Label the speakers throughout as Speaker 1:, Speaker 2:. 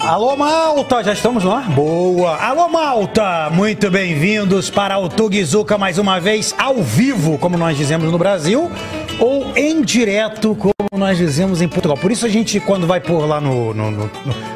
Speaker 1: Alô, malta! Já estamos no ar? Boa! Alô, malta! Muito bem-vindos para o Tugizuka mais uma vez, ao vivo, como nós dizemos no Brasil, ou em direto, como nós dizemos em Portugal. Por isso a gente, quando vai pôr lá no, no- no- no-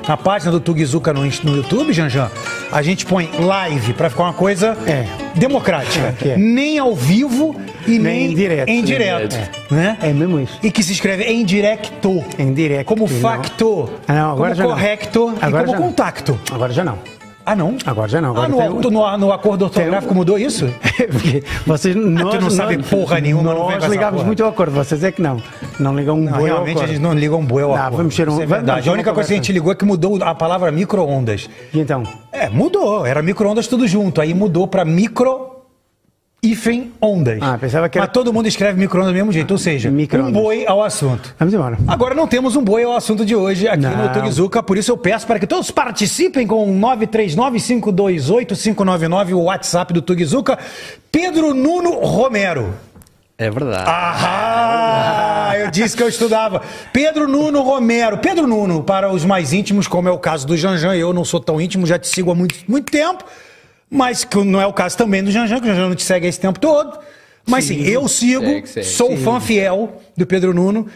Speaker 1: na página do Tugizuka no, no YouTube, Janjan, a gente põe live para ficar uma coisa
Speaker 2: É.
Speaker 1: democrática.
Speaker 2: É, é.
Speaker 1: Nem ao vivo e
Speaker 2: Nem
Speaker 1: nem,
Speaker 2: em direto.
Speaker 1: Em direto, né?
Speaker 2: É mesmo isso.
Speaker 1: E que se escreve em directo.
Speaker 2: Em direto.
Speaker 1: Como
Speaker 2: não.
Speaker 1: facto,
Speaker 2: Ah, não, agora já
Speaker 1: como
Speaker 2: não.
Speaker 1: correcto e
Speaker 2: Agora
Speaker 1: como
Speaker 2: já não.
Speaker 1: contacto.
Speaker 2: Agora já não.
Speaker 1: Ah, não?
Speaker 2: Agora já não, agora
Speaker 1: ah, no,
Speaker 2: tem um-
Speaker 1: no- no acordo ortográfico
Speaker 2: tem um-
Speaker 1: mudou isso?
Speaker 2: Porque vocês nós,
Speaker 1: não sabe
Speaker 2: nós-
Speaker 1: porra nenhuma, não vem com
Speaker 2: Nós
Speaker 1: essa
Speaker 2: ligávamos
Speaker 1: porra.
Speaker 2: muito ao acordo, vocês é que não. Não ligam um
Speaker 1: Não,
Speaker 2: boi ao
Speaker 1: Ah, realmente
Speaker 2: acordo.
Speaker 1: eles não ligam um boi ao
Speaker 2: Não,
Speaker 1: acordo.
Speaker 2: vamos tirar um-
Speaker 1: Isso é
Speaker 2: vamos-
Speaker 1: verdade.
Speaker 2: vamos
Speaker 1: a única coisa que a
Speaker 2: conversar.
Speaker 1: gente ligou é que mudou a palavra micro-ondas.
Speaker 2: E então?
Speaker 1: É, mudou. Era micro-ondas tudo junto. Aí mudou pra micro... Hífen ondas.
Speaker 2: Ah, pensava que era-
Speaker 1: Mas todo mundo escreve micro-ondas do mesmo jeito, ou seja, um
Speaker 2: Micro-ondas.
Speaker 1: boi ao assunto.
Speaker 2: Vamos embora.
Speaker 1: Agora não temos um boi ao assunto de hoje aqui
Speaker 2: Não.
Speaker 1: no Tugizuka, por isso eu peço para que todos participem com o 939-528-599, o WhatsApp do Tugizuka, Pedro Nuno Romero.
Speaker 3: É verdade.
Speaker 1: Ah, eu disse que eu estudava. Pedro Nuno Romero. Pedro Nuno, para os mais íntimos, como é o caso do Janjan, eu não sou tão íntimo, já te sigo há muito, muito tempo, mas que não é o caso também do Janjan, que o Janjan não te segue esse tempo todo. Mas sim, eu sigo,
Speaker 3: Segue, segue.
Speaker 1: sou um fã fiel do Pedro Nuno.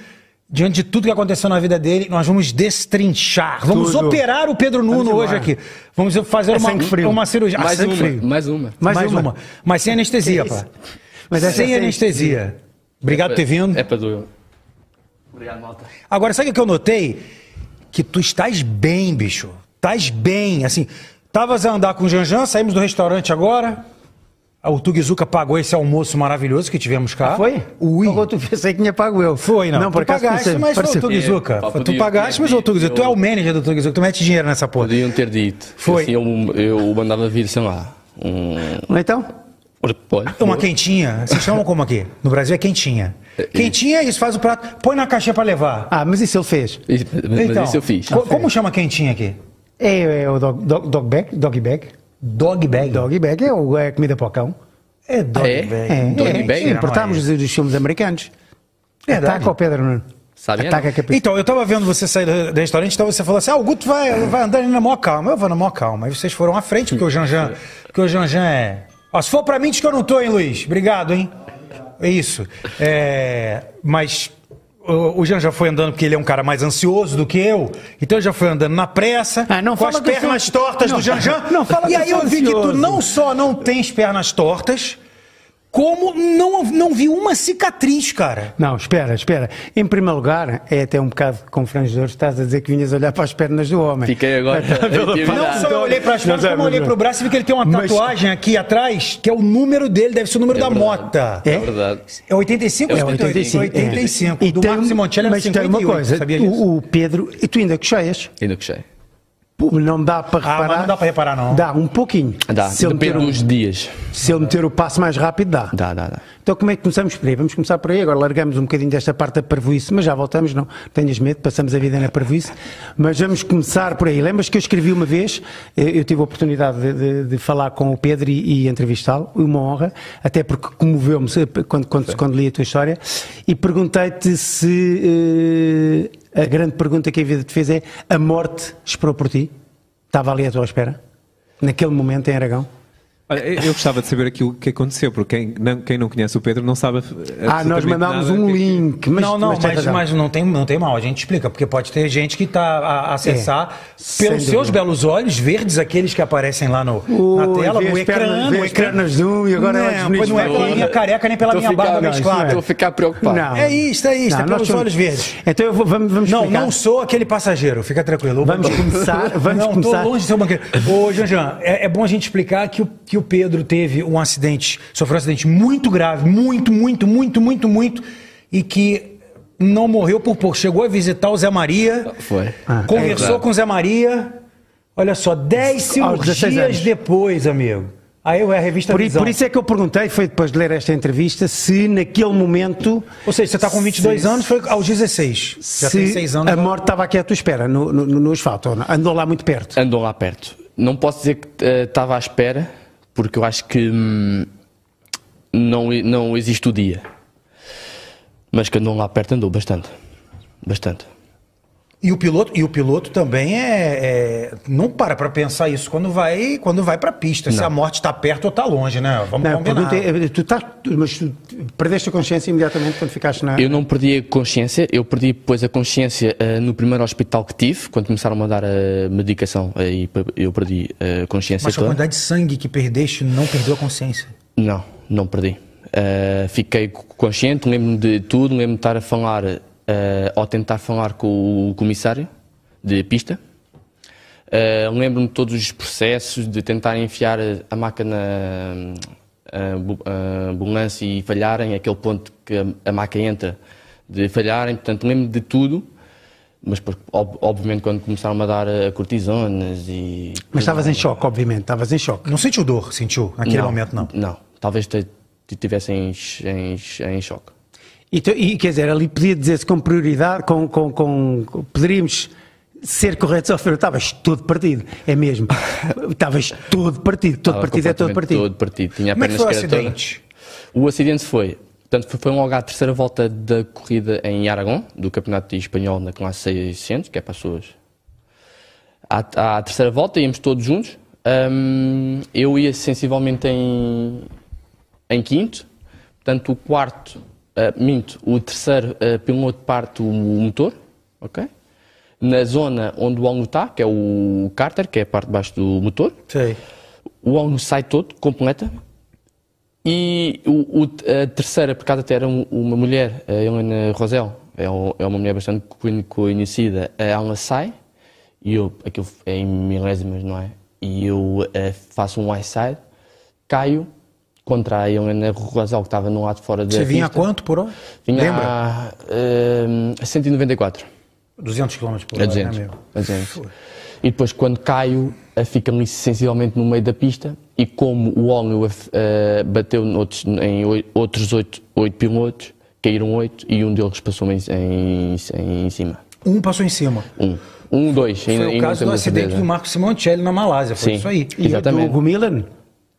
Speaker 1: Diante de tudo que aconteceu na vida dele, nós vamos destrinchar. Vamos
Speaker 2: Tudo.
Speaker 1: operar o Pedro Nuno
Speaker 2: embora.
Speaker 1: hoje aqui. Vamos fazer
Speaker 2: É sangue
Speaker 1: uma,
Speaker 2: frio.
Speaker 1: uma cirurgia. Ah,
Speaker 3: mais
Speaker 1: sangue
Speaker 3: uma,
Speaker 1: frio.
Speaker 3: mais uma.
Speaker 1: Mais,
Speaker 2: Mais
Speaker 1: uma.
Speaker 2: uma.
Speaker 1: Mas sem anestesia,
Speaker 2: Que
Speaker 1: pá.
Speaker 2: É isso? Mas essa
Speaker 1: sem
Speaker 2: é sem
Speaker 1: anestesia. Obrigado por ter vindo.
Speaker 3: É para doer. Obrigado, malta.
Speaker 1: Agora, sabe o que eu notei? Que tu estás bem, bicho. Estás bem, assim. Tavas a andar com o Janjan, saímos do restaurante agora. Ah, O Tugizuka pagou esse almoço maravilhoso que tivemos cá.
Speaker 2: Foi?
Speaker 1: Ui.
Speaker 2: Pagou, tu pensei que tinha pago eu.
Speaker 1: Foi, não.
Speaker 2: Não, por
Speaker 1: tu
Speaker 2: acaso
Speaker 1: pagaste,
Speaker 2: pensei,
Speaker 1: mas foi o
Speaker 2: pareceu.
Speaker 1: Tugizuka.
Speaker 3: É, papo
Speaker 1: tu
Speaker 3: de-
Speaker 1: pagaste, mas foi o
Speaker 3: de-
Speaker 1: Tugizuka. Tu é o
Speaker 3: de-
Speaker 1: manager do Tugizuka, tu mete dinheiro nessa porra.
Speaker 3: Podiam ter dito.
Speaker 1: Foi.
Speaker 3: Assim, eu, eu mandava vir, sei lá, um...
Speaker 2: Ou Então?
Speaker 3: Olha,
Speaker 1: Uma quentinha. Vocês chamam como aqui? No Brasil é quentinha. Quentinha é isso, faz o prato, põe na caixinha pra levar.
Speaker 2: Ah, mas isso ele fez.
Speaker 3: Isso- Mas
Speaker 1: Então,
Speaker 3: isso eu fiz.
Speaker 1: co- como chama quentinha aqui?
Speaker 2: É, é o dog, dog, dog bag? Dog bag?
Speaker 1: Hum. Dog bag.
Speaker 2: Dog bag é, o, é a comida para o cão.
Speaker 1: É dog
Speaker 3: É?
Speaker 1: bag.
Speaker 2: É,
Speaker 3: Dog
Speaker 2: é.
Speaker 3: bag?
Speaker 2: Sim, importámos os, os filmes americanos.
Speaker 1: Verdade.
Speaker 2: Ataca ao Pedro Nuno.
Speaker 3: Sabia,
Speaker 2: Ataca
Speaker 3: não?
Speaker 2: a capi-
Speaker 1: Então, eu tava vendo você sair do do restaurante, então você falou assim: ah, o Guto vai, vai andando na maior calma. Eu vou na maior calma. Aí vocês foram à frente, porque o Janjan. Porque o Janjan é. Ó, se for pra mim, diz que eu não tô, hein, Luiz? Obrigado, hein? É isso. É, mas o, o Janjan foi andando porque ele é um cara mais ansioso do que eu. Então ele já foi andando na pressa,
Speaker 2: Ah, não
Speaker 1: com
Speaker 2: fala
Speaker 1: as
Speaker 2: que eu sou-
Speaker 1: pernas tortas
Speaker 2: Não,
Speaker 1: do Janjan.
Speaker 2: não
Speaker 1: e
Speaker 2: fala que eu
Speaker 1: aí
Speaker 2: sou
Speaker 1: eu vi que tu
Speaker 2: ansioso.
Speaker 1: não só não tens pernas tortas, como não, não vi uma cicatriz, cara.
Speaker 2: Não, espera, espera. Em primeiro lugar, é até um bocado confrangedor, estás a dizer que vinhas olhar para as pernas do homem.
Speaker 3: Fiquei agora.
Speaker 1: Não só eu olhei para as pernas,
Speaker 2: É
Speaker 1: como
Speaker 2: Então, Não,
Speaker 1: eu
Speaker 2: não,
Speaker 1: olhei
Speaker 2: não.
Speaker 1: para o braço e vi que ele tem uma
Speaker 2: Mas-
Speaker 1: tatuagem aqui atrás, que é o número dele, deve ser o número da mota.
Speaker 3: É verdade.
Speaker 1: É 85?
Speaker 3: É
Speaker 1: É 85.
Speaker 3: 85,
Speaker 1: 85.
Speaker 2: E
Speaker 1: Do
Speaker 2: tem- um-
Speaker 1: Marcos é e Montelli era
Speaker 2: Mas tem
Speaker 1: 58,
Speaker 2: uma coisa,
Speaker 1: sabia disso?
Speaker 2: o, o Pedro, e tu ainda cocheias,
Speaker 3: Ainda cochei.
Speaker 2: Pô, não dá para
Speaker 1: Ah, mas
Speaker 2: reparar.
Speaker 1: não dá para reparar, não.
Speaker 2: Dá um pouquinho.
Speaker 3: Dá.
Speaker 2: Se ele, meter
Speaker 3: Depende
Speaker 1: um-
Speaker 2: o,
Speaker 3: dos dias.
Speaker 2: se ele meter o passo mais rápido, dá.
Speaker 3: Dá, dá, dá.
Speaker 2: Então como é que começamos por aí? Vamos começar por aí, agora largamos um bocadinho desta parte da parvoíce, mas já voltamos, não tenhas medo, passamos a vida na parvoíce, mas vamos começar por aí. Lembras que eu escrevi uma vez, eh, eu tive a oportunidade de, de- de falar com o Pedro e, e entrevistá-lo, uma honra, até porque comoveu-me se- quando, quando, quando li a tua história, e perguntei-te se eh, a grande pergunta que a vida te fez é, a morte esperou por ti? Estava ali à tua espera? Naquele momento em Aragão?
Speaker 4: Olha, eu eu gostava de saber aquilo que aconteceu, porque quem não, quem não conhece o Pedro não sabe.
Speaker 2: Ah, nós
Speaker 4: absolutamente
Speaker 2: mandámos
Speaker 4: nada
Speaker 2: um
Speaker 4: que- é.
Speaker 2: link, mas
Speaker 1: não, não,
Speaker 2: mas tá
Speaker 1: mas,
Speaker 2: tens razão.
Speaker 1: mas não, tem, não tem mal, a gente explica, porque pode ter gente que está a acessar
Speaker 2: É, sem
Speaker 1: pelos seus
Speaker 2: dúvida.
Speaker 1: belos olhos verdes, aqueles que aparecem lá no, na
Speaker 2: Ui,
Speaker 1: tela,
Speaker 2: vê
Speaker 1: no
Speaker 2: as
Speaker 1: ecrã.
Speaker 2: pernas-
Speaker 1: no
Speaker 2: vê as
Speaker 1: ecrã.
Speaker 2: pernas de um e agora
Speaker 1: não,
Speaker 2: é mais bonito
Speaker 1: pois não é
Speaker 2: que o
Speaker 1: pela
Speaker 2: outro.
Speaker 1: minha careca nem pela
Speaker 3: Estou a
Speaker 1: minha
Speaker 3: ficar-
Speaker 1: barba mais
Speaker 2: não,
Speaker 1: clara.
Speaker 3: Estou a ficar preocupado.
Speaker 2: Não.
Speaker 1: É isto, é isto, é
Speaker 2: nós
Speaker 1: pelos
Speaker 2: somos-
Speaker 1: olhos verdes.
Speaker 2: Então eu vou, vamos, vamos
Speaker 1: Não,
Speaker 2: explicar.
Speaker 1: não sou aquele passageiro, fica tranquilo.
Speaker 2: Vamos começar, vamos
Speaker 1: não,
Speaker 2: começar.
Speaker 1: tô longe de ser um banqueiro. Ô, Janjan, é, é bom a gente explicar que o, que o Pedro teve um acidente, sofreu um acidente muito grave, muito, muito, muito, muito, muito, e que não morreu por pouco. Chegou a visitar o Zé Maria,
Speaker 3: Foi.
Speaker 2: Ah,
Speaker 1: conversou
Speaker 3: é.
Speaker 1: com o Zé Maria, olha só, 10
Speaker 2: Aos 16
Speaker 1: cirurgias
Speaker 2: anos.
Speaker 1: depois, amigo. Aí eu é a revista
Speaker 2: Por, i-
Speaker 1: Visão.
Speaker 2: por isso é que eu perguntei, foi depois de ler esta entrevista, se naquele momento.
Speaker 1: Ou seja, você está com 22
Speaker 2: se-
Speaker 1: anos, foi aos 16. Já
Speaker 2: se é
Speaker 1: tem 6 anos.
Speaker 2: a morte estava aqui à tua espera, no, no, no asfalto, ou não? andou lá muito perto.
Speaker 3: Andam lá perto. Não posso dizer que eh, estava à espera, porque eu acho que hum, não, e- não existe o dia. Mas que andam lá perto andou bastante. Bastante.
Speaker 1: E o piloto, e o piloto também é, é- não para para pensar isso quando vai quando vai para pista, se a morte está perto ou está longe, né? Vamos
Speaker 2: Não, a
Speaker 1: combinar.
Speaker 2: pergunta é, tu estás, tu- mas tu perdeste a consciência imediatamente quando ficaste na.
Speaker 3: Eu não perdi a consciência, eu perdi depois a consciência eh, no primeiro hospital que tive, quando começaram a dar a medicação, aí pe- eu perdi eh, a consciência
Speaker 1: Mas a
Speaker 3: toda.
Speaker 1: quantidade de sangue que perdeste não perdeu a consciência.
Speaker 3: Não, não perdi. Eh, fiquei co- consciente, lembro-me de tudo, lembro-me de estar a falar, eh, ou tentar falar com o comissário de pista. Eh, lembro-me de todos os processos, de tentar enfiar a maca na a bu- a ambulância e falharem, aquele ponto que a- a maca entra, de falharem, portanto lembro-me de tudo. Mas, por- ob- obviamente, quando começaram a dar a cortisonas e.
Speaker 2: Mas estavas em choque, obviamente, estavas em choque.
Speaker 1: Não sentiu dor, sentiu naquele momento não.
Speaker 3: Não, talvez te, te tivesse em, ch- em ch- em choque.
Speaker 2: E, tu- e, quer dizer, ali podia dizer-se com prioridade, com, com, com- com- poderíamos ser corretos ao final. Estavas todo partido, é mesmo. Estavas todo partido, todo
Speaker 3: Estava
Speaker 2: partido é todo
Speaker 3: completamente
Speaker 2: partido.
Speaker 3: Todo partido. Tinha
Speaker 1: Como é que
Speaker 3: apenas
Speaker 1: foi o
Speaker 3: que era toda-
Speaker 1: acidente?
Speaker 3: O acidente foi, portanto, foi, foi logo à terceira volta da corrida em Aragão, do Campeonato Espanhol na classe 600, que é para as pessoas. À, à terceira volta íamos todos juntos. Hum, eu ia sensivelmente em, em quinto, portanto, o quarto, ah, minto, o terceiro ah, piloto parte o motor, ok? Na zona onde o aluno está, que é o cárter, que é a parte de baixo do motor,
Speaker 1: Sei.
Speaker 3: o ONU sai todo, completa. E o, o- a terceira, por acaso até era um- uma mulher, a Helena Rosel, é, um- é uma mulher bastante co- conhecida, eh, ela sai, e eu, aquilo é em milésimas, não é? E eu eh, faço um high side, caio contra a Helena Rosel, que estava no lado de fora da
Speaker 1: Você vinha a
Speaker 3: pista.
Speaker 1: quanto por hora?
Speaker 3: Vinha
Speaker 1: Lembra?
Speaker 3: a eh, 194.
Speaker 1: 200 km por
Speaker 3: A
Speaker 1: hora,
Speaker 3: 200.
Speaker 1: né, amigo?
Speaker 3: a 200. E depois, quando caio, eh, fica-me sensivelmente no meio da pista. E como o óleo eh, bateu noutros- em oi- outros oito oito pilotos, caíram oito e um deles passou em, em, em cima.
Speaker 1: Um passou em cima.
Speaker 3: Um. Um, dois.
Speaker 1: Foi
Speaker 3: ainda-
Speaker 1: o
Speaker 3: ainda
Speaker 1: caso
Speaker 3: não
Speaker 1: do
Speaker 3: tenho
Speaker 1: acidente
Speaker 3: certeza.
Speaker 1: do Marco Simoncelli na Malásia, foi
Speaker 3: Sim.
Speaker 1: isso aí.
Speaker 2: E o do
Speaker 3: Exatamente.
Speaker 2: Hugo Milan?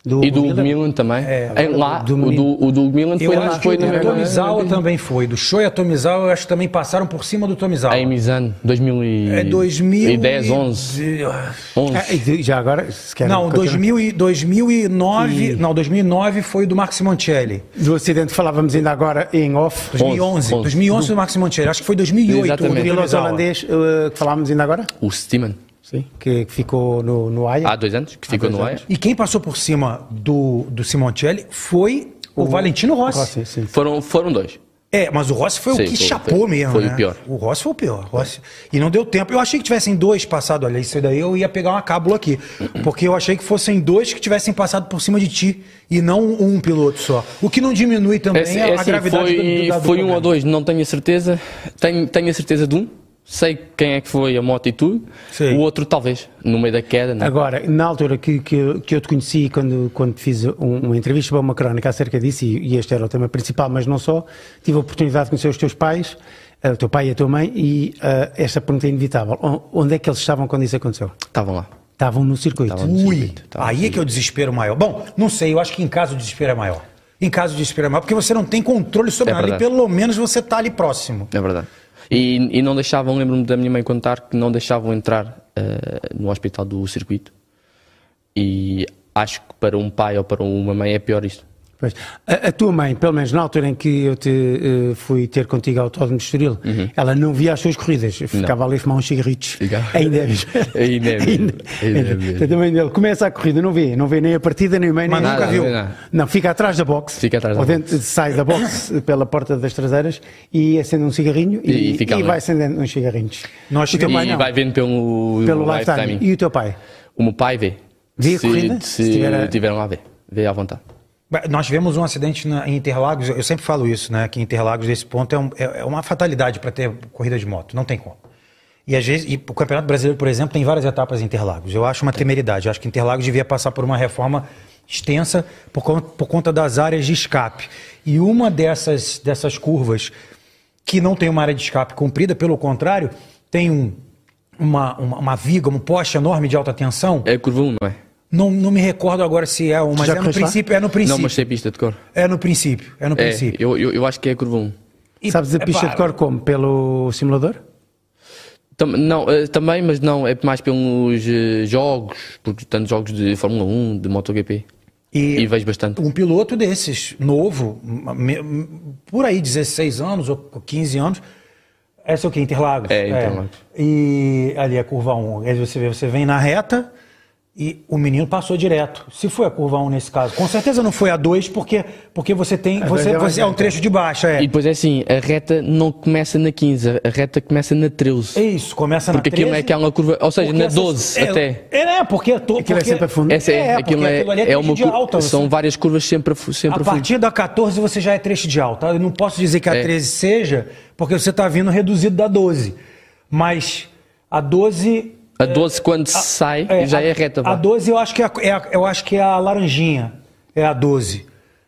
Speaker 3: E
Speaker 2: Hugo
Speaker 3: do Hugo Milan também. É, lá,
Speaker 2: do
Speaker 3: o do, o do Hugo Milan foi,
Speaker 1: Eu acho que
Speaker 3: foi
Speaker 1: o
Speaker 3: no
Speaker 1: do
Speaker 3: mesmo
Speaker 1: Tomizawa também foi. Do Shoya Tomizawa, eu acho que também passaram por cima do Tomizawa.
Speaker 3: Em Mizano, 2010,
Speaker 1: É 2010,
Speaker 3: 11. 11.
Speaker 1: É,
Speaker 2: Ah, e de- já agora, se quer
Speaker 1: Não,
Speaker 2: continuar.
Speaker 1: 2000 e- 2009. Não, 2009 foi do Marco Simoncelli.
Speaker 2: Do acidente falávamos ainda agora em off.
Speaker 1: 2011.
Speaker 3: 11.
Speaker 1: 2011 do Marco Simoncelli. Acho que foi 2008 o do
Speaker 3: Exatamente.
Speaker 2: Piloto
Speaker 1: Tomizawa.
Speaker 2: holandês eh, que falávamos ainda agora?
Speaker 3: O Steeman,
Speaker 2: Sim. Que, que ficou no, no Aia.
Speaker 3: há dois anos, que ficou
Speaker 2: dois
Speaker 3: no ar.
Speaker 2: anos.
Speaker 1: E quem passou por cima do, do Simoncelli foi o, Valentino
Speaker 3: Ah,
Speaker 1: Rossi.
Speaker 2: Rossi, Ah, sim.
Speaker 3: Foram, foram dois.
Speaker 1: É, mas o Rossi foi
Speaker 3: Sim,
Speaker 1: o que
Speaker 3: foi-
Speaker 1: chapou
Speaker 3: foi-
Speaker 1: mesmo,
Speaker 3: foi o
Speaker 1: né?
Speaker 3: pior.
Speaker 1: O Rossi foi o pior. Rossi. E não deu tempo. Eu achei que tivessem dois passado. Olha, isso daí eu ia pegar uma cábula aqui. Porque eu achei que fossem dois que tivessem passado por cima de ti e não um piloto só. O que não diminui também
Speaker 3: Esse-
Speaker 1: a, a
Speaker 3: esse
Speaker 1: gravidade
Speaker 3: foi,
Speaker 1: do, do, da- do
Speaker 3: foi um
Speaker 1: problema.
Speaker 3: ou dois, não tenho a certeza. Tenho, tenho a certeza de um. Sei quem é que foi a moto e tudo.
Speaker 1: Sim.
Speaker 3: O outro, talvez, no meio da queda. Não.
Speaker 2: Agora, na altura que, que, eu- que eu te conheci, quando, quando fiz um- uma entrevista para uma crónica acerca disso, e, e este era o tema principal, mas não só, tive a oportunidade de conhecer os teus pais, eh, o teu pai e a tua mãe, e eh, esta pergunta é inevitável. O- Onde é que eles estavam quando isso aconteceu?
Speaker 3: Estavam lá.
Speaker 2: Estavam no circuito.
Speaker 3: Estavam no
Speaker 1: Ui,
Speaker 3: circuito, estavam
Speaker 1: aí é que é o desespero maior. Bom, não sei, eu acho que em casa o desespero é maior. Em casa o desespero é maior, porque você não tem controle sobre
Speaker 3: É
Speaker 1: nada. E
Speaker 3: verdade.
Speaker 1: pelo menos você tá ali próximo.
Speaker 3: É verdade. E, e não deixavam, lembro-me da minha mãe contar que não deixavam entrar eh, no hospital do circuito. E acho que para um pai ou para uma mãe é pior isto.
Speaker 2: Pois. A, a tua mãe, pelo menos na altura em que eu te eh, fui ter contigo ao Autódromo de Estoril,
Speaker 3: Uhum.
Speaker 2: ela não via as suas corridas, ficava ali a fumar uns cigarritos.
Speaker 3: Ficava.
Speaker 2: Ainda é mesmo.
Speaker 3: Ainda é mesmo. Ainda é mesmo.
Speaker 2: Portanto, a mãe dele começa a corrida, não vê, não vê nem a partida, nem o meio, nem
Speaker 1: Mas nunca
Speaker 2: nada.
Speaker 1: viu.
Speaker 3: Nada.
Speaker 2: Não, fica atrás da box,
Speaker 3: Fica atrás da
Speaker 2: ou dentro, sai da box pela porta das traseiras e acende um cigarrinho e,
Speaker 3: E- e fica
Speaker 2: e
Speaker 3: ali.
Speaker 2: vai acendendo uns cigarrinhos.
Speaker 1: Nós
Speaker 2: o teu
Speaker 1: Também
Speaker 2: pai
Speaker 3: e
Speaker 2: não,
Speaker 3: vai vendo pelo,
Speaker 2: pelo
Speaker 3: live
Speaker 2: lifetime.
Speaker 3: timing.
Speaker 2: E o teu pai?
Speaker 3: O meu pai vê.
Speaker 2: Vê a corrida?
Speaker 3: Se,
Speaker 2: Se tiver a-
Speaker 3: tiveram lá, vê. Vê à vontade.
Speaker 1: Bem, Nós tivemos um acidente na- em Interlagos, eu sempre falo isso, né? Que Interlagos, nesse ponto, é, um- é- é uma fatalidade para ter corrida de moto, não tem como. E às vezes, e o Campeonato Brasileiro, por exemplo, tem várias etapas em Interlagos. Eu acho uma temeridade. Eu acho que Interlagos devia passar por uma reforma extensa por, con- por conta das áreas de escape. E uma dessas, dessas curvas que não tem uma área de escape comprida, pelo contrário, tem um- uma, uma, uma viga, um poste enorme de alta tensão.
Speaker 3: É curva 1, não é?
Speaker 1: Não, não me recordo agora se é uma, mas
Speaker 2: Já
Speaker 1: é no,
Speaker 2: correste lá?
Speaker 1: princípio, é no princípio.
Speaker 3: Não, mas sei pista de cor.
Speaker 1: É no princípio, é no
Speaker 3: É,
Speaker 1: princípio.
Speaker 3: eu, eu, eu acho que é a curva 1.
Speaker 1: E-
Speaker 2: Sabes a pista
Speaker 1: epá,
Speaker 2: de cor como? Pelo simulador?
Speaker 3: Tam- não, eh, também, mas não, é mais pelos eh, jogos, porque tanto jogos de Fórmula 1, de MotoGP.
Speaker 1: E-
Speaker 3: E, vejo bastante.
Speaker 1: Um piloto desses, novo, me- me- por aí 16 anos ou 15 anos, essa é o que? Interlagos?
Speaker 3: É, Interlagos.
Speaker 1: E ali a curva 1, aí você, vê, você vem na reta e o menino passou direto. Se foi a curva 1 nesse caso, com certeza não foi a 2, porque, porque você tem, você,
Speaker 2: é uma
Speaker 1: você é um
Speaker 2: reta.
Speaker 1: trecho de baixa, é.
Speaker 3: E depois é assim, a reta não começa na 15, a reta começa na 13.
Speaker 1: É isso, começa na
Speaker 3: Porque aquilo
Speaker 1: 13,
Speaker 3: é aquela curva, ou seja,
Speaker 1: porque
Speaker 3: na
Speaker 1: essas-
Speaker 3: 12
Speaker 1: é,
Speaker 3: até.
Speaker 1: É, né? porque... To,
Speaker 2: Aquilo é
Speaker 1: porque-
Speaker 2: sempre a fundo.
Speaker 3: Essa é,
Speaker 1: É, porque
Speaker 3: aquilo é,
Speaker 1: aquilo ali é
Speaker 3: é uma
Speaker 1: trecho de
Speaker 3: curva,
Speaker 1: alta, você-
Speaker 3: são várias curvas sempre a, fu- sempre
Speaker 1: A
Speaker 3: a fundo.
Speaker 1: partir da 14 você já é trecho de alta. Eu não posso dizer que a
Speaker 3: É.
Speaker 1: 13 seja, porque você está vindo reduzido da 12. Mas a 12.
Speaker 3: A 12 quando sai já é reta.
Speaker 1: A
Speaker 3: vá.
Speaker 1: 12 eu acho que é a, é a- eu acho que é a laranjinha. É a 12.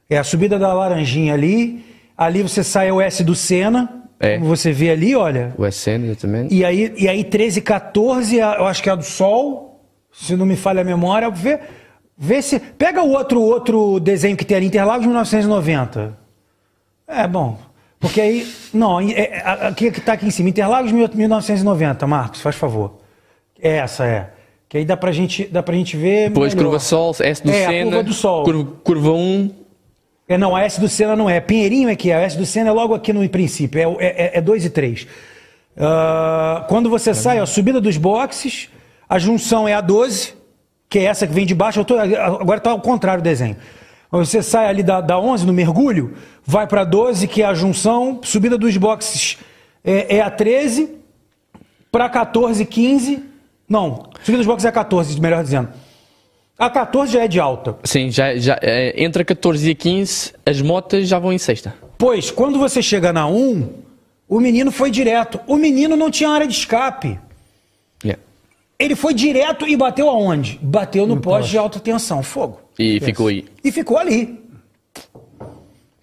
Speaker 1: É a subida da laranjinha ali. Ali você sai o S do Senna.
Speaker 3: É.
Speaker 1: Como você vê ali, olha.
Speaker 3: O SN exatamente.
Speaker 1: E aí, e aí 13, 14, a- eu acho que é a do Sol, se não me falha a memória. Vê, vê se. Pega o outro, outro desenho que tem ali, Interlagos de 1990. É, bom. Porque aí. Não, é- é- a- a- o que está aqui em cima? Interlagos de 1990, Marcos, faz favor. É Essa é. Que aí dá pra gente, dá pra gente ver.
Speaker 3: Depois
Speaker 1: é melhor.
Speaker 3: curva Sol, S do
Speaker 1: É, a
Speaker 3: Senna.
Speaker 1: curva do Sol.
Speaker 3: Curva, curva 1,
Speaker 1: É, não, a S do Senna não é. Pinheirinho é que é. A S do Senna é logo aqui no princípio. É 2 é, é dois e 3. quando você sai, ó, subida dos boxes, a junção é a 12, que é essa que vem de baixo. Eu tô- agora está ao contrário o desenho. Você sai ali da, da 11, no mergulho, vai para 12, que é a junção, subida dos boxes é, é a 13, para 14, 15. Não, subida dos boxes é a 14, melhor dizendo. A 14 já é de alta.
Speaker 3: sim, já, já, eh, entre a 14 e a 15, as motas já vão em sexta.
Speaker 1: Pois, quando você chega na 1, o menino foi direto. O menino não tinha área de escape.
Speaker 3: Yeah.
Speaker 1: Ele foi direto e bateu aonde? Bateu no poste de alta tensão, fogo.
Speaker 3: E ficou aí.
Speaker 1: E ficou ali.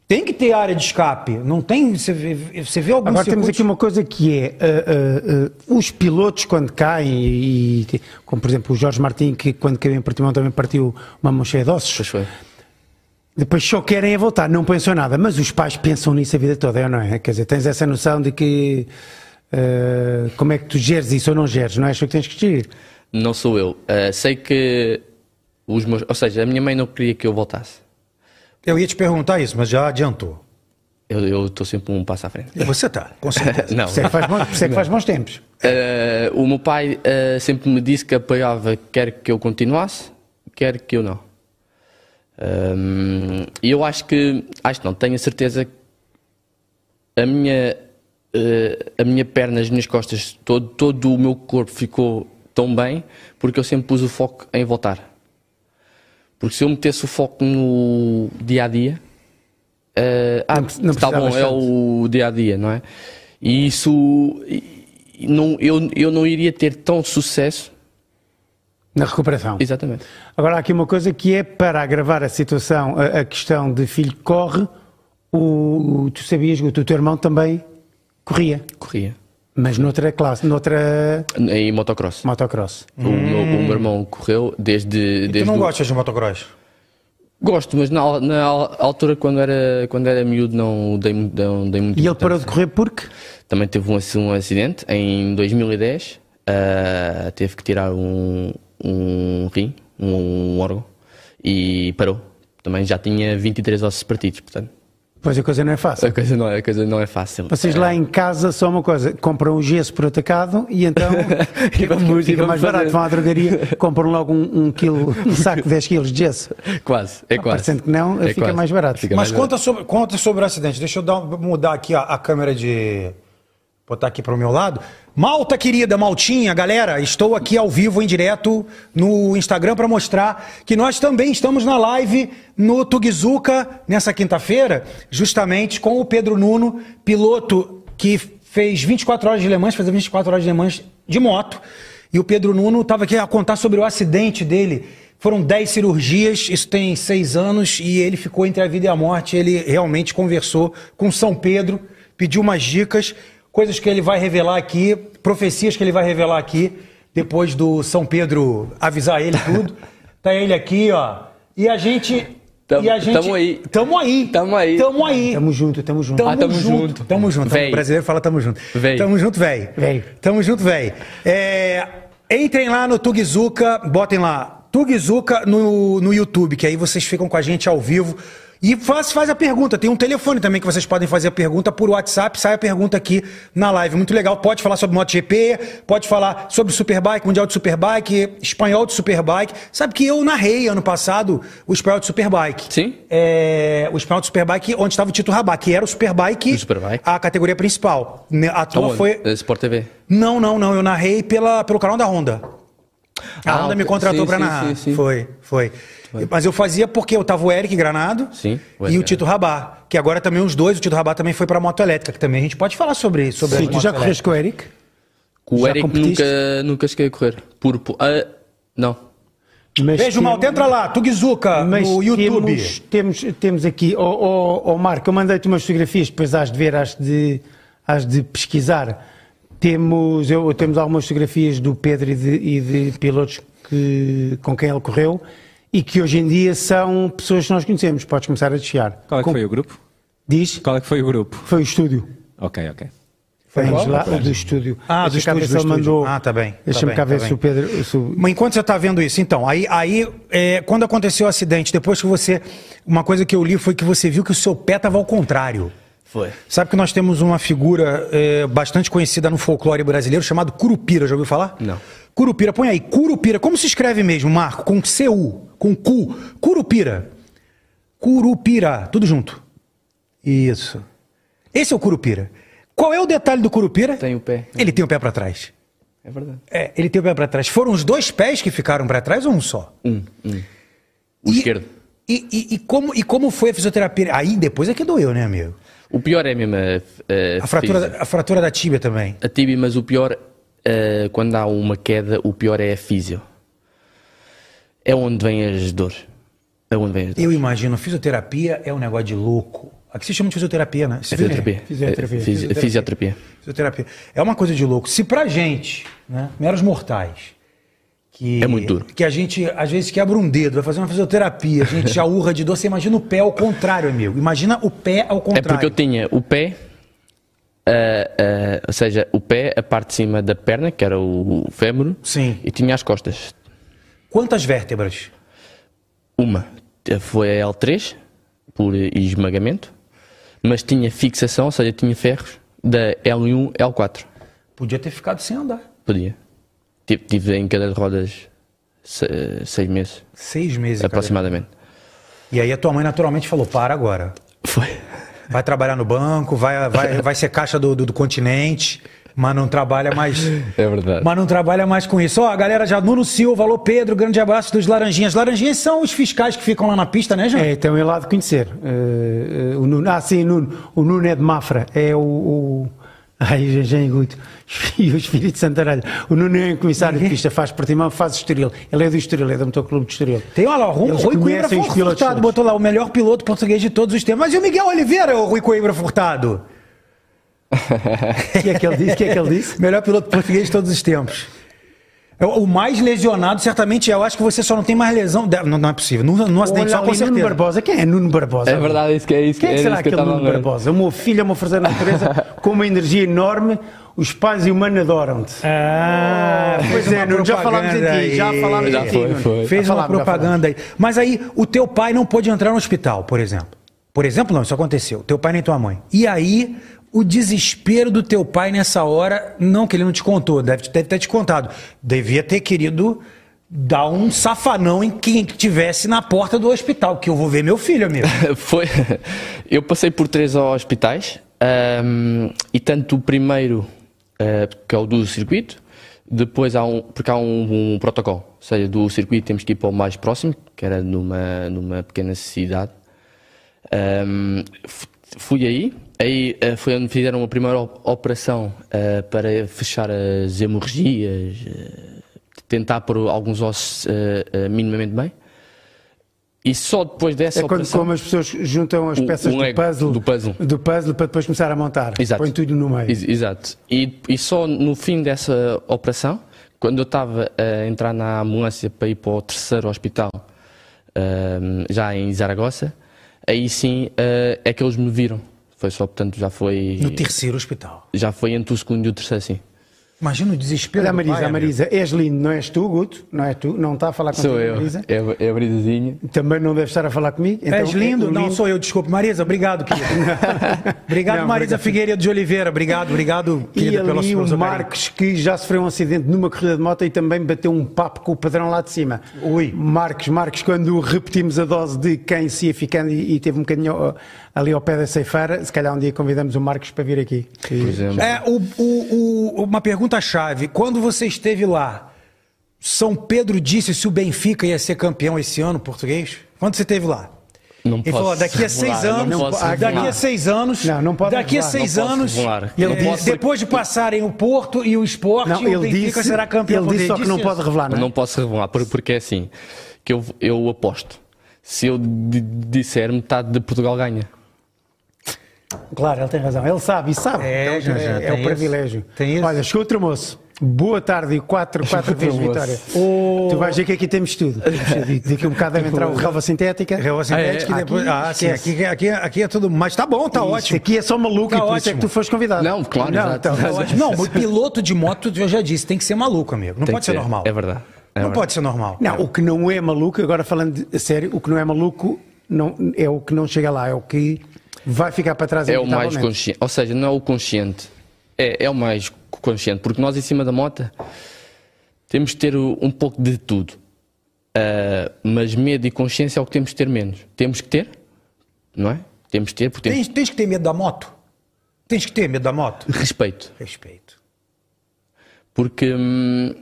Speaker 1: Tem que ter área de escape. Não tem. Você vê, você vê algum
Speaker 2: Agora temos aqui
Speaker 1: circuito-
Speaker 2: uma coisa que é ah, ah, ah, os pilotos quando caem, e, e- como por exemplo o Jorge Martin, que quando caiu em Portimão também partiu uma mão cheia de
Speaker 3: Pois
Speaker 2: ossos,
Speaker 3: foi.
Speaker 2: depois só querem é voltar, não pensam em nada, mas os pais pensam nisso a vida toda, é ou não é? Quer dizer, tens essa noção de que ah, como é que tu geres isso ou não geres, não é? Acho que tens que gerir.
Speaker 3: Não sou eu. Eh, sei que os meus. Ou seja, a minha mãe não queria que eu voltasse.
Speaker 1: Eu ia te perguntar isso, mas já adiantou.
Speaker 3: Eu estou sempre um passo à frente.
Speaker 1: Você tá, com certeza.
Speaker 3: Não.
Speaker 2: Por isso é que faz bons, por isso é que faz bons tempos.
Speaker 3: Eh, o meu pai eh, sempre me disse que apoiava quer que eu continuasse, quer que eu não. Ahm, E eu acho que, acho que não, tenho a certeza que a minha, eh, a minha perna, as minhas costas, todo, todo o meu corpo ficou tão bem porque eu sempre pus o foco em voltar. Porque se eu metesse o foco no dia a dia, eh, ah,
Speaker 2: Não pre- não
Speaker 3: tá bom,
Speaker 2: precisavas
Speaker 3: é
Speaker 2: tanto.
Speaker 3: o dia a dia, não é? E isso. e- e Não, eu, eu não iria ter tão sucesso.
Speaker 2: Na recuperação.
Speaker 3: Exatamente.
Speaker 2: Agora há aqui uma coisa que é para agravar a situação, a, a questão de filho que corre, o, tu sabias que o teu irmão também corria,
Speaker 3: Corria.
Speaker 2: mas noutra classe, noutra
Speaker 3: Em motocross.
Speaker 2: motocross.
Speaker 3: O, meu,
Speaker 2: Hum.
Speaker 3: o meu irmão correu desde.
Speaker 2: Então
Speaker 1: Tu
Speaker 3: desde
Speaker 1: não
Speaker 3: o-
Speaker 1: gostas de motocross?
Speaker 3: Gosto, mas na, al- na al- altura, quando era, quando era miúdo, não dei, mu- não dei muito.
Speaker 2: E ele
Speaker 3: importância.
Speaker 2: parou de correr porque
Speaker 3: Também teve um, ac- um acidente em 2010. ah, teve que tirar um, um rim, um, órgão, e parou. Também já tinha 23 ossos partidos, portanto.
Speaker 2: pois a coisa não é fácil.
Speaker 3: A coisa não, é- a coisa não é fácil.
Speaker 2: Vocês
Speaker 3: Ah,
Speaker 2: lá em casa só uma coisa, compram o gesso por atacado e então
Speaker 3: E
Speaker 2: fica,
Speaker 3: vamos- e
Speaker 2: fica mais
Speaker 3: vamos
Speaker 2: barato,
Speaker 3: fazer.
Speaker 2: vão à drogaria, compram logo um, um quilo, um saco de 10 quilos de gesso.
Speaker 3: Quase, é
Speaker 2: Ah,
Speaker 3: quase.
Speaker 2: Parecendo que não,
Speaker 3: É
Speaker 2: fica
Speaker 3: quase.
Speaker 2: mais barato.
Speaker 3: Fica né?
Speaker 1: Mas
Speaker 3: mais
Speaker 1: conta sobre, conta sobre o acidente. Deixa eu dar- um, mudar aqui a, a câmera de. Botar aqui para o meu lado. Malta querida, Maltinha, galera, estou aqui ao vivo, em direto, no Instagram para mostrar que nós também estamos na live no Tugizuka nessa quinta-feira, justamente com o Pedro Nuno, piloto que fez 24 horas de Le Mans, fazia 24 horas de Le Mans de moto. E o Pedro Nuno estava aqui a contar sobre o acidente dele. Foram 10 cirurgias, isso tem seis anos, e ele ficou entre a vida e a morte. Ele realmente conversou com São Pedro, pediu umas dicas, coisas que ele vai revelar aqui, profecias que ele vai revelar aqui, depois do São Pedro avisar ele tudo. tá ele aqui, ó. E a gente
Speaker 3: Tamo,
Speaker 1: E a gente.
Speaker 3: tamo aí.
Speaker 1: Tamo aí.
Speaker 3: Tamo aí.
Speaker 1: Tamo aí.
Speaker 2: Tamo junto, tamo junto.
Speaker 3: Ah, tamo junto.
Speaker 1: Tamo junto.
Speaker 3: Véi.
Speaker 1: O brasileiro fala tamo junto.
Speaker 3: Véi.
Speaker 1: Tamo junto, véi.
Speaker 2: Véi.
Speaker 1: Tamo junto, véi. É, entrem lá no Tugizuka, botem lá Tugizuka no, no YouTube, que aí vocês ficam com a gente ao vivo. E faz, faz a pergunta. Tem um telefone também que vocês podem fazer a pergunta por WhatsApp. Sai a pergunta aqui na live. Muito legal. Pode falar sobre MotoGP, pode falar sobre Superbike, Mundial de Superbike, Espanhol de Superbike. Sabe que eu narrei ano passado o Espanhol de Superbike.
Speaker 3: Sim.
Speaker 1: É, o Espanhol de Superbike, onde estava o Tito Rabat, que era o Superbike,
Speaker 3: Do Superbike.
Speaker 1: a categoria principal. Ne- A tua
Speaker 3: Aonde?
Speaker 1: foi.
Speaker 3: Eh, Sport TV.
Speaker 1: Não, não, não. Eu narrei pela, pelo canal da Honda. A
Speaker 3: Ah,
Speaker 1: Honda me
Speaker 3: ok.
Speaker 1: contratou
Speaker 3: Sim,
Speaker 1: pra
Speaker 3: sim,
Speaker 1: narrar.
Speaker 3: sim, sim.
Speaker 1: Foi, foi. Mas eu fazia porque eu tava o Eric Granado
Speaker 3: Sim, o
Speaker 1: e
Speaker 3: Eric
Speaker 1: o Tito Rabat, que agora também os dois, o Tito Rabat também foi pra moto elétrica, que também a gente pode falar sobre isso. Sobre
Speaker 2: Sim,
Speaker 1: as
Speaker 2: tu já
Speaker 1: motos
Speaker 2: correste com o Eric?
Speaker 3: Com o
Speaker 2: Já
Speaker 3: Eric
Speaker 2: competiste?
Speaker 3: nunca, nunca cheguei a correr. Por, por- ah, não.
Speaker 1: elétricas.
Speaker 2: Mas
Speaker 1: Beijo,
Speaker 2: temos-
Speaker 1: Malta. Entra lá, Tugizuka,
Speaker 2: Mas
Speaker 1: no YouTube.
Speaker 2: Temos, temos, temos aqui, ó ó, ó, Marco, eu mandei-te umas fotografias, depois has de ver, has de, has de pesquisar. Temos, eu, temos algumas fotografias do Pedro e de, e de pilotos que, com quem ele correu e que hoje em dia são pessoas que nós conhecemos. Podes começar a desfiar.
Speaker 4: Qual é que
Speaker 2: Com-
Speaker 4: foi o grupo?
Speaker 2: Diz,
Speaker 4: Qual é que foi o grupo?
Speaker 2: foi o estúdio.
Speaker 4: Ok, ok.
Speaker 1: Foi
Speaker 2: Tens
Speaker 1: qual?
Speaker 2: lá, o do estúdio.
Speaker 1: Ah, do
Speaker 2: Deixa cá ver
Speaker 1: estúdio,
Speaker 2: se
Speaker 1: do
Speaker 2: ele
Speaker 1: estúdio.
Speaker 2: mandou-
Speaker 1: Ah, tá bem, tá
Speaker 2: Deixa-me
Speaker 1: bem,
Speaker 2: cá
Speaker 1: tá
Speaker 2: ver
Speaker 1: bem.
Speaker 2: se o Pedro... se o-
Speaker 1: Mas enquanto você está vendo isso, então, aí, aí é, quando aconteceu o acidente, depois que você. Uma coisa que eu li foi que você viu que o seu pé estava ao contrário.
Speaker 3: Foi.
Speaker 1: Sabe que nós temos uma figura é, bastante conhecida no folclore brasileiro chamado Curupira, já ouviu falar?
Speaker 3: Não.
Speaker 1: Curupira, põe aí, Curupira, como se escreve mesmo, Marco? Com CU, com Q. Curupira. Curupira, tudo junto. Isso. Esse é o Curupira. Qual é o detalhe do Curupira?
Speaker 3: Tem o pé.
Speaker 1: Ele tem o pé para trás.
Speaker 3: É verdade.
Speaker 1: É, ele tem o pé pra trás. Foram os dois pés que ficaram pra trás ou um só?
Speaker 3: Um, um. O
Speaker 1: E-
Speaker 3: esquerdo.
Speaker 1: E, e- e como, e como foi a fisioterapia? Aí depois é que doeu, né, amigo?
Speaker 3: O pior é mesmo a,
Speaker 1: A fratura, a fratura da tíbia também.
Speaker 3: A tibia, mas o pior, eh, quando há uma queda, o pior é a físio. É onde vem as dores. É onde vem as dores.
Speaker 1: Eu imagino, fisioterapia é um negócio de louco. Aqui se chama de fisioterapia, né? Você
Speaker 3: É
Speaker 1: viu?
Speaker 3: fisioterapia.
Speaker 2: Fisioterapia.
Speaker 3: É fisi- é fisioterapia.
Speaker 1: Fisioterapia. É uma coisa de louco. Se pra gente, né, meros mortais, que,
Speaker 3: É muito duro.
Speaker 1: que a gente às vezes quebra um dedo, vai fazer uma fisioterapia, a gente já urra de dor, você imagina o pé ao contrário, amigo. Imagina o pé ao
Speaker 3: É
Speaker 1: contrário.
Speaker 3: porque eu tinha o pé, a- a- ou seja, o pé, a parte de cima da perna, que era o fémur,
Speaker 1: Sim.
Speaker 3: e tinha as costas.
Speaker 1: Quantas vértebras?
Speaker 3: Uma eh, foi a L3, por esmagamento, mas tinha fixação, ou seja, tinha ferros da L1, L4.
Speaker 1: Podia ter ficado sem andar.
Speaker 3: Podia. Tive, tive em cada rodas se- seis meses,
Speaker 1: Seis
Speaker 3: É
Speaker 1: meses. cara.
Speaker 3: aproximadamente.
Speaker 1: E aí a tua mãe naturalmente falou: para agora.
Speaker 3: Foi.
Speaker 1: Vai trabalhar no banco, vai, vai, vai ser caixa do, do, do continente, mas não trabalha mais.
Speaker 3: É verdade.
Speaker 1: Mas não trabalha mais com isso. Ó, a galera já, Nuno Silva, alô Pedro, grande abraço dos Laranjinhas. Laranjinhas são os fiscais que ficam lá na pista, né, Jean?
Speaker 2: É, então ele há de conhecer. Eh, eh, o Nuno, ah, sim, Nuno. O Nuno é de Mafra. É o. o ai, já- já enguto. E o Espírito Santaralho. O Nuno é um comissário de pista, faz Portimão, faz Estoril. Ele é do Estoril, é do Motoculube de Estoril.
Speaker 1: Tem, olha lá, o Rui,
Speaker 2: Eles
Speaker 1: Rui Coimbra
Speaker 2: conhecem os
Speaker 1: Furtado
Speaker 2: pilotos todos.
Speaker 1: botou lá o melhor piloto português de todos os tempos. Mas e o Miguel Oliveira, o Rui Coimbra Furtado?
Speaker 2: O que é que ele disse? O que é que ele disse?
Speaker 1: Melhor piloto português de todos os tempos. É O o mais lesionado, certamente, é. eu acho que você só não tem mais lesão. de- Não, não é possível. Num, num acidente
Speaker 2: Olha
Speaker 1: só, com
Speaker 2: ali, Nuno
Speaker 1: certeza.
Speaker 2: Barbosa. Quem é Nuno Barbosa?
Speaker 3: É verdade, é isso que é isso
Speaker 2: Quem é que
Speaker 3: era
Speaker 2: será
Speaker 3: isso que eu
Speaker 2: aquele
Speaker 3: estava
Speaker 2: Nuno
Speaker 3: a ver.
Speaker 2: Barbosa? O meu filho é uma força da natureza com uma energia enorme. Os pais e o mano adoram-te.
Speaker 1: É. Ah,
Speaker 2: Pois
Speaker 1: fez
Speaker 2: é,
Speaker 1: uma
Speaker 2: Nuno, já falámos em
Speaker 1: propaganda
Speaker 2: ti, já
Speaker 1: aí.
Speaker 2: falámos
Speaker 3: Já
Speaker 2: em ti.
Speaker 3: foi,
Speaker 2: Nuno.
Speaker 3: foi.
Speaker 1: Fez
Speaker 2: Já
Speaker 1: uma
Speaker 2: falámos, já
Speaker 1: propaganda aí. Mas aí, o teu pai não pôde entrar no hospital, por exemplo. Por exemplo, não, isso aconteceu. Teu pai nem tua mãe. E aí, o desespero do teu pai nessa hora, não que ele não te contou, deve, deve ter te contado. Devia ter querido dar um safanão em quem tivesse na porta do hospital, que eu vou ver meu filho, amigo.
Speaker 3: Foi. Eu passei por três hospitais ahm, e tanto o primeiro, eh, que é o do circuito, depois há um, porque há um, um protocolo, ou seja, do circuito temos que ir para o mais próximo, que era numa, numa pequena cidade. Ahm, f- fui aí, aí eh, foi onde fizeram a primeira op- operação eh, para fechar as hemorragias, eh, tentar pôr alguns ossos eh, eh, minimamente bem. E só depois dessa
Speaker 2: É quando
Speaker 3: operação...
Speaker 2: como as pessoas juntam as
Speaker 3: O-
Speaker 2: peças
Speaker 3: o
Speaker 2: do,
Speaker 3: Lego
Speaker 2: puzzle,
Speaker 3: do puzzle.
Speaker 2: do puzzle para depois começar a montar. Põe tudo no meio.
Speaker 3: Ex- exato. E, e só no fim dessa operação, quando eu estava a entrar na ambulância para ir para o terceiro hospital, eh, já em Zaragoza, aí sim eh, é que eles me viram. Foi só, portanto, já foi.
Speaker 1: No terceiro hospital.
Speaker 3: Já foi entre o segundo e o terceiro, sim.
Speaker 1: Imagina o desespero.
Speaker 2: Olha a
Speaker 1: do
Speaker 2: Marisa,
Speaker 1: pai,
Speaker 2: a
Speaker 1: amigo.
Speaker 2: Marisa, és lindo, não és tu, Guto? Não é tu? Não está a falar contigo,
Speaker 3: Sou eu.
Speaker 2: Marisa?
Speaker 3: É, é a Brisazinha.
Speaker 2: Também não deve estar a falar comigo? Então,
Speaker 1: És lindo?
Speaker 2: é
Speaker 1: Não, sou eu, desculpe. Marisa, obrigado, querida. obrigado,
Speaker 2: Não,
Speaker 1: Marisa
Speaker 2: obrigado.
Speaker 1: Figueiredo de Oliveira. Obrigado, obrigado,
Speaker 2: E
Speaker 1: querida, pelo
Speaker 2: ali
Speaker 1: pelo
Speaker 2: o
Speaker 1: seu carinho.
Speaker 2: Marcos, que já sofreu um acidente numa corrida de moto e também bateu um papo com o padrão lá de cima.
Speaker 1: Ui.
Speaker 2: Marcos, Marcos, quando repetimos a dose de quem se ia ficando e, e teve um bocadinho ó, ali ao pé da ceifeira, se calhar um dia convidamos o Marcos para vir aqui.
Speaker 3: Por exemplo.
Speaker 1: É, o- o- o- uma pergunta-chave. Quando você esteve lá, São Pedro disse se o Benfica ia ser campeão esse ano, português? Quando você esteve lá?
Speaker 3: Não
Speaker 1: Ele falou,
Speaker 3: posso
Speaker 1: daqui a
Speaker 3: revelar,
Speaker 1: seis
Speaker 3: não
Speaker 1: anos,
Speaker 3: posso
Speaker 1: daqui a
Speaker 3: revelar.
Speaker 1: seis anos,
Speaker 2: Não, não pode
Speaker 1: daqui a
Speaker 2: revelar,
Speaker 1: seis
Speaker 3: não posso
Speaker 1: anos,
Speaker 3: revelar.
Speaker 1: ele
Speaker 3: Não
Speaker 1: disse,
Speaker 3: posso-
Speaker 1: depois de passarem o Porto e o Esporte,
Speaker 2: Não,
Speaker 1: o
Speaker 2: ele
Speaker 1: Benfica
Speaker 2: disse,
Speaker 1: será campeão.
Speaker 2: ele disse só que não
Speaker 1: isso?
Speaker 2: pode revelar, não é?
Speaker 3: Não posso revelar, por- porque é assim, que eu, eu aposto. Se eu di- disser metade de Portugal ganha.
Speaker 2: Claro, ele tem razão. Ele sabe, e sabe.
Speaker 1: É, já, já,
Speaker 2: é,
Speaker 1: tem
Speaker 2: o
Speaker 1: isso.
Speaker 2: privilégio.
Speaker 1: Tem isso.
Speaker 2: Olha, chegou outro moço. Boa tarde, 4 quatro vezes
Speaker 3: Outro
Speaker 2: vitória.
Speaker 3: moço.
Speaker 2: Tu vais ver que aqui temos tudo. Daqui a um bocado deve entrar o relva sintética.
Speaker 1: Tipo, Relva
Speaker 3: assim,
Speaker 1: sintética,
Speaker 2: Ah, é?
Speaker 1: depois-
Speaker 2: Aqui,
Speaker 1: ah, sim,
Speaker 2: esquece.
Speaker 1: aqui, aqui, aqui é tudo. Mas tá bom, tá
Speaker 2: Isto
Speaker 1: ótimo.
Speaker 2: aqui é só maluco
Speaker 1: Tá
Speaker 2: e por isso é
Speaker 1: ótimo.
Speaker 2: que tu
Speaker 3: tipo,
Speaker 2: foste convidado.
Speaker 3: Não, claro,
Speaker 2: não,
Speaker 3: exato.
Speaker 2: então,
Speaker 1: Tá ótimo. Não, o piloto de moto, eu já disse, tem que ser maluco, amigo. Não
Speaker 3: Tem
Speaker 1: pode
Speaker 3: que
Speaker 1: ser, normal.
Speaker 3: É verdade. É
Speaker 1: não
Speaker 3: verdade.
Speaker 1: pode ser normal.
Speaker 2: Não, o que não é maluco, agora falando de- a sério, o que não é maluco não, é o que não chega lá, é o que vai ficar para trás
Speaker 3: É o mais
Speaker 2: inevitavelmente.
Speaker 3: consciente. Ou seja, não é o consciente. É, é o mais consciente. Porque nós em cima da moto temos de ter o- um pouco de tudo. Ah, mas medo e consciência é o que temos de ter menos. Temos que ter, não é? Temos de ter, porque temos
Speaker 1: Tens, tens que ter medo da moto? Tens que ter medo da moto?
Speaker 3: respeito.
Speaker 1: Respeito.
Speaker 3: Porque, hum,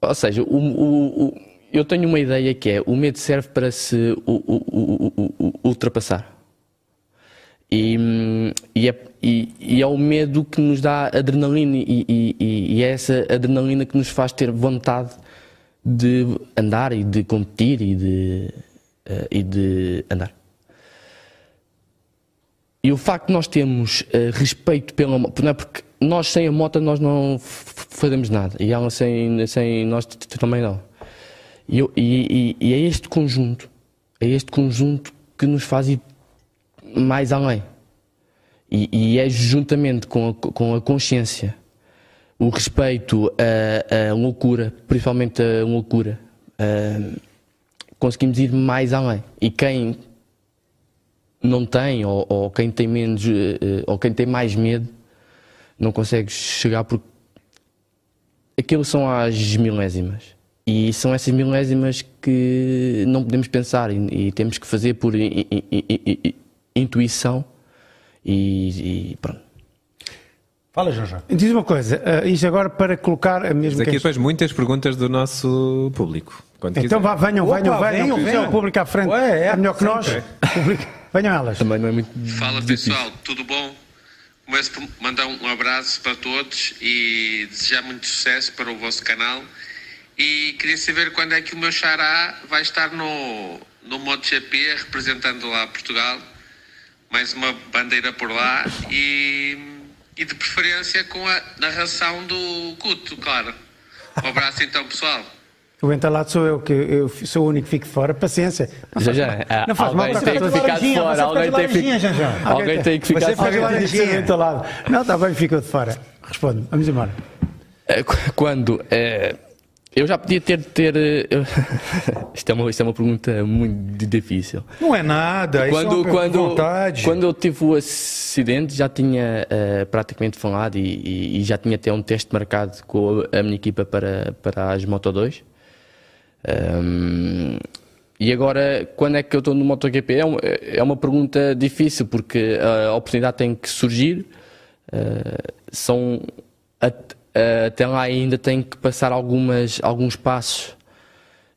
Speaker 3: ou seja, o- o- o- eu tenho uma ideia que é o medo serve para se u- u- u- u- u- ultrapassar. E, hum, e é, e- e é o medo que nos dá adrenalina, e, e- e- e é essa adrenalina que nos faz ter vontade de andar e de competir e de, eh, e de andar. E o facto de nós termos eh, respeito pela moto, não é porque nós sem a moto nós não f- f- fazemos nada e ela sem, sem nós t- t- também não. E, eu- e- e- e é este conjunto, é este conjunto que nos faz ir mais além. E, e é juntamente com a, co- com a consciência, o respeito, a, a loucura, principalmente a loucura, eh, conseguimos ir mais além. E quem não tem, ou, ou quem tem menos, eh, eh, ou quem tem mais medo, não consegue chegar porque aquilo são as milésimas. E são essas milésimas que não podemos pensar e, e temos que fazer por i- i- i- i- i- intuição e, e pronto.
Speaker 1: Fala, Janja.
Speaker 2: Diz uma coisa, ah, isto agora para colocar a
Speaker 4: Mas
Speaker 1: é
Speaker 2: mesma
Speaker 4: aqui depois muitas perguntas do nosso público. Quando
Speaker 2: Então
Speaker 4: quiser.
Speaker 2: vá, venham,
Speaker 1: Opa,
Speaker 2: venham, venham,
Speaker 1: venham,
Speaker 2: venham,
Speaker 1: venham.
Speaker 2: o público à frente.
Speaker 1: Ué, é,
Speaker 2: é melhor que nós.
Speaker 1: sempre.
Speaker 2: O público- Venham elas.
Speaker 3: Também não é muito.
Speaker 5: Fala pessoal, tudo bom? Começo por mandar um abraço para todos e desejar muito sucesso para o vosso canal. E queria saber quando é que o meu xará vai estar no, no MotoGP representando lá Portugal. Mais uma bandeira por lá e, e de preferência com a narração do Guto, claro. Um abraço então, pessoal.
Speaker 2: O entalado sou eu, que eu sou o único que fico de fora. Paciência.
Speaker 3: Já, já,
Speaker 2: Não faz mal,
Speaker 3: alguém
Speaker 2: tá
Speaker 3: tem
Speaker 2: tudo
Speaker 3: que ficar de
Speaker 1: laranjinha,
Speaker 3: fora,
Speaker 1: você
Speaker 3: alguém
Speaker 1: fica de
Speaker 3: tem, que-
Speaker 1: laranjinha, já, já.
Speaker 3: alguém tem que ficar
Speaker 1: Você
Speaker 3: de
Speaker 1: fica de
Speaker 3: fora.
Speaker 2: Alguém tem que ser
Speaker 1: laranjinha.
Speaker 2: entalado. Não, está bem, ficou de fora. Responde, vamos embora.
Speaker 3: Eh, qu- Quando? eh, eu já podia ter. ter eh, eu- isto, é uma, isto é uma pergunta muito di- difícil.
Speaker 1: Não é nada. isso é
Speaker 3: Quando,
Speaker 1: uma
Speaker 3: quando,
Speaker 1: vontade.
Speaker 3: quando eu tive o acidente, já tinha eh, praticamente falado e, e- e já tinha até um teste marcado com a, a minha equipa para, para as Moto 2. Ahm, e agora, quando é que eu estou no MotoGP? É, um- é uma pergunta difícil, porque a oportunidade tem que surgir. eh, são, at- eh, até lá ainda tenho que passar algumas, alguns passos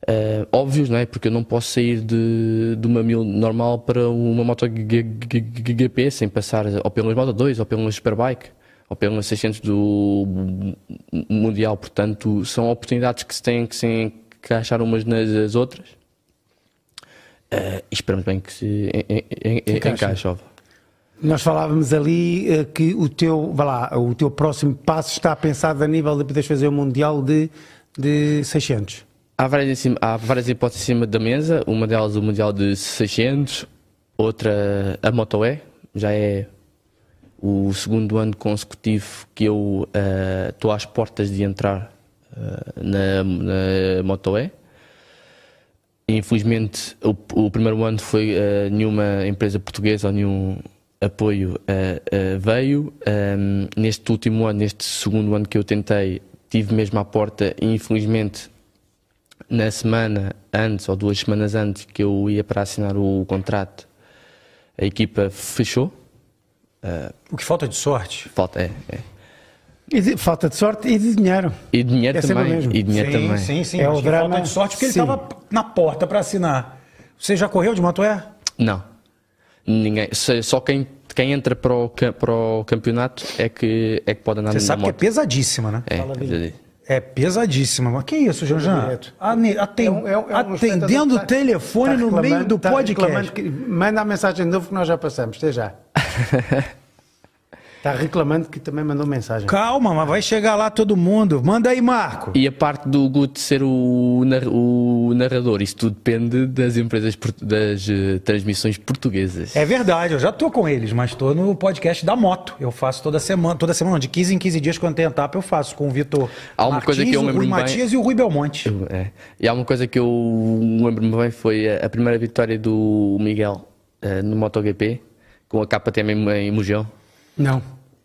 Speaker 3: eh, óbvios, não é? Porque eu não posso sair de, de uma mil normal para uma moto G- G- G- GP sem passar ou pelas Moto 2 ou pelas Superbike ou pelas 600 do mu- Mundial. Portanto, são oportunidades que se têm que se encaixar umas nas as outras. Eh, e esperamos bem que se en- en- en- encaixe, óbvio.
Speaker 2: Nós falávamos ali eh, que o teu, vá lá, o teu próximo passo está pensado a nível de poderes fazer o Mundial de, de 600.
Speaker 3: Há várias, em cima- há várias hipóteses em cima da mesa, uma delas o Mundial de 600, outra a Moto E, já é o segundo ano consecutivo que eu eh, estou às portas de entrar eh, na, na Moto E. Infelizmente, o, o primeiro ano foi eh, nenhuma empresa portuguesa ou nenhum apoio eh, eh, veio. Ahm, neste último ano, neste segundo ano que eu tentei, tive mesmo à porta e infelizmente na semana antes ou duas semanas antes que eu ia para assinar o contrato, a equipa fechou.
Speaker 1: O que falta de sorte.
Speaker 3: Falta, é, é.
Speaker 2: E de- falta de sorte e de dinheiro.
Speaker 3: E dinheiro
Speaker 2: É sempre o
Speaker 3: também.
Speaker 2: mesmo.
Speaker 3: E dinheiro
Speaker 1: sim,
Speaker 3: também.
Speaker 1: sim, sim.
Speaker 2: É
Speaker 1: acho
Speaker 2: o
Speaker 1: que
Speaker 2: drama-
Speaker 1: Falta de sorte porque
Speaker 2: sim.
Speaker 1: ele estava na porta para assinar. Você já correu de é? Matoé?
Speaker 3: Não. Ninguém. Só só quem, quem entra para o, ca- para o campeonato é que, é que pode andar
Speaker 1: Você
Speaker 3: na
Speaker 1: sabe que é
Speaker 3: moto.
Speaker 1: pesadíssima, né?
Speaker 3: é, quer dizer,
Speaker 1: É pesadíssima. Mas que isso, Janjan?
Speaker 2: Direto.
Speaker 1: Ane- aten-
Speaker 2: É um- é um- é
Speaker 1: Atendendo
Speaker 2: um espectador
Speaker 1: o
Speaker 2: que tá-
Speaker 1: telefone
Speaker 2: tá
Speaker 1: no
Speaker 2: reclamando-
Speaker 1: meio do
Speaker 2: tá reclamando
Speaker 1: podcast.
Speaker 2: que- manda a mensagem de novo que nós já passamos, até já. Está reclamando que também mandou mensagem.
Speaker 1: Calma, mas vai chegar lá todo mundo. Manda aí, Marco.
Speaker 3: E a parte do Guto ser o, nar- o narrador, isso tudo depende das empresas, portu- das eh, transmissões portuguesas.
Speaker 1: É verdade, eu já tô com eles, mas tô no podcast da moto. Eu faço toda semana, toda semana, não, de 15 em 15 dias, quando tem etapa, eu faço com o Vitor
Speaker 3: Há uma coisa que eu
Speaker 1: o Rui
Speaker 3: lembro-me bem.
Speaker 1: Matias e o Rui Belmonte.
Speaker 3: É. E há uma coisa que eu lembro-me bem foi a, a primeira vitória do Miguel eh, no MotoGP, com a KTM em, em Mugelão.
Speaker 2: Não.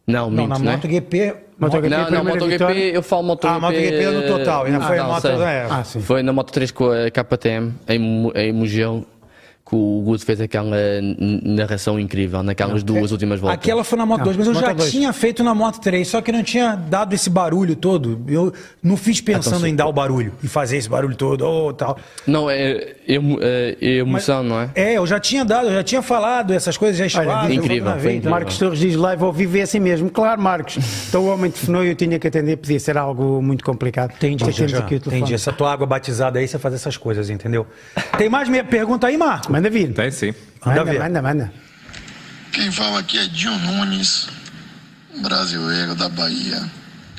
Speaker 3: Não,
Speaker 1: Não, na
Speaker 3: minto, não é?
Speaker 1: MotoGP...
Speaker 2: MotoGP,
Speaker 3: não, não,
Speaker 2: primeira
Speaker 3: MotoGP,
Speaker 2: vitória.
Speaker 3: eu falo MotoGP.
Speaker 1: Ah, MotoGP no total, ainda
Speaker 3: não,
Speaker 1: foi a
Speaker 3: não,
Speaker 1: moto-
Speaker 3: sei.
Speaker 1: é.
Speaker 2: Ah, sim.
Speaker 3: Foi na Moto 3 com a KTM, em, Mu- em Mugello, que o Guto fez aquela n- narração incrível naquelas duas últimas voltas.
Speaker 1: é Aquela foi na Moto
Speaker 2: Não,
Speaker 1: 2, mas eu já
Speaker 2: Moto 2.
Speaker 1: tinha feito na Moto 3, só que não tinha dado esse barulho todo. Eu não fiz
Speaker 3: Ah,
Speaker 1: pensando
Speaker 3: então
Speaker 1: em dar o barulho e fazer esse barulho todo, ou tal.
Speaker 3: Não, é, emo- é emoção, não é?
Speaker 1: É, eu já tinha dado, eu já tinha falado essas coisas, já escoado,
Speaker 3: incrível, foi
Speaker 1: então.
Speaker 3: incrível.
Speaker 2: Marcos Torres diz live ao vivo é assim mesmo. Claro, Marcos. Então o homem telefonou e eu tinha que atender, podia ser algo muito complicado.
Speaker 1: Entendi,
Speaker 2: Mas temos
Speaker 1: já,
Speaker 2: aqui o telefone.
Speaker 1: entendi. Essa tua água batizada aí, você faz essas coisas, entendeu? Tem mais minha pergunta aí, Marco?
Speaker 2: Manda vir.
Speaker 4: Tem sim.
Speaker 1: Manda
Speaker 2: Manda,
Speaker 1: ver.
Speaker 2: manda, manda.
Speaker 6: Quem fala aqui é Dinho Nunes, um brasileiro da Bahia,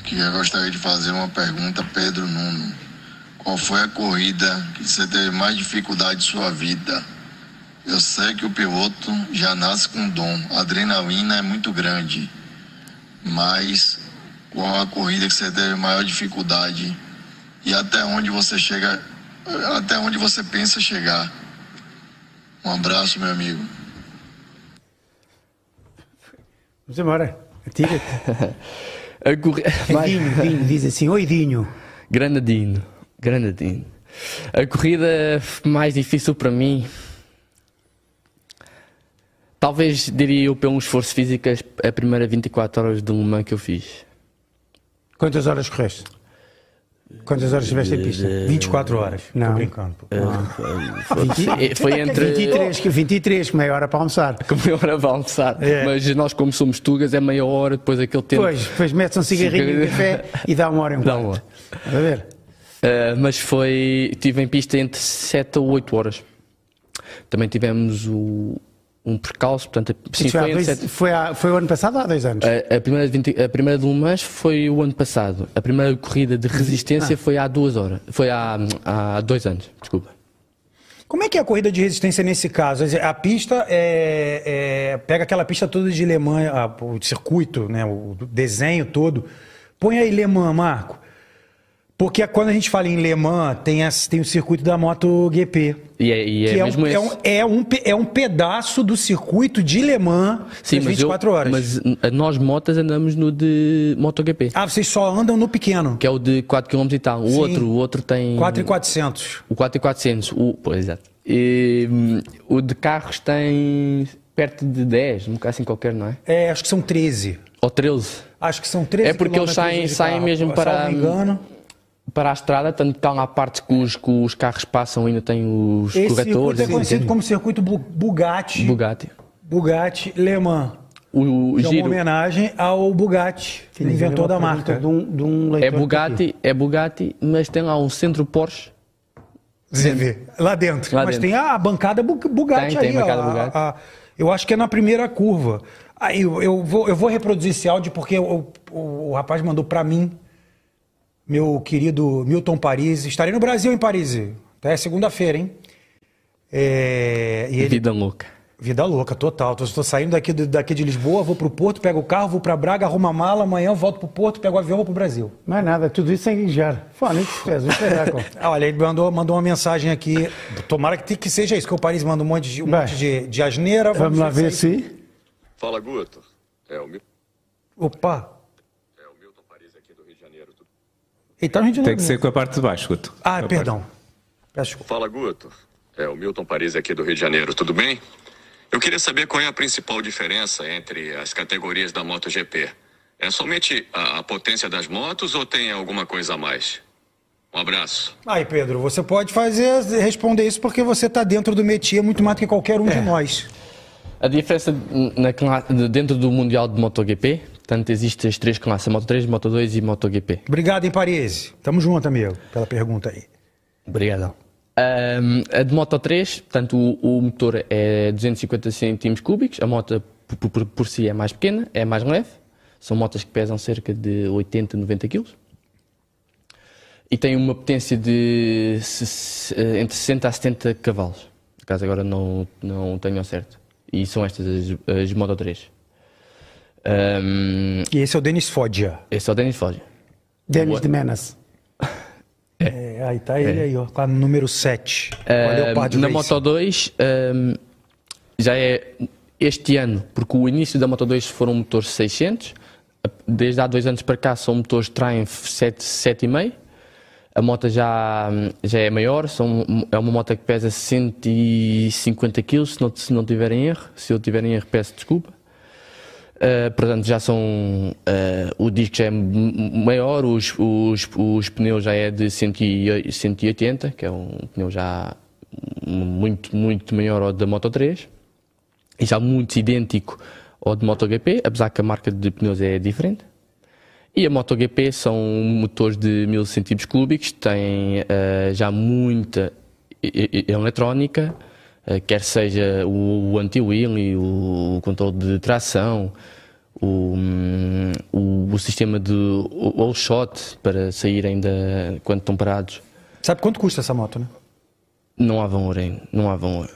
Speaker 6: que eu gostaria de fazer uma pergunta a Pedro Nuno. Qual foi a corrida que você teve mais dificuldade de sua vida? Eu sei que o piloto já nasce com dom, a adrenalina é muito grande, mas qual a corrida que você teve maior dificuldade e até onde você chega, até onde você pensa chegar? Um abraço, meu amigo.
Speaker 2: Vamos embora. Atira-te.
Speaker 3: A corri- Vai.
Speaker 2: Dinho, Dinho, diz assim, oi Dinho.
Speaker 3: Granadino, Granadino. A corrida mais difícil para mim, talvez diria eu pelo esforço físico as- a primeira 24 horas do Mans que eu fiz.
Speaker 2: Quantas horas correste? Quantas horas estiveste em pista?
Speaker 1: 24 horas. Tô
Speaker 2: Não.
Speaker 1: Eh, brincando. pô.
Speaker 3: Foi, É, foi entre
Speaker 2: 23, que 23, meia hora para almoçar.
Speaker 3: com meia hora para almoçar,
Speaker 1: É.
Speaker 3: mas nós como somos tugas é meia hora depois aquele tempo.
Speaker 2: Depois, depois metes um cigarrinho e um
Speaker 3: Cigarrinho.
Speaker 2: café e dá uma hora em um
Speaker 3: Dá
Speaker 2: quarto.
Speaker 3: uma hora.
Speaker 2: Estás a ver?
Speaker 3: Uh, mas foi. Estive em pista entre 7 ou 8 horas. Também tivemos o- um percalço, portanto, sim,
Speaker 2: Isso foi, há
Speaker 3: foi É. entre
Speaker 2: dois-
Speaker 3: 7
Speaker 2: foi há- foi o ano passado ou há dois anos?
Speaker 3: A, a primeira, de 20 a primeira de Le Mans foi o ano passado. A primeira corrida de resistência
Speaker 1: Ah.
Speaker 3: foi há duas horas. Foi há, há dois anos, desculpa.
Speaker 1: Como é que é a corrida de resistência nesse caso? A pista é, é- pega aquela pista toda de Le Mans, a- o circuito, né, o desenho todo. Põe aí Le Mans, Marco. Porque quando a gente fala em Le Mans, tem, as- tem o circuito da MotoGP.
Speaker 3: E é, e é
Speaker 1: que é,
Speaker 3: mesmo
Speaker 1: um, é,
Speaker 3: esse.
Speaker 1: um, é, um, pe- é um pedaço do circuito de Le Mans
Speaker 3: Sim,
Speaker 1: das
Speaker 3: mas, eu,
Speaker 1: 24 horas.
Speaker 3: mas n- nós motas andamos no de MotoGP,
Speaker 1: Ah, vocês só andam no pequeno.
Speaker 3: que um é o de 4 km e tal. O
Speaker 1: Sim.
Speaker 3: outro, o outro tem.
Speaker 1: 4,400.
Speaker 3: O 4,400. O, pois, exato. E, hum, o de carros tem perto de 10, um bocado assim qualquer, não é?
Speaker 1: É, acho que são 13.
Speaker 3: Ou 13.
Speaker 1: Acho que são 13
Speaker 3: É porque eles saem-
Speaker 1: quilômetros de
Speaker 3: saem
Speaker 1: carro,
Speaker 3: mesmo para-
Speaker 1: Salvo engano.
Speaker 3: Para a estrada, tanto que há lá partes que os, que os carros passam, ainda tem os
Speaker 1: Esse
Speaker 3: corretores. assim,
Speaker 1: circuito é
Speaker 3: sim,
Speaker 1: conhecido
Speaker 3: sim.
Speaker 1: como circuito Bu- Bugatti.
Speaker 3: Bugatti.
Speaker 1: Bugatti Le Mans.
Speaker 3: O, o
Speaker 1: Que é uma
Speaker 3: giro
Speaker 1: homenagem ao Bugatti,
Speaker 2: Tinha que
Speaker 1: inventor
Speaker 2: haver
Speaker 1: da
Speaker 2: uma pergunta
Speaker 1: marca.
Speaker 2: De um, de um leitor
Speaker 3: é Bugatti, é Bugatti, mas tem lá um centro Porsche.
Speaker 1: ZV. Lá dentro.
Speaker 3: Lá
Speaker 1: Mas
Speaker 3: dentro.
Speaker 1: tem a, a bancada Bu- Bugatti
Speaker 3: Tem, tem
Speaker 1: aí.
Speaker 3: bancada
Speaker 1: ó,
Speaker 3: Bugatti.
Speaker 1: a- a- eu acho que é na primeira curva. Aí eu, eu vou, eu vou reproduzir esse áudio porque o, o- o rapaz mandou pra mim. meu querido Milton Paris. Estarei no Brasil, em Paris. Até segunda-feira, hein? É, e ele-
Speaker 3: Vida louca.
Speaker 1: Vida louca, total. Tô, tô saindo daqui, do- daqui de Lisboa, vou pro Porto, pego o carro, vou pra Braga, arrumo a mala, amanhã eu volto pro Porto, pego o avião, vou pro Brasil.
Speaker 2: Não é nada, tudo isso sem guijar. Fone, tu és um espetáculo.
Speaker 1: Ah, Olha, ele mandou, mandou uma mensagem aqui. Tomara que, te- que seja isso, que o Paris manda um monte de, um
Speaker 2: Vai.
Speaker 1: monte de, de asneira.
Speaker 2: Vamos lá ver
Speaker 1: se- é
Speaker 2: se.
Speaker 7: Fala, Guto. É o, Mil-
Speaker 1: Opa!
Speaker 7: é o Milton Paris aqui do Rio de Janeiro. Tudo-
Speaker 1: Ele tá no Rio de
Speaker 4: Tem
Speaker 1: Janeiro.
Speaker 4: que ser com a parte de baixo, Guto.
Speaker 1: Ah,
Speaker 4: Com a
Speaker 1: perdão. Peço desculpa.
Speaker 7: Fala, Guto. É o Milton Paris aqui do Rio de Janeiro. Tudo bem? Eu queria saber qual é a principal diferença entre as categorias da MotoGP. É somente a, a potência das motos ou tem alguma coisa a mais? Um abraço.
Speaker 1: Aí, Pedro, você pode fazer, responder isso porque você tá dentro do métier muito mais do que qualquer um de nós.
Speaker 3: A diferença na cla- dentro do Mundial de MotoGP, portanto, existem as três classes, Moto 3, Moto 2 e MotoGP.
Speaker 1: Obrigado, hein, Paris. Tamo junto, amigo, pela pergunta aí.
Speaker 3: Obrigadão. Ahm, a de Moto 3, portanto, o, o motor é 250 cm cúbicos, a moto por, por- por si é mais pequena, é mais leve, são motas que pesam cerca de 80, 90 kg. E tem uma potência de se- eh, entre 60 a 70 cavalos. Por acaso agora não, não tenho ao certo. E são estas as, as Moto 3. Ahm,
Speaker 1: E esse é o Denis Foggia.
Speaker 3: esse é o Denis Foggia.
Speaker 2: Denis de Menas.
Speaker 1: É, aí tá ele aí, ó, com a número 7. Valeu, Pardo
Speaker 3: É, na
Speaker 1: Racing.
Speaker 3: Moto 2 hum, já é este ano, porque o início da Moto 2 foram motores 600, desde há dois anos para cá são motores Triumph 7, 7,5. A moto já, hum, já é maior, são, é uma moto que pesa 150 kg, se não, se não tiver em erro. Se eu tiver em erro, peço desculpa. Uh, portanto, já são. uh, o disco já é m- m- maior, os, os, os pneus já é de 108 180, que é um pneu já m- muito, muito maior ao da Moto 3 e já muito idêntico ao de MotoGP, apesar que a marca de pneus é diferente. E a MotoGP são motores de 1000 centímetros cúbicos, têm eh, já muita e- e- eletrónica, eh, quer seja o, o anti-wheeling, o, controle de tração, o, hum, o, o sistema de all shot para saírem da, quando estão parados.
Speaker 1: Sabe quanto custa essa moto, né?
Speaker 3: Não há valor, hein? Não há valor.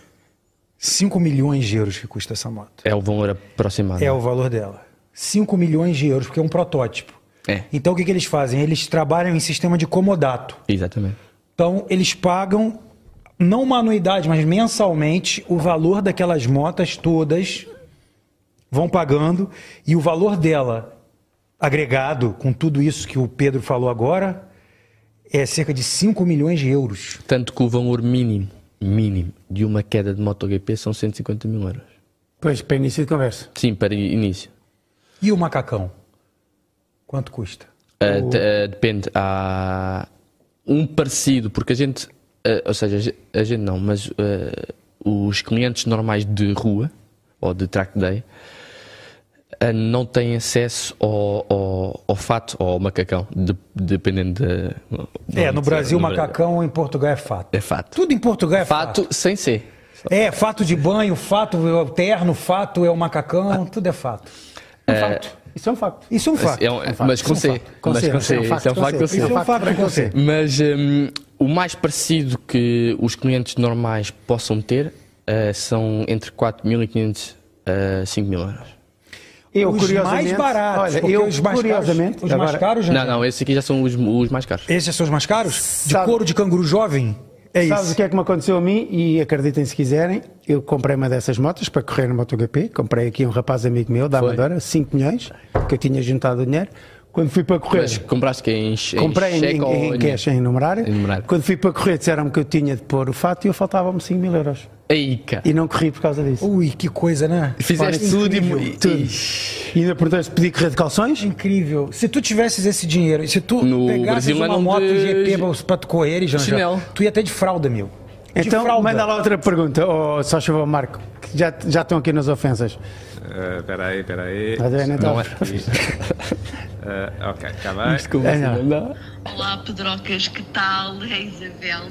Speaker 1: 5 milhões de euros que custa essa moto.
Speaker 3: É o valor aproximado.
Speaker 1: É o valor dela. 5 milhões de euros, porque é um protótipo.
Speaker 3: É.
Speaker 1: Então o que, que eles fazem? Eles trabalham em sistema de comodato.
Speaker 3: Exatamente.
Speaker 1: Então, eles pagam, não uma anuidade, mas mensalmente, o valor daquelas motas todas, vão pagando, e o valor dela, agregado com tudo isso que o Pedro falou agora, é cerca de 5 milhões de euros.
Speaker 3: Tanto que o valor mínimo, mínimo de uma queda de MotoGP são 150 mil euros.
Speaker 2: Pois, para início de conversa.
Speaker 3: Sim, para i- início.
Speaker 1: E o macacão? Quanto custa?
Speaker 3: Ah, te- ah, depende. Há um parecido, porque a gente, ah, ou seja, a ge- a gente não, mas ah, os clientes normais de rua ou de track day ah, não têm acesso ao, ao, ao fato ou ao macacão, de- dependendo da. de
Speaker 1: É,
Speaker 3: onde
Speaker 1: no
Speaker 3: se-
Speaker 1: Brasil,
Speaker 3: no
Speaker 1: macacão, em Portugal é fato.
Speaker 3: É fato.
Speaker 1: Tudo em Portugal é fato.
Speaker 3: Fato sem ser.
Speaker 1: É, fato de banho, fato é o terno, fato é o macacão, tudo é fato.
Speaker 2: É um facto. Isso é um facto.
Speaker 1: Isso é um fato.
Speaker 3: É um- mas com C. Mas com C. Isso é um facto com C.
Speaker 1: Isso é um facto com C.
Speaker 3: Mas hum, o mais parecido que os clientes normais possam ter eh, são entre 4.500 a 5.000 eh, euros.
Speaker 2: Eu,
Speaker 1: os
Speaker 2: curiosamente,
Speaker 1: mais baratos,
Speaker 2: olha,
Speaker 1: porque
Speaker 2: eu,
Speaker 1: os mais
Speaker 2: curiosamente,
Speaker 1: caros, os mais
Speaker 2: agora-
Speaker 1: caros,
Speaker 3: Não,
Speaker 1: né?
Speaker 3: não, esses aqui já são os, os mais caros.
Speaker 1: Esses são os mais caros? De
Speaker 2: Sabe-
Speaker 1: couro de canguru jovem? É
Speaker 2: Sabes
Speaker 1: isso.
Speaker 2: o que é que me aconteceu a mim? E acreditem se quiserem, eu comprei uma dessas motos para correr no MotoGP. Comprei aqui um rapaz amigo meu da
Speaker 3: Foi.
Speaker 2: Amadora, 5 milhões, que eu tinha juntado o dinheiro. Quando fui para correr,
Speaker 3: Mas compraste que em, che- em
Speaker 2: comprei em,
Speaker 3: cheque
Speaker 2: em,
Speaker 3: ou
Speaker 2: em cash, em numerário.
Speaker 3: Em numerário.
Speaker 2: Quando fui para correr, disseram-me que eu tinha de pôr o fato e eu faltava-me 5 mil euros.
Speaker 3: Ei, cara.
Speaker 2: E não corri por causa disso.
Speaker 1: Ui, que coisa, né?
Speaker 3: Fizeste
Speaker 1: Olha,
Speaker 3: tudo
Speaker 1: incrível.
Speaker 3: e...
Speaker 2: Tudo. E ainda perguntaste se podia correr de calções?
Speaker 1: Incrível. Se tu tivesses esse dinheiro, se tu
Speaker 3: No
Speaker 1: pegasses
Speaker 3: Brasil,
Speaker 1: uma
Speaker 3: andam
Speaker 1: moto
Speaker 3: de-
Speaker 1: GP pra- pra tu correr, Janja,
Speaker 3: Chinelo.
Speaker 1: tu ia até de fralda, meu. De
Speaker 2: Então,
Speaker 1: fralda.
Speaker 2: manda lá outra pergunta, oh, só chegou Marco, que já, já estão aqui nas ofensas.
Speaker 4: Ah, Espera aí, espera aí.
Speaker 2: Tá vendo, então?
Speaker 3: Não é.
Speaker 4: Ah, ok, está bem.
Speaker 3: Como
Speaker 2: É,
Speaker 3: assim,
Speaker 2: não.
Speaker 3: não?
Speaker 8: Olá, Pedrocas, que tal? É Isabel.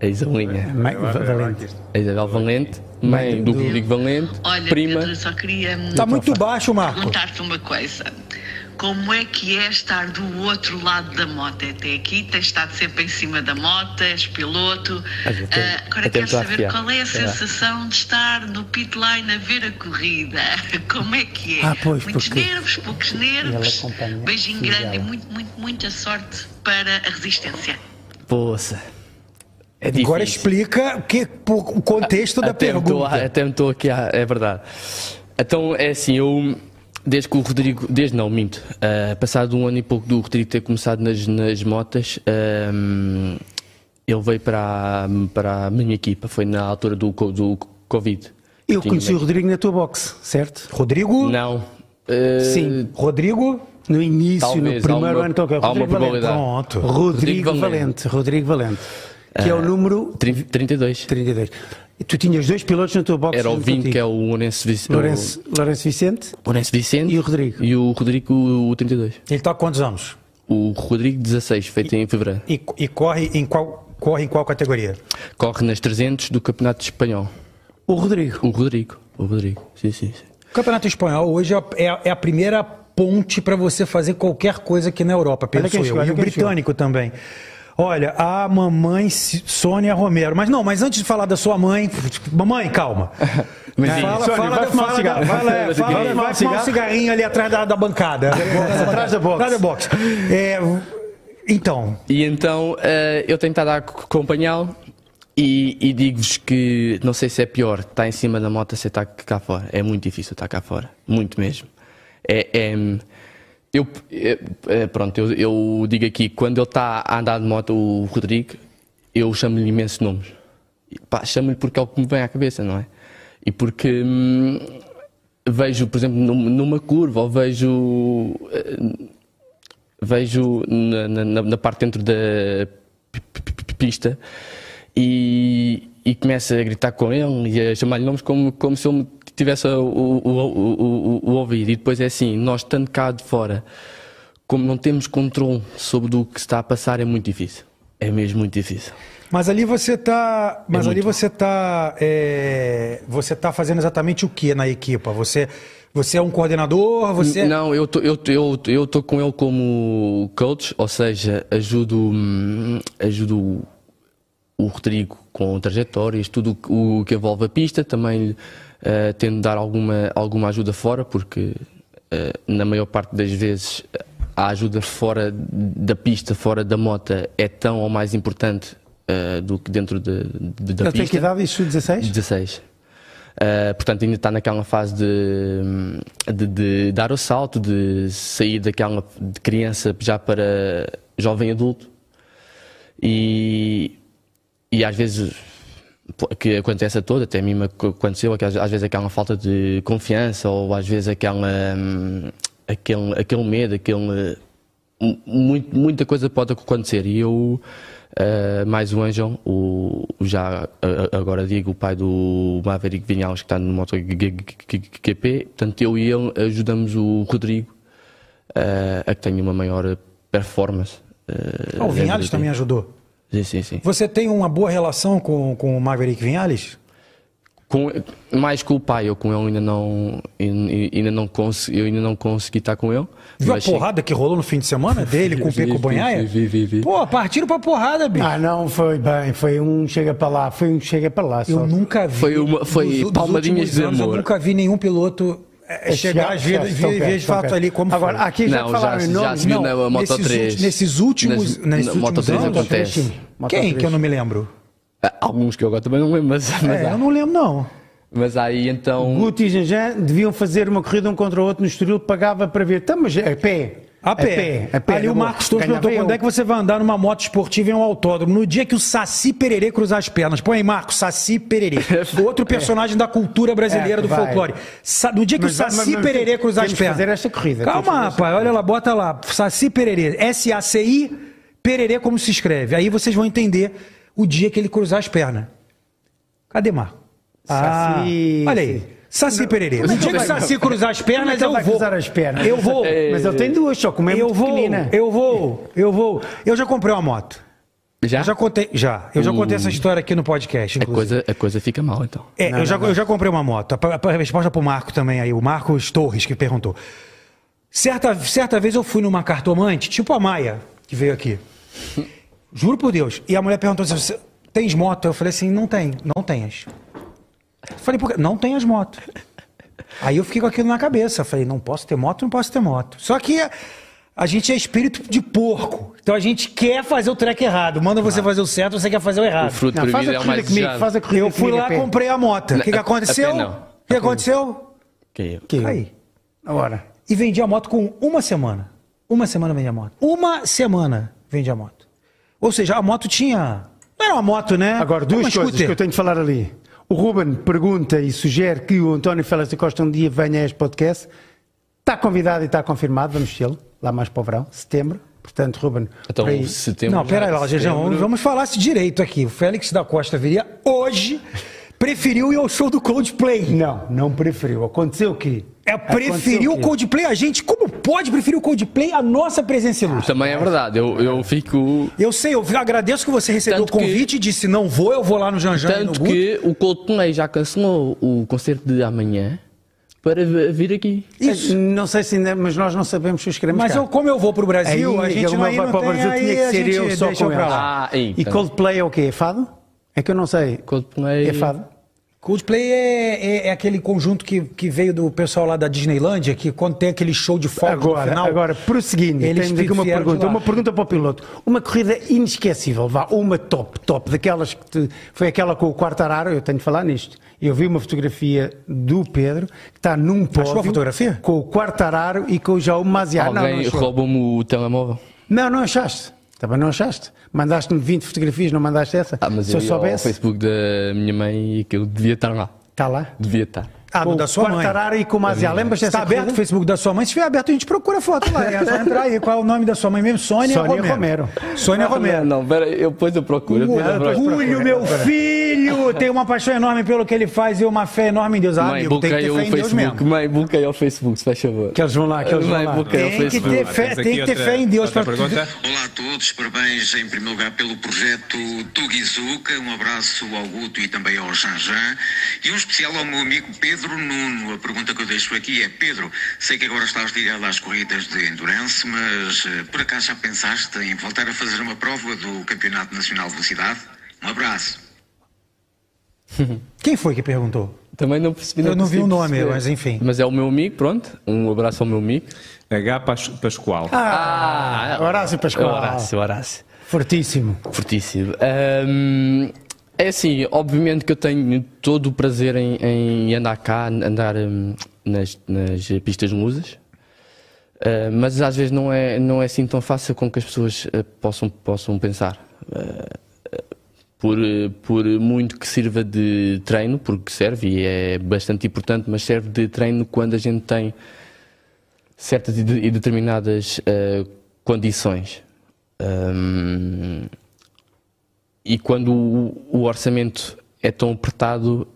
Speaker 3: A É Isabelinha.
Speaker 2: Ma-
Speaker 4: Agora
Speaker 2: Valente.
Speaker 4: aqui está.
Speaker 3: A Isabel Valente, mãe do Rodrigo Valente,
Speaker 8: Olha,
Speaker 3: prima.
Speaker 8: Pedro, eu só queria
Speaker 1: Tá muito baixo, Marco.
Speaker 8: perguntar-te uma coisa. como é que é estar do outro lado da moto. É Até aqui tens estado sempre em cima da moto, és piloto.
Speaker 3: Às vezes tem-
Speaker 8: Ah, agora
Speaker 3: eu
Speaker 8: quero
Speaker 3: tento
Speaker 8: saber
Speaker 3: afiar.
Speaker 8: qual é a
Speaker 3: Sei lá.
Speaker 8: sensação de estar no pit lane a ver a corrida. Como é que é?
Speaker 2: Ah, pois,
Speaker 8: Muitos
Speaker 2: porque-
Speaker 8: nervos, poucos nervos.
Speaker 2: acompanha
Speaker 8: Beijinho
Speaker 2: e
Speaker 8: grande e
Speaker 2: ela.
Speaker 8: muito, muito, muita sorte para a resistência.
Speaker 3: Poça. É
Speaker 1: Agora
Speaker 3: difícil.
Speaker 1: explica que- por- o contexto da
Speaker 3: até me tô a-
Speaker 1: pergunta.
Speaker 3: até me estou aqui, a, é verdade. Então, é assim, eu, desde que o Rodrigo, desde não, minto, eh, passado um ano e pouco do Rodrigo ter começado nas, nas motas, ehm, ele veio para, a- para a minha equipa, foi na altura do, co- do Covid.
Speaker 2: Eu
Speaker 3: Tinha-
Speaker 2: conheci o Rodrigo na tua boxe, certo?
Speaker 1: Rodrigo?
Speaker 3: Não. eh,
Speaker 2: Sim.
Speaker 1: Rodrigo?
Speaker 2: No início, no
Speaker 3: Talvez,
Speaker 2: primeiro
Speaker 3: há uma-
Speaker 2: ano então, que eu
Speaker 3: há uma
Speaker 2: Rodrigo Valente.
Speaker 3: probabilidade.
Speaker 2: Pronto.
Speaker 3: Rodrigo
Speaker 2: Rodrigo
Speaker 3: Valente. Ah.
Speaker 2: Valente. Rodrigo Valente. Que é o número
Speaker 3: tri- 32.
Speaker 2: 32. E Tu tinhas dois pilotos na tua boxe.
Speaker 3: Era o
Speaker 2: junto
Speaker 3: Vinho,
Speaker 2: contigo.
Speaker 3: que é o Lourenço, Vic-
Speaker 2: Lourenço, Lourenço Vicente.
Speaker 3: o Lourenço Vicente.
Speaker 2: E o Rodrigo?
Speaker 3: E o Rodrigo, o 32.
Speaker 1: Ele está há quantos anos?
Speaker 3: O Rodrigo, 16, feito em fevereiro.
Speaker 1: E, e corre, em qual, corre em qual categoria?
Speaker 3: Corre nas 300 do Campeonato Espanhol.
Speaker 2: O Rodrigo.
Speaker 3: O Rodrigo, o Rodrigo, sim, sim, sim.
Speaker 1: O Campeonato Espanhol hoje é, é- é a primeira ponte para você fazer qualquer coisa aqui na Europa, penso
Speaker 2: quem
Speaker 1: eu.
Speaker 2: chegou,
Speaker 1: e
Speaker 2: olha
Speaker 1: o
Speaker 2: quem
Speaker 1: britânico também. Olha, a mamãe Si- Sônia Romero. Mas não, mas antes de falar da sua mãe, mamãe, calma.
Speaker 3: Mas
Speaker 1: Fala,
Speaker 2: Sônia,
Speaker 1: fala,
Speaker 2: vai
Speaker 1: da-
Speaker 2: fumar um
Speaker 1: fala, da-
Speaker 2: cigarro.
Speaker 1: fala, é, fala,
Speaker 2: Vai fumar um
Speaker 1: vai fumar um
Speaker 2: cigarro.
Speaker 1: cigarrinho ali atrás da, da bancada.
Speaker 2: Atrás da box.
Speaker 1: Atrás da box. É, então,
Speaker 3: E então eh, eu tenho estado a ac- acompanhá-lo e, e digo-vos que não sei se é pior estar em cima da moto se estar cá fora. É muito difícil estar cá fora, muito mesmo. É, é, eu, é, é, pronto, eu, eu digo aqui, quando ele está a andar de moto, o Rodrigo, eu chamo-lhe imensos nomes. E, pá, Chamo-lhe porque é o que me vem à cabeça, não é? E porque hum, vejo, por exemplo, num- numa curva, ou vejo vejo na, na- na- na parte dentro da p- p- p- pista e, e começo a gritar com ele e a chamar-lhe nomes como, como se eu me tivesse a o, o, o- o- o- o ouvir. E depois é assim, nós estando cá de fora, como não temos controle sobre o que se está a passar, é muito difícil. É mesmo muito difícil.
Speaker 1: Mas ali você tá. Mas
Speaker 2: É
Speaker 1: ali
Speaker 3: muito.
Speaker 1: você tá. é, você tá fazendo exatamente o que na equipa? Você, você é um coordenador? Você.
Speaker 3: Não, eu tô, eu, tô- eu, tô- eu tô com ele como coach, ou seja, ajudo, hum, ajudo o- o Rodrigo com trajetórias, tudo o que- o que envolve a pista, também eh, tento dar alguma, alguma ajuda fora, porque eh, na maior parte das vezes a ajuda fora da pista, fora da moto, é tão ou mais importante eh, do que dentro de, de- da
Speaker 2: Ele tem
Speaker 3: pista.
Speaker 2: que idade, isso 16?
Speaker 3: 16. Ah, portanto, ainda está naquela fase de, de- de dar o salto, de sair daquela de criança já para jovem adulto. E, e às vezes pô, que acontece a todo, até a mim me ac- aconteceu, é que às, às vezes aquela falta de confiança ou às vezes é aquela, hum, aquele, aquele medo, aquele, mu- muito- muita coisa pode acontecer. E eu, eh, mais o Anjão, o, o já a- a- agora digo, o pai do Maverick Vinhales, que está no MotoGP, portanto eu e ele ajudamos o Rodrigo eh, a que tenha uma maior performance. eh,
Speaker 1: Ah, o
Speaker 2: é
Speaker 1: Vinhales
Speaker 3: dentro do-
Speaker 1: também ajudou.
Speaker 3: Sim, sim, sim.
Speaker 1: Você tem uma boa relação com, com o Maverick Vinhales?
Speaker 3: Com, mais com o pai, eu com ele ainda não, ainda, ainda não, cons, eu ainda não consegui estar com ele.
Speaker 1: Viu a
Speaker 3: mas sim.
Speaker 1: porrada que rolou no fim de semana dele com o
Speaker 3: Vi,
Speaker 1: Peco
Speaker 3: vi,
Speaker 1: Banhaia?
Speaker 3: vi, vi, vi.
Speaker 1: Pô, partiram pra porrada, bicho.
Speaker 2: Ah, não, foi bem. Foi um chega para lá, foi um chega para lá.
Speaker 1: eu
Speaker 2: só.
Speaker 1: nunca vi.
Speaker 3: Foi uma- foi
Speaker 1: últimos
Speaker 3: palmadinhas de
Speaker 1: anos, Eu
Speaker 3: amor.
Speaker 1: nunca vi nenhum piloto eh,
Speaker 2: É
Speaker 1: chegar
Speaker 2: chegar-
Speaker 1: às vezes
Speaker 2: chegar-
Speaker 1: ver
Speaker 2: estão
Speaker 1: ver
Speaker 2: perto,
Speaker 1: de
Speaker 2: estão
Speaker 1: fato
Speaker 2: perto.
Speaker 1: ali como
Speaker 2: Agora,
Speaker 1: foi.
Speaker 2: aqui já
Speaker 3: Não,
Speaker 2: te falaram
Speaker 3: já-
Speaker 2: em
Speaker 3: já
Speaker 2: nomes,
Speaker 3: se viu
Speaker 2: não.
Speaker 3: na- a Moto
Speaker 1: nesses,
Speaker 3: três.
Speaker 1: ulti- nesses últimos, nesses
Speaker 3: Nas- na
Speaker 1: últimos
Speaker 3: Moto três
Speaker 1: anos,
Speaker 3: acontece.
Speaker 2: Sim, Moto
Speaker 1: Quem é que
Speaker 2: três.
Speaker 1: eu não me lembro?
Speaker 3: Ah, Alguns que eu agora também não lembro, mas, mas,
Speaker 1: É,
Speaker 3: há-
Speaker 1: eu não lembro, não.
Speaker 3: mas aí então.
Speaker 2: Guto e Janjan deviam fazer uma corrida um contra o outro no Estoril, pagava para ver. Tá, mas a pé.
Speaker 1: A pé.
Speaker 2: a É pé,
Speaker 1: Ali
Speaker 2: na
Speaker 1: o
Speaker 2: boa.
Speaker 1: Marcos Torres
Speaker 2: Ganhava
Speaker 1: perguntou quando
Speaker 2: eu.
Speaker 1: é que você vai andar numa moto esportiva em um autódromo. No dia que o Saci Pererê cruzar as pernas. Põe aí, Marcos, Saci Pererê. Outro personagem da cultura brasileira
Speaker 2: É,
Speaker 1: do
Speaker 2: vai.
Speaker 1: folclore. Sa- no dia que
Speaker 2: Mas
Speaker 1: o
Speaker 2: vai-
Speaker 1: Saci
Speaker 2: mas- mas
Speaker 1: Pererê cruzar as
Speaker 2: temos que
Speaker 1: pernas.
Speaker 2: fazer esta corrida, temos que
Speaker 1: Calma,
Speaker 2: fazer esta
Speaker 1: rapaz. Olha lá, bota lá. Saci Pererê. S-A-C-I Pererê como se escreve. Aí vocês vão entender o dia que ele cruzar as pernas. Cadê Marco?
Speaker 2: Saci-
Speaker 1: Ah, olha aí. Saci Pererê. No
Speaker 2: Como é que
Speaker 1: dia que
Speaker 2: ele
Speaker 1: o
Speaker 2: vai-
Speaker 1: Saci cruzar as
Speaker 2: Como é
Speaker 1: pernas,
Speaker 2: que ele
Speaker 1: eu
Speaker 2: vai
Speaker 1: vou.
Speaker 2: cruzar as pernas?
Speaker 1: Eu vou.
Speaker 2: Mas ele tem duas, só como é
Speaker 1: Eu
Speaker 2: muito
Speaker 1: vou,
Speaker 2: pequenina.
Speaker 1: eu vou, eu vou. É? Eu já comprei uma moto.
Speaker 3: Já?
Speaker 1: Eu já contei, já. Eu já contei
Speaker 3: Hum.
Speaker 1: essa história aqui no podcast,
Speaker 3: a,
Speaker 1: inclusive.
Speaker 3: É coisa, a coisa fica mal então.
Speaker 1: É, eu, já, eu já comprei uma moto. A, a- a resposta pro Marco também aí, o Marcos Torres que perguntou. Certa, certa vez eu fui numa cartomante, tipo a Maia, que veio aqui. Juro por Deus. E a mulher perguntou assim: "Você tens moto? Eu falei assim: não tem, não tenhas. Falei, por quê? Não tem as motos. Aí eu fiquei com aquilo na cabeça. Falei, não posso ter moto, não posso ter moto. Só que a gente é espírito de porco. Então a gente quer fazer o treco errado. Manda você fazer o certo, você quer fazer o
Speaker 3: O
Speaker 1: errado.
Speaker 3: fruto
Speaker 2: Não, faz
Speaker 3: proibido
Speaker 2: a
Speaker 3: é o
Speaker 2: corrida
Speaker 3: mais
Speaker 2: comigo,
Speaker 3: desejado.
Speaker 2: faz a corrida
Speaker 1: Eu fui
Speaker 2: comigo,
Speaker 1: lá,
Speaker 2: a pé.
Speaker 1: comprei a moto. O que, que
Speaker 3: a- a
Speaker 1: aconteceu?
Speaker 3: pé não.
Speaker 1: O que aconteceu?
Speaker 3: Que-
Speaker 2: Que?
Speaker 1: Aí.
Speaker 2: Agora,
Speaker 1: E vendi a moto com uma semana. Uma semana vendi a moto. Uma semana vendi a moto. Ou seja, a moto tinha. Não era uma moto, né?
Speaker 2: agora
Speaker 1: Era uma
Speaker 2: duas coisas
Speaker 1: scooter.
Speaker 2: que eu tenho de falar ali. O Ruben pergunta e sugere que o António Félix da Costa um dia venha a este podcast. Está convidado e está confirmado, vamos tê-lo, lá mais para o verão, setembro. Portanto, Ruben,
Speaker 3: Então,
Speaker 2: por aí-
Speaker 3: setembro.
Speaker 1: Não,
Speaker 3: já,
Speaker 1: pera lá, Jejão, vamos,
Speaker 3: setembro.
Speaker 1: vamos falar isso direito aqui. O Félix da Costa viria hoje, preferiu ir ao show do Coldplay.
Speaker 2: Não, não preferiu. Aconteceu que.
Speaker 1: É, preferiu o
Speaker 2: Aconteceu que-
Speaker 1: Coldplay a gente. Como pode preferir o Coldplay a nossa presença ilustre?
Speaker 3: Também é verdade, eu, eu fico.
Speaker 1: Eu sei, eu agradeço que você recebeu
Speaker 3: Tanto
Speaker 1: o convite e disse não vou, eu vou lá no Janjan e no
Speaker 3: Tanto
Speaker 1: Guto.
Speaker 3: que o Coldplay já cancelou o concerto de amanhã para vi- vir aqui.
Speaker 1: Isso.
Speaker 2: Não sei se ainda, mas nós não sabemos se os queremos.
Speaker 1: Mas
Speaker 2: cá.
Speaker 1: eu, como eu vou pro Brasil, a
Speaker 2: Aí,
Speaker 1: gente
Speaker 2: eu
Speaker 1: não, aí
Speaker 2: vou
Speaker 1: não
Speaker 2: para o
Speaker 1: tem,
Speaker 2: Brasil,
Speaker 1: aí
Speaker 2: tinha que
Speaker 1: a
Speaker 2: ser
Speaker 1: gente
Speaker 2: eu só
Speaker 1: deixa
Speaker 2: com
Speaker 1: pra lá.
Speaker 3: Ah,
Speaker 2: E
Speaker 3: então.
Speaker 2: Coldplay é o quê? É fado? É que eu não sei.
Speaker 3: Coldplay.
Speaker 2: É fado?
Speaker 1: Coldplay é, é- é aquele conjunto que, que veio do pessoal lá da Disneylândia, que quando tem aquele show de fogo no
Speaker 2: Agora,
Speaker 1: final...
Speaker 2: agora, prosseguindo,
Speaker 1: eles
Speaker 2: temos aqui uma
Speaker 1: vieram de
Speaker 2: pergunta.
Speaker 1: lá.
Speaker 2: Uma pergunta para o piloto. Uma corrida inesquecível, vá, uma top, top, daquelas que te- foi aquela com o Quartararo, eu tenho de falar nisto. Eu vi uma fotografia do Pedro que está num pódio.
Speaker 1: a fotografia?
Speaker 2: Com o Quartararo e com o Jaume Maziar. Ah, Não, não
Speaker 3: Alguém
Speaker 2: achou.
Speaker 3: roubou-me o telemóvel.
Speaker 2: Não, não achaste. Também não achaste. Mandaste-me 20 fotografias, não mandaste essa?
Speaker 3: Ah, mas
Speaker 2: Se eu
Speaker 3: eu ia ao
Speaker 2: soubesse,
Speaker 3: Facebook da minha mãe e aquilo devia estar lá.
Speaker 2: está lá.
Speaker 3: Devia estar.
Speaker 1: Ah,
Speaker 2: Com
Speaker 1: do
Speaker 2: o
Speaker 1: da sua mãe.
Speaker 2: Quartararo e com o Maziar. Lembras dessa
Speaker 1: Está aberto o
Speaker 2: corrida?
Speaker 1: Facebook da sua mãe? Se estiver aberto, a gente procura a foto lá. É só entrar aí. Qual é o nome da sua mãe mesmo? Sônia,
Speaker 2: Sônia
Speaker 1: Romero.
Speaker 2: Romero.
Speaker 1: Sônia Romero.
Speaker 3: Não, pera, aí, eu depois eu procuro. eu depois eu procuro.
Speaker 1: Julho, meu filho, tem uma paixão enorme pelo que ele faz e uma fé enorme em Deus. Ah,
Speaker 3: Mãe,
Speaker 1: amigo, tem que
Speaker 3: bloqueia
Speaker 1: ter fé
Speaker 3: o
Speaker 1: em Deus
Speaker 3: Facebook.
Speaker 1: mesmo.
Speaker 3: Mãe, bloqueia o Facebook, se faz favor.
Speaker 2: Que eles vão lá, que eles vão
Speaker 3: Mãe,
Speaker 2: lá.
Speaker 3: bloqueia o
Speaker 1: Tem que
Speaker 3: Facebook. é
Speaker 1: ter fé,
Speaker 4: Temos
Speaker 1: tem
Speaker 4: aqui
Speaker 1: que ter
Speaker 4: outra-
Speaker 1: fé em Deus.
Speaker 4: outra
Speaker 1: pra-
Speaker 4: pergunta.
Speaker 5: Olá a todos, parabéns em primeiro lugar pelo projeto Tuguizuka, um abraço ao Guto e também ao Janjan e um especial ao meu amigo Pedro Nuno. A pergunta que eu deixo aqui é, Pedro, sei que agora estás ligado às corridas de endurance, mas eh, por acaso já pensaste em voltar a fazer uma prova do Campeonato Nacional de Velocidade? Um abraço.
Speaker 1: Quem foi que perguntou?
Speaker 3: Também não percebi.
Speaker 1: Eu não vi
Speaker 3: consigo
Speaker 1: o nome,
Speaker 3: perceber.
Speaker 1: mas enfim.
Speaker 3: Mas é o meu amigo, pronto. Um abraço ao meu amigo.
Speaker 4: H. Pas- Pascoal.
Speaker 3: Ah,
Speaker 2: Horácio Pascoal.
Speaker 3: Horácio, Horácio.
Speaker 2: Fortíssimo.
Speaker 3: Fortíssimo. Ahm, é assim, obviamente que eu tenho todo o prazer em, em andar cá, andar hum, nas, nas pistas musas. Ah, mas às vezes não é, não é assim tão fácil como que as pessoas ah, possam, possam pensar. Ah, ah, por, eh, por muito que sirva de treino, porque serve e é bastante importante, mas serve de treino quando a gente tem certas e, de- e determinadas eh, condições. Hum, Ahm, e quando o, o orçamento é tão apertado,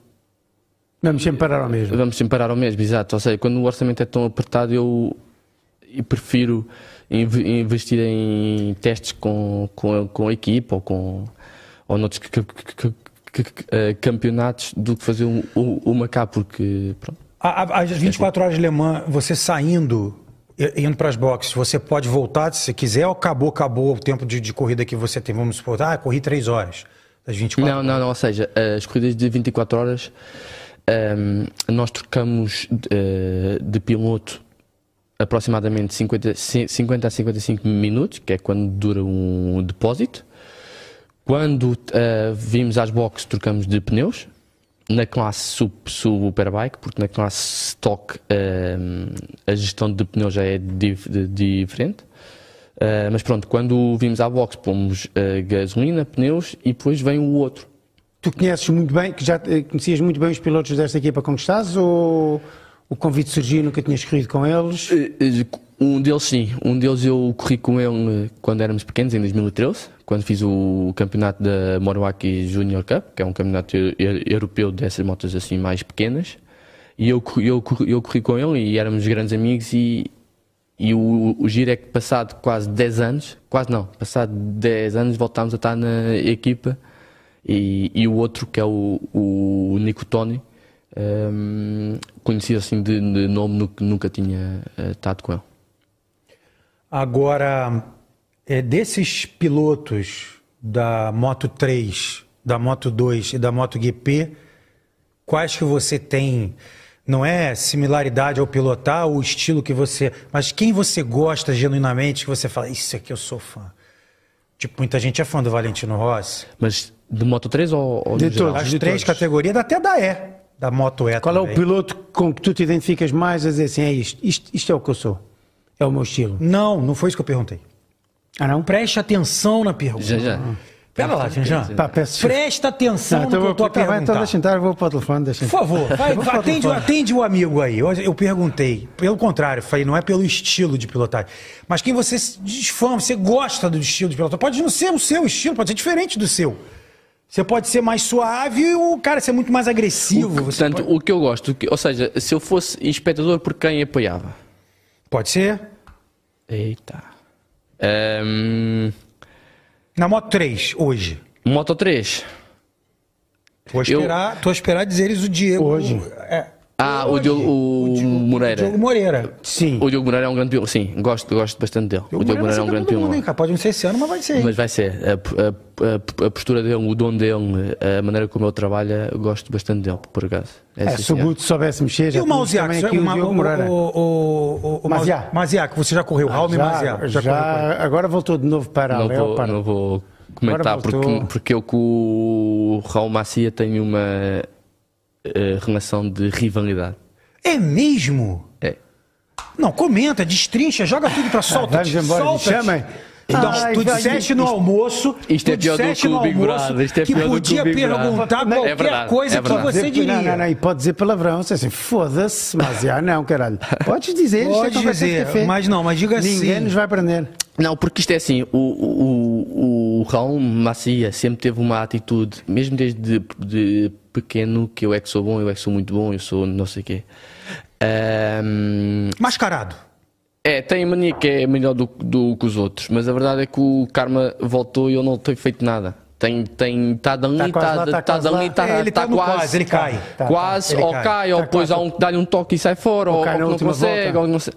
Speaker 2: Vamos sempre parar ao mesmo.
Speaker 3: vamos sempre parar ao mesmo, exato. Ou seja, quando o orçamento é tão apertado, eu, eu prefiro inv- investir em testes com, com, com a equipa ou com ou noutros c- c- c- c- eh, campeonatos do que fazer um- um- uma cá, porque pronto.
Speaker 1: A- a- Às 24 horas de Le Mans, você saindo, e- indo para as boxes, você pode voltar se você quiser ou acabou, acabou o tempo de, de corrida que você tem? Vamos supor, ah, corri 3 horas das 24
Speaker 3: Não, não, não. Ou seja, as corridas de 24 horas ehm, nós trocamos eh, de piloto aproximadamente 50, ci- 50 a 55 minutos, que é quando dura um depósito. Quando eh, vimos às boxes, trocamos de pneus. Na classe sup, superbike, porque na classe stock ehm, a gestão de pneus já é dif- de- diferente. Uh, mas pronto, quando vimos à box, pomos uh, gasolina, pneus e depois vem o outro.
Speaker 2: Tu conheces muito bem, que já eh, conhecias muito bem os pilotos desta equipa com que estás ou o convite surgiu e nunca tinhas corrido com eles?
Speaker 3: Uh, uh, Um deles, sim, um deles eu corri com ele uh, quando éramos pequenos, em 2013, quando fiz o campeonato da Morawaki Junior Cup, que é um campeonato eu- eu- europeu dessas motos assim mais pequenas. E eu, corri- eu, corri- eu corri com ele e éramos grandes amigos. E, e o, o giro é que, passado quase 10 anos, quase não, passado 10 anos, voltámos a estar na equipa. E, e o outro, que é o, o ehm, Nico Tony, conhecia assim de, de nome, nu- nunca tinha eh, estado com ele.
Speaker 1: Agora, é, desses pilotos da Moto 3, da Moto 2 e da Moto GP, quais que você tem? Não é similaridade ao pilotar, o estilo que você. Mas quem você gosta genuinamente, que você fala, isso aqui eu sou fã? Tipo, muita gente é fã do Valentino Rossi.
Speaker 3: Mas de Moto 3 ou, ou
Speaker 2: De
Speaker 3: no geral?
Speaker 2: todos.
Speaker 1: As três categorias, até da E, da Moto E.
Speaker 2: Qual é o
Speaker 1: também.
Speaker 2: piloto com que tu te identificas mais a dizer assim, é isto, isto, isto é o que eu sou, é o meu estilo?
Speaker 1: Não, não foi isso que eu perguntei.
Speaker 2: Ah não?
Speaker 1: Preste atenção na pergunta.
Speaker 3: Já, já.
Speaker 1: Pera lá, Janjan.
Speaker 2: Pá, Tá, peço
Speaker 1: Presta atenção
Speaker 2: Não,
Speaker 1: no que
Speaker 2: então
Speaker 1: eu
Speaker 2: vou,
Speaker 1: tô a
Speaker 2: tá bem, então
Speaker 1: perguntar.
Speaker 2: deixa entrar, eu vou para o telefone, deixa
Speaker 1: Por
Speaker 2: entrar.
Speaker 1: favor, vai, vai, atende, o- atende o amigo aí. Hoje Eu perguntei. Pelo contrário, falei, não é pelo estilo de pilotagem. Mas quem você se desfama, você gosta do estilo de pilotagem. Pode não ser o seu estilo, pode ser diferente do seu. Você pode ser mais suave e o cara ser muito mais agressivo.
Speaker 3: O que,
Speaker 1: Você
Speaker 3: portanto,
Speaker 1: pode...
Speaker 3: o que eu gosto, o que- ou seja, se eu fosse espectador, por quem apoiava?
Speaker 1: pode ser.
Speaker 3: Eita. Ehm,
Speaker 1: Na Moto 3, hoje.
Speaker 3: Moto 3.
Speaker 1: Vou esperar, tô a esperar dizeres o Diego.
Speaker 2: Hoje.
Speaker 1: É,
Speaker 3: Ah, o
Speaker 1: hoje.
Speaker 3: Diogo o Moreira.
Speaker 1: Diogo Moreira. Sim.
Speaker 3: O Diogo Moreira é um grande piloto, sim, gosto, gosto bastante dele. O Diogo Moreira é um grande
Speaker 1: todo mundo,
Speaker 3: piloto.
Speaker 1: hein, cara? Pode não ser esse ano, mas vai ser. hein?
Speaker 3: Mas vai ser. A, a- a- a postura dele, o dom dele, a maneira como ele trabalha, eu gosto bastante dele, por acaso.
Speaker 2: É,
Speaker 3: sim,
Speaker 2: se o
Speaker 3: senhor.
Speaker 2: Guto soubesse mexer, já
Speaker 1: E o
Speaker 2: tínhamos
Speaker 1: Mausiac?
Speaker 2: também aqui o
Speaker 1: Ma-
Speaker 2: Diogo Moreira.
Speaker 1: O, o, o, o
Speaker 2: Maziá.
Speaker 1: Mazi- Maziac, você já correu. Raul e Maziac.
Speaker 2: já,
Speaker 1: correu com ele.
Speaker 2: agora voltou de novo para a
Speaker 3: Não
Speaker 2: Léo,
Speaker 3: vou,
Speaker 2: para-
Speaker 3: não vou comentar
Speaker 2: é, Agora voltou.
Speaker 3: porque, porque eu com o Raul Macia tenho uma eh, relação de rivalidade.
Speaker 1: É mesmo?
Speaker 3: É.
Speaker 1: Não, comenta, destrincha, joga tudo pra solta.
Speaker 2: vamos embora, me
Speaker 1: solta
Speaker 2: chamem.
Speaker 1: Então,
Speaker 2: Ai,
Speaker 1: tu
Speaker 2: vai,
Speaker 1: disseste
Speaker 2: isto-
Speaker 1: no almoço,
Speaker 3: isto é
Speaker 1: tu
Speaker 3: pior do
Speaker 1: disseste
Speaker 3: que o
Speaker 1: no
Speaker 3: Big
Speaker 1: almoço
Speaker 3: Brother, isto é
Speaker 1: que
Speaker 3: pior do que o
Speaker 1: podia
Speaker 3: Big Brother.
Speaker 1: perguntar
Speaker 3: É
Speaker 1: qualquer
Speaker 3: verdade,
Speaker 1: coisa
Speaker 3: é
Speaker 1: que
Speaker 3: verdade.
Speaker 1: Tá. você
Speaker 2: Dizer-
Speaker 1: diria.
Speaker 2: Não, não, não, e pode dizer palavrão, você assim, foda-se, mas já não, caralho. Podes dizer, isto é
Speaker 1: Pode
Speaker 2: conversa de
Speaker 1: dizer,
Speaker 2: café.
Speaker 1: mas não, mas diga assim.
Speaker 2: Ninguém nos vai prender.
Speaker 3: Não, porque isto é assim, o, o, o, o Raul Macia sempre teve uma atitude, mesmo desde de, de pequeno, que eu é que sou bom, eu é que sou muito bom, eu sou não sei o quê. Ahm,
Speaker 1: Mascarado.
Speaker 3: é, tem a mania que é melhor do, do que os outros, mas a verdade é que o Karma voltou e eu não tenho feito nada. Tem, tem, tá dali,
Speaker 2: Tá
Speaker 3: tá,
Speaker 2: quase lá,
Speaker 3: tá,
Speaker 2: tá quase
Speaker 3: dali,
Speaker 2: lá.
Speaker 3: tá,
Speaker 1: É, ele tá
Speaker 3: tá
Speaker 1: no
Speaker 3: quase,
Speaker 1: quase, ele cai.
Speaker 2: Tá, tá,
Speaker 3: quase,
Speaker 1: ele
Speaker 3: ou
Speaker 1: cai.
Speaker 3: cai,
Speaker 1: Tá
Speaker 3: ou depois
Speaker 2: quase.
Speaker 3: há um que dá-lhe um toque e sai fora, ou,
Speaker 2: cai na
Speaker 3: ou não
Speaker 2: última
Speaker 3: consegue,
Speaker 2: volta.
Speaker 3: ou não sei.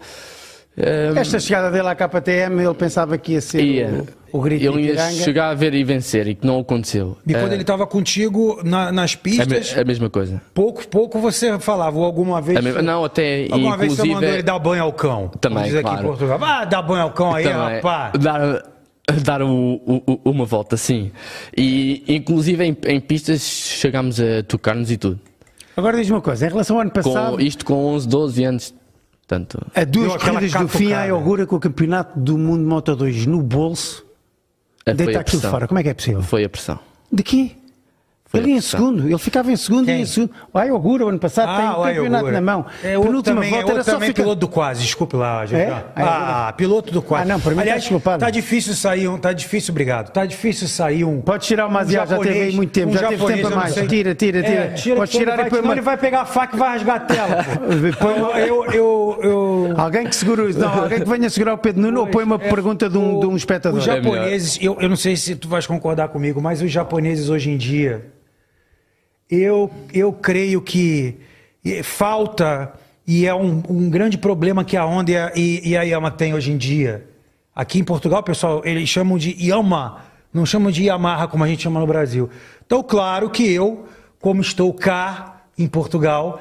Speaker 2: Esta chegada dele à KTM, ele pensava que ia ser
Speaker 3: Ia-
Speaker 2: o, o grito
Speaker 3: eu
Speaker 2: de
Speaker 3: ia
Speaker 2: Ipiranga.
Speaker 3: chegar a ver e vencer, e que não aconteceu.
Speaker 1: E quando ele tava contigo na- nas
Speaker 3: É a, me-
Speaker 1: pistas,
Speaker 3: a mesma coisa. É
Speaker 1: pouco, pouco você falava, ou alguma vez.
Speaker 3: A mesma- não, até
Speaker 1: Alguma vez você
Speaker 3: inclusive. é-
Speaker 1: mandou ele dar banho ao cão. Como
Speaker 3: Também,
Speaker 1: Diz aqui
Speaker 3: claro.
Speaker 1: em Portugal. Ah, dá banho ao cão aí,
Speaker 3: também,
Speaker 1: rapaz.
Speaker 3: Dar, dar o- o- o- uma volta, sim. E inclusive em, em pistas chegámos a tocar-nos e tudo.
Speaker 2: Agora diz uma coisa, em relação ao ano
Speaker 3: Com-
Speaker 2: passado,
Speaker 3: isto com 11, 12 anos. Portanto,
Speaker 2: a duas
Speaker 1: Deu aquela
Speaker 2: corridas do fim,
Speaker 1: catucada.
Speaker 2: a augura com o Campeonato do Mundo Moto 2 no bolso,
Speaker 3: eh, foi
Speaker 2: deitar
Speaker 3: a
Speaker 2: aquilo
Speaker 3: pressão.
Speaker 2: fora. Como é que é possível?
Speaker 3: Foi a pressão.
Speaker 2: De quê?
Speaker 3: Foi
Speaker 2: ele ia em
Speaker 3: opção.
Speaker 2: segundo, ele ficava em segundo e
Speaker 1: Quem?
Speaker 2: em segundo. O Ayogura, o ano passado, tem
Speaker 1: Ah, o
Speaker 2: o campeonato
Speaker 1: Ayogura.
Speaker 2: na mão.
Speaker 1: É outro
Speaker 2: Penúltima
Speaker 1: também, é
Speaker 2: volta
Speaker 1: outro
Speaker 2: era só
Speaker 1: também
Speaker 2: ficar...
Speaker 1: piloto do quase, desculpe lá, gente.
Speaker 2: É?
Speaker 1: Ah,
Speaker 2: Ayogura.
Speaker 1: piloto do quase.
Speaker 2: Ah, não, pra mim tá
Speaker 1: Aliás,
Speaker 2: desculpado.
Speaker 1: tá difícil sair um, tá difícil, obrigado. Tá difícil sair um.
Speaker 2: Pode tirar o Maziá, já teve aí muito tempo, já teve tempo a
Speaker 1: eu não
Speaker 2: mais.
Speaker 1: sei. É,
Speaker 2: Tira, tira, É, tira. Pode
Speaker 1: que ele
Speaker 2: tirar e
Speaker 1: vai,
Speaker 2: põe
Speaker 1: senão
Speaker 2: uma-
Speaker 1: ele vai pegar a faca e vai rasgar a tela. pô.
Speaker 2: Põe uma-
Speaker 1: eu, eu, eu, eu-
Speaker 2: Alguém que segure isso, não, alguém que venha segurar o Pedro Nuno ou põe uma
Speaker 1: É,
Speaker 2: pergunta de um, de um espectador.
Speaker 1: Os
Speaker 3: É
Speaker 1: japoneses, eu, eu não sei se tu vais concordar comigo, mas os japoneses hoje em dia, eu, eu creio que eh, falta, e é um, um grande problema que a Honda e a, e- e a Yama tem hoje em dia. Aqui em Portugal, pessoal, eles chamam de Yama, não chamam de Yamaha como a gente chama no Brasil. Então, claro que eu, como estou cá em Portugal,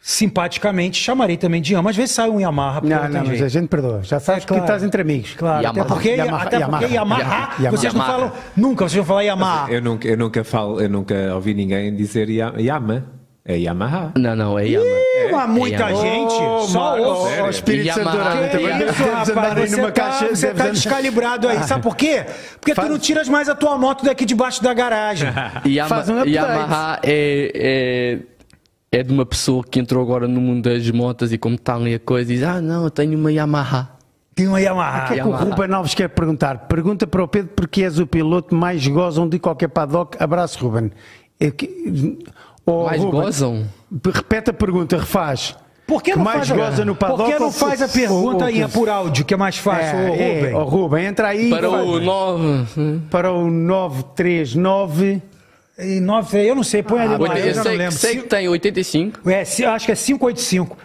Speaker 1: simpaticamente chamarei também de Yama. Às vezes sai um Yamaha. porque
Speaker 2: Não,
Speaker 1: tem
Speaker 2: não, mas
Speaker 1: jeito.
Speaker 2: a gente perdoa. Já sabes
Speaker 1: É, claro.
Speaker 2: que estás entre amigos.
Speaker 1: Claro,
Speaker 3: Yamaha.
Speaker 1: até porque Yamaha,
Speaker 2: Yamaha,
Speaker 1: até porque Yamaha,
Speaker 2: Yamaha. Yamaha.
Speaker 1: vocês não
Speaker 3: Yamaha.
Speaker 1: falam nunca, vocês vão falar Yamaha.
Speaker 4: Eu nunca, eu nunca falo, eu nunca ouvi ninguém dizer Ya- Yama. É Yamaha.
Speaker 3: Não, não, é Yama.
Speaker 1: Ih, mas muita
Speaker 3: Yamaha.
Speaker 1: gente só
Speaker 2: Mário,
Speaker 1: ouve.
Speaker 2: ó, ó, Espírito
Speaker 3: Yamaha.
Speaker 2: Santo Dourado,
Speaker 3: Que
Speaker 2: também
Speaker 1: Que
Speaker 2: deves
Speaker 1: isso,
Speaker 2: andar aí
Speaker 1: rapaz, você
Speaker 2: numa
Speaker 1: tá,
Speaker 2: caixa,
Speaker 1: você
Speaker 2: deves
Speaker 1: tá
Speaker 2: andar-
Speaker 1: descalibrado aí, sabe por quê? Porque tu
Speaker 2: Faz-
Speaker 1: não tiras mais a tua moto daqui debaixo da garagem.
Speaker 3: Yama,
Speaker 2: Faz um update.
Speaker 3: Yamaha é, é, é de uma pessoa que entrou agora no mundo das motas e como está ali a coisa diz, ah não, eu tenho uma Yamaha.
Speaker 1: Tem uma Yamaha.
Speaker 2: O que é que o Ruben Alves quer perguntar? Pergunta para o Pedro porque és o piloto mais gozam de qualquer paddock. Abraço, Ruben. É que- Oh,
Speaker 3: Mais
Speaker 2: Ruben,
Speaker 3: gozam?
Speaker 2: Repete a pergunta, refaz.
Speaker 1: Por que
Speaker 2: Que
Speaker 1: não
Speaker 2: mais
Speaker 1: faz a-
Speaker 2: goza no paddock?
Speaker 1: Por que não
Speaker 2: ou-
Speaker 1: faz a
Speaker 2: ou-
Speaker 1: pergunta aí é
Speaker 2: ou-
Speaker 1: por áudio, que é mais fácil, ô,
Speaker 2: É, é,
Speaker 1: Rubem?
Speaker 2: ó, Ruben, entra aí.
Speaker 3: Para
Speaker 2: vai.
Speaker 3: o 9.
Speaker 2: para o 939.
Speaker 1: E
Speaker 2: Ah,
Speaker 1: nove- eu não sei, põe ali,
Speaker 3: oitenta-
Speaker 1: eu já
Speaker 3: eu
Speaker 1: não
Speaker 3: sei,
Speaker 1: lembro.
Speaker 3: sei que tem 85.
Speaker 1: É, ci- acho que é 585.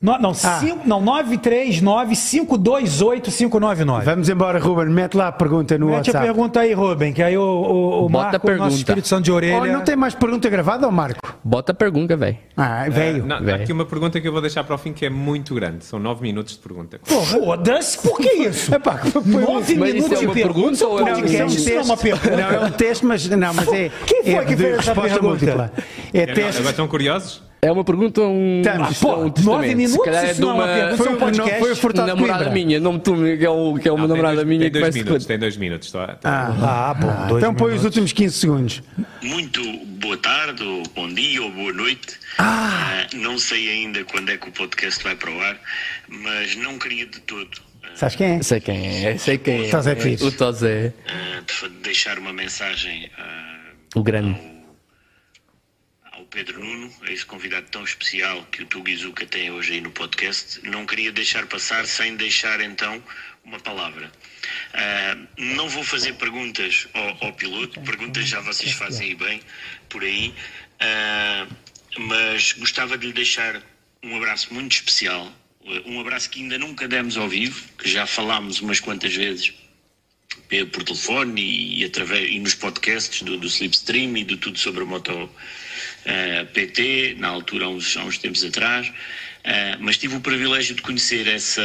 Speaker 1: No- não,
Speaker 2: Ah.
Speaker 1: cinco, não, 939 528 599.
Speaker 2: Vamos embora, Ruben. Mete lá a pergunta no
Speaker 1: Mete a
Speaker 2: WhatsApp.
Speaker 1: pergunta aí, Rubem, que aí o, o, o
Speaker 3: Bota a
Speaker 1: Marco, o
Speaker 3: pergunta.
Speaker 1: nosso Espírito Santo de
Speaker 2: Oh,
Speaker 1: Orelha.
Speaker 2: não tem mais pergunta gravada, ou Marco?
Speaker 3: Bota a pergunta, velho.
Speaker 1: É.
Speaker 2: Ah, veio.
Speaker 4: Não, há
Speaker 3: Velho.
Speaker 4: aqui uma pergunta que eu vou deixar para o fim que é muito grande. São nove minutos de pergunta.
Speaker 1: Porra, Foda-se, por que isso?
Speaker 2: Epá, que É foi- um
Speaker 1: Nove
Speaker 3: Mas isso
Speaker 1: minutos
Speaker 3: é
Speaker 1: de
Speaker 3: uma
Speaker 1: pergunta
Speaker 3: pergunta ou é um
Speaker 1: podcast?
Speaker 2: isso é um
Speaker 1: Isso não é uma
Speaker 2: teste.
Speaker 1: pergunta.
Speaker 2: Não, é um teste, mas, não, mas é,
Speaker 1: Quem foi
Speaker 2: é
Speaker 1: que
Speaker 2: de
Speaker 1: fez essa
Speaker 2: resposta
Speaker 1: pergunta?
Speaker 2: múltipla. É
Speaker 4: Agora
Speaker 2: teste.
Speaker 4: estão curiosos?
Speaker 3: É uma pergunta ou um.
Speaker 2: Estamos.
Speaker 3: isto é
Speaker 1: Tá, Pô,
Speaker 3: um
Speaker 1: nove
Speaker 3: testamento? Se
Speaker 1: minutos,
Speaker 3: calhar é
Speaker 1: isso
Speaker 3: de
Speaker 1: não é uma
Speaker 3: uma.
Speaker 1: pergunta.
Speaker 2: Foi,
Speaker 1: Foi um
Speaker 2: o que não,
Speaker 1: podcast.
Speaker 2: foi o Furtado de
Speaker 3: namorada
Speaker 2: Coimbra.
Speaker 3: minha, não me tome, que é, o, que é uma
Speaker 4: Não, tem
Speaker 3: namorada
Speaker 4: dois-
Speaker 3: minha
Speaker 4: tem
Speaker 3: que
Speaker 4: dois
Speaker 3: parece
Speaker 4: minutos,
Speaker 3: que-
Speaker 4: tem dois minutos. Está,
Speaker 1: Ah, bom, dois
Speaker 2: Então põe os
Speaker 1: minutos.
Speaker 2: últimos 15 segundos.
Speaker 9: Muito boa tarde, ou bom dia, ou boa noite. Ah, não sei ainda quando é que o podcast vai para o ar, mas não queria de todo
Speaker 2: Sabes quem é?
Speaker 3: Sei quem é, sei quem é.
Speaker 2: Tose é fixe.
Speaker 3: O Tose é
Speaker 9: ah, de- deixar uma mensagem ah,
Speaker 3: o grande.
Speaker 9: ao Pedro Nuno, a esse convidado tão especial que o Tugizuka tem hoje aí no podcast. Não queria deixar passar sem deixar então uma palavra. Ah, não vou fazer perguntas ao, ao piloto, perguntas já vocês fazem aí bem por aí, Ah, mas gostava de lhe deixar um abraço muito especial, um abraço que ainda nunca demos ao vivo, que já falámos umas quantas vezes eh, por telefone e, e através, e nos podcasts do, do Slipstream e do Tudo sobre a Moto eh, PT, na altura, há uns, há uns tempos atrás. Eh, mas tive o privilégio de conhecer essa,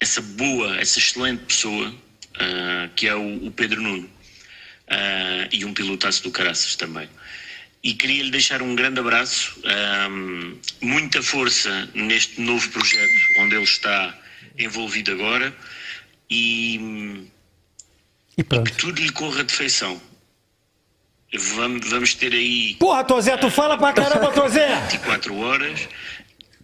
Speaker 9: essa boa, essa excelente pessoa ah, que é o, o Pedro Nuno Ah, e um pilotaço do Caraças também. E queria lhe deixar um grande abraço, ahm, muita força neste novo projeto onde ele está envolvido agora e hum,
Speaker 2: E pronto.
Speaker 9: que tudo lhe corra de feição. Vamos, vamos ter aí
Speaker 1: Porra, Tozé, tu fala pra caramba, Tozé!
Speaker 9: 24 horas.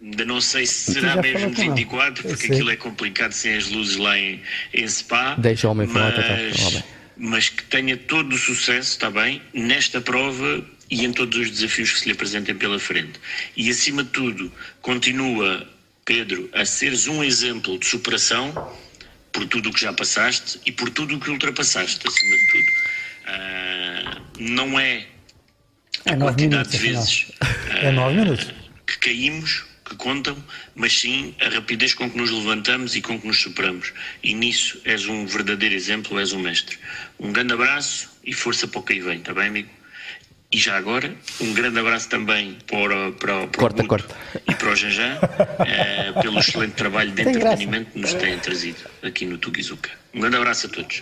Speaker 9: Ainda não sei se
Speaker 2: já
Speaker 9: será mesmo
Speaker 2: falou com ela.
Speaker 9: 24, porque
Speaker 2: Eu sei.
Speaker 9: aquilo é complicado sem as luzes lá em, em Spa.
Speaker 3: Deixa o homem falar, tá, tá, tá
Speaker 9: mas,
Speaker 3: bem.
Speaker 9: mas que tenha todo o sucesso, está bem, nesta prova e em todos os desafios que se lhe apresentem pela frente. E acima de tudo, continua, Pedro, a seres um exemplo de superação por tudo o que já passaste e por tudo o que ultrapassaste, acima de tudo. Ah, não é
Speaker 1: É
Speaker 9: a
Speaker 1: nove
Speaker 9: quantidade
Speaker 1: minutos,
Speaker 9: de vezes
Speaker 1: É nove minutos.
Speaker 9: que caímos, que contam, mas sim a rapidez com que nos levantamos e com que nos superamos. E nisso és um verdadeiro exemplo, és um mestre. Um grande abraço e força para o que aí vem, está bem, amigo? E já agora, um grande abraço também para, o- para, o- para
Speaker 3: Corta,
Speaker 9: o Guto
Speaker 3: corta.
Speaker 9: e para o Janjan eh, pelo excelente trabalho de entretenimento que nos têm trazido aqui no Tugizuka. Um grande abraço a todos.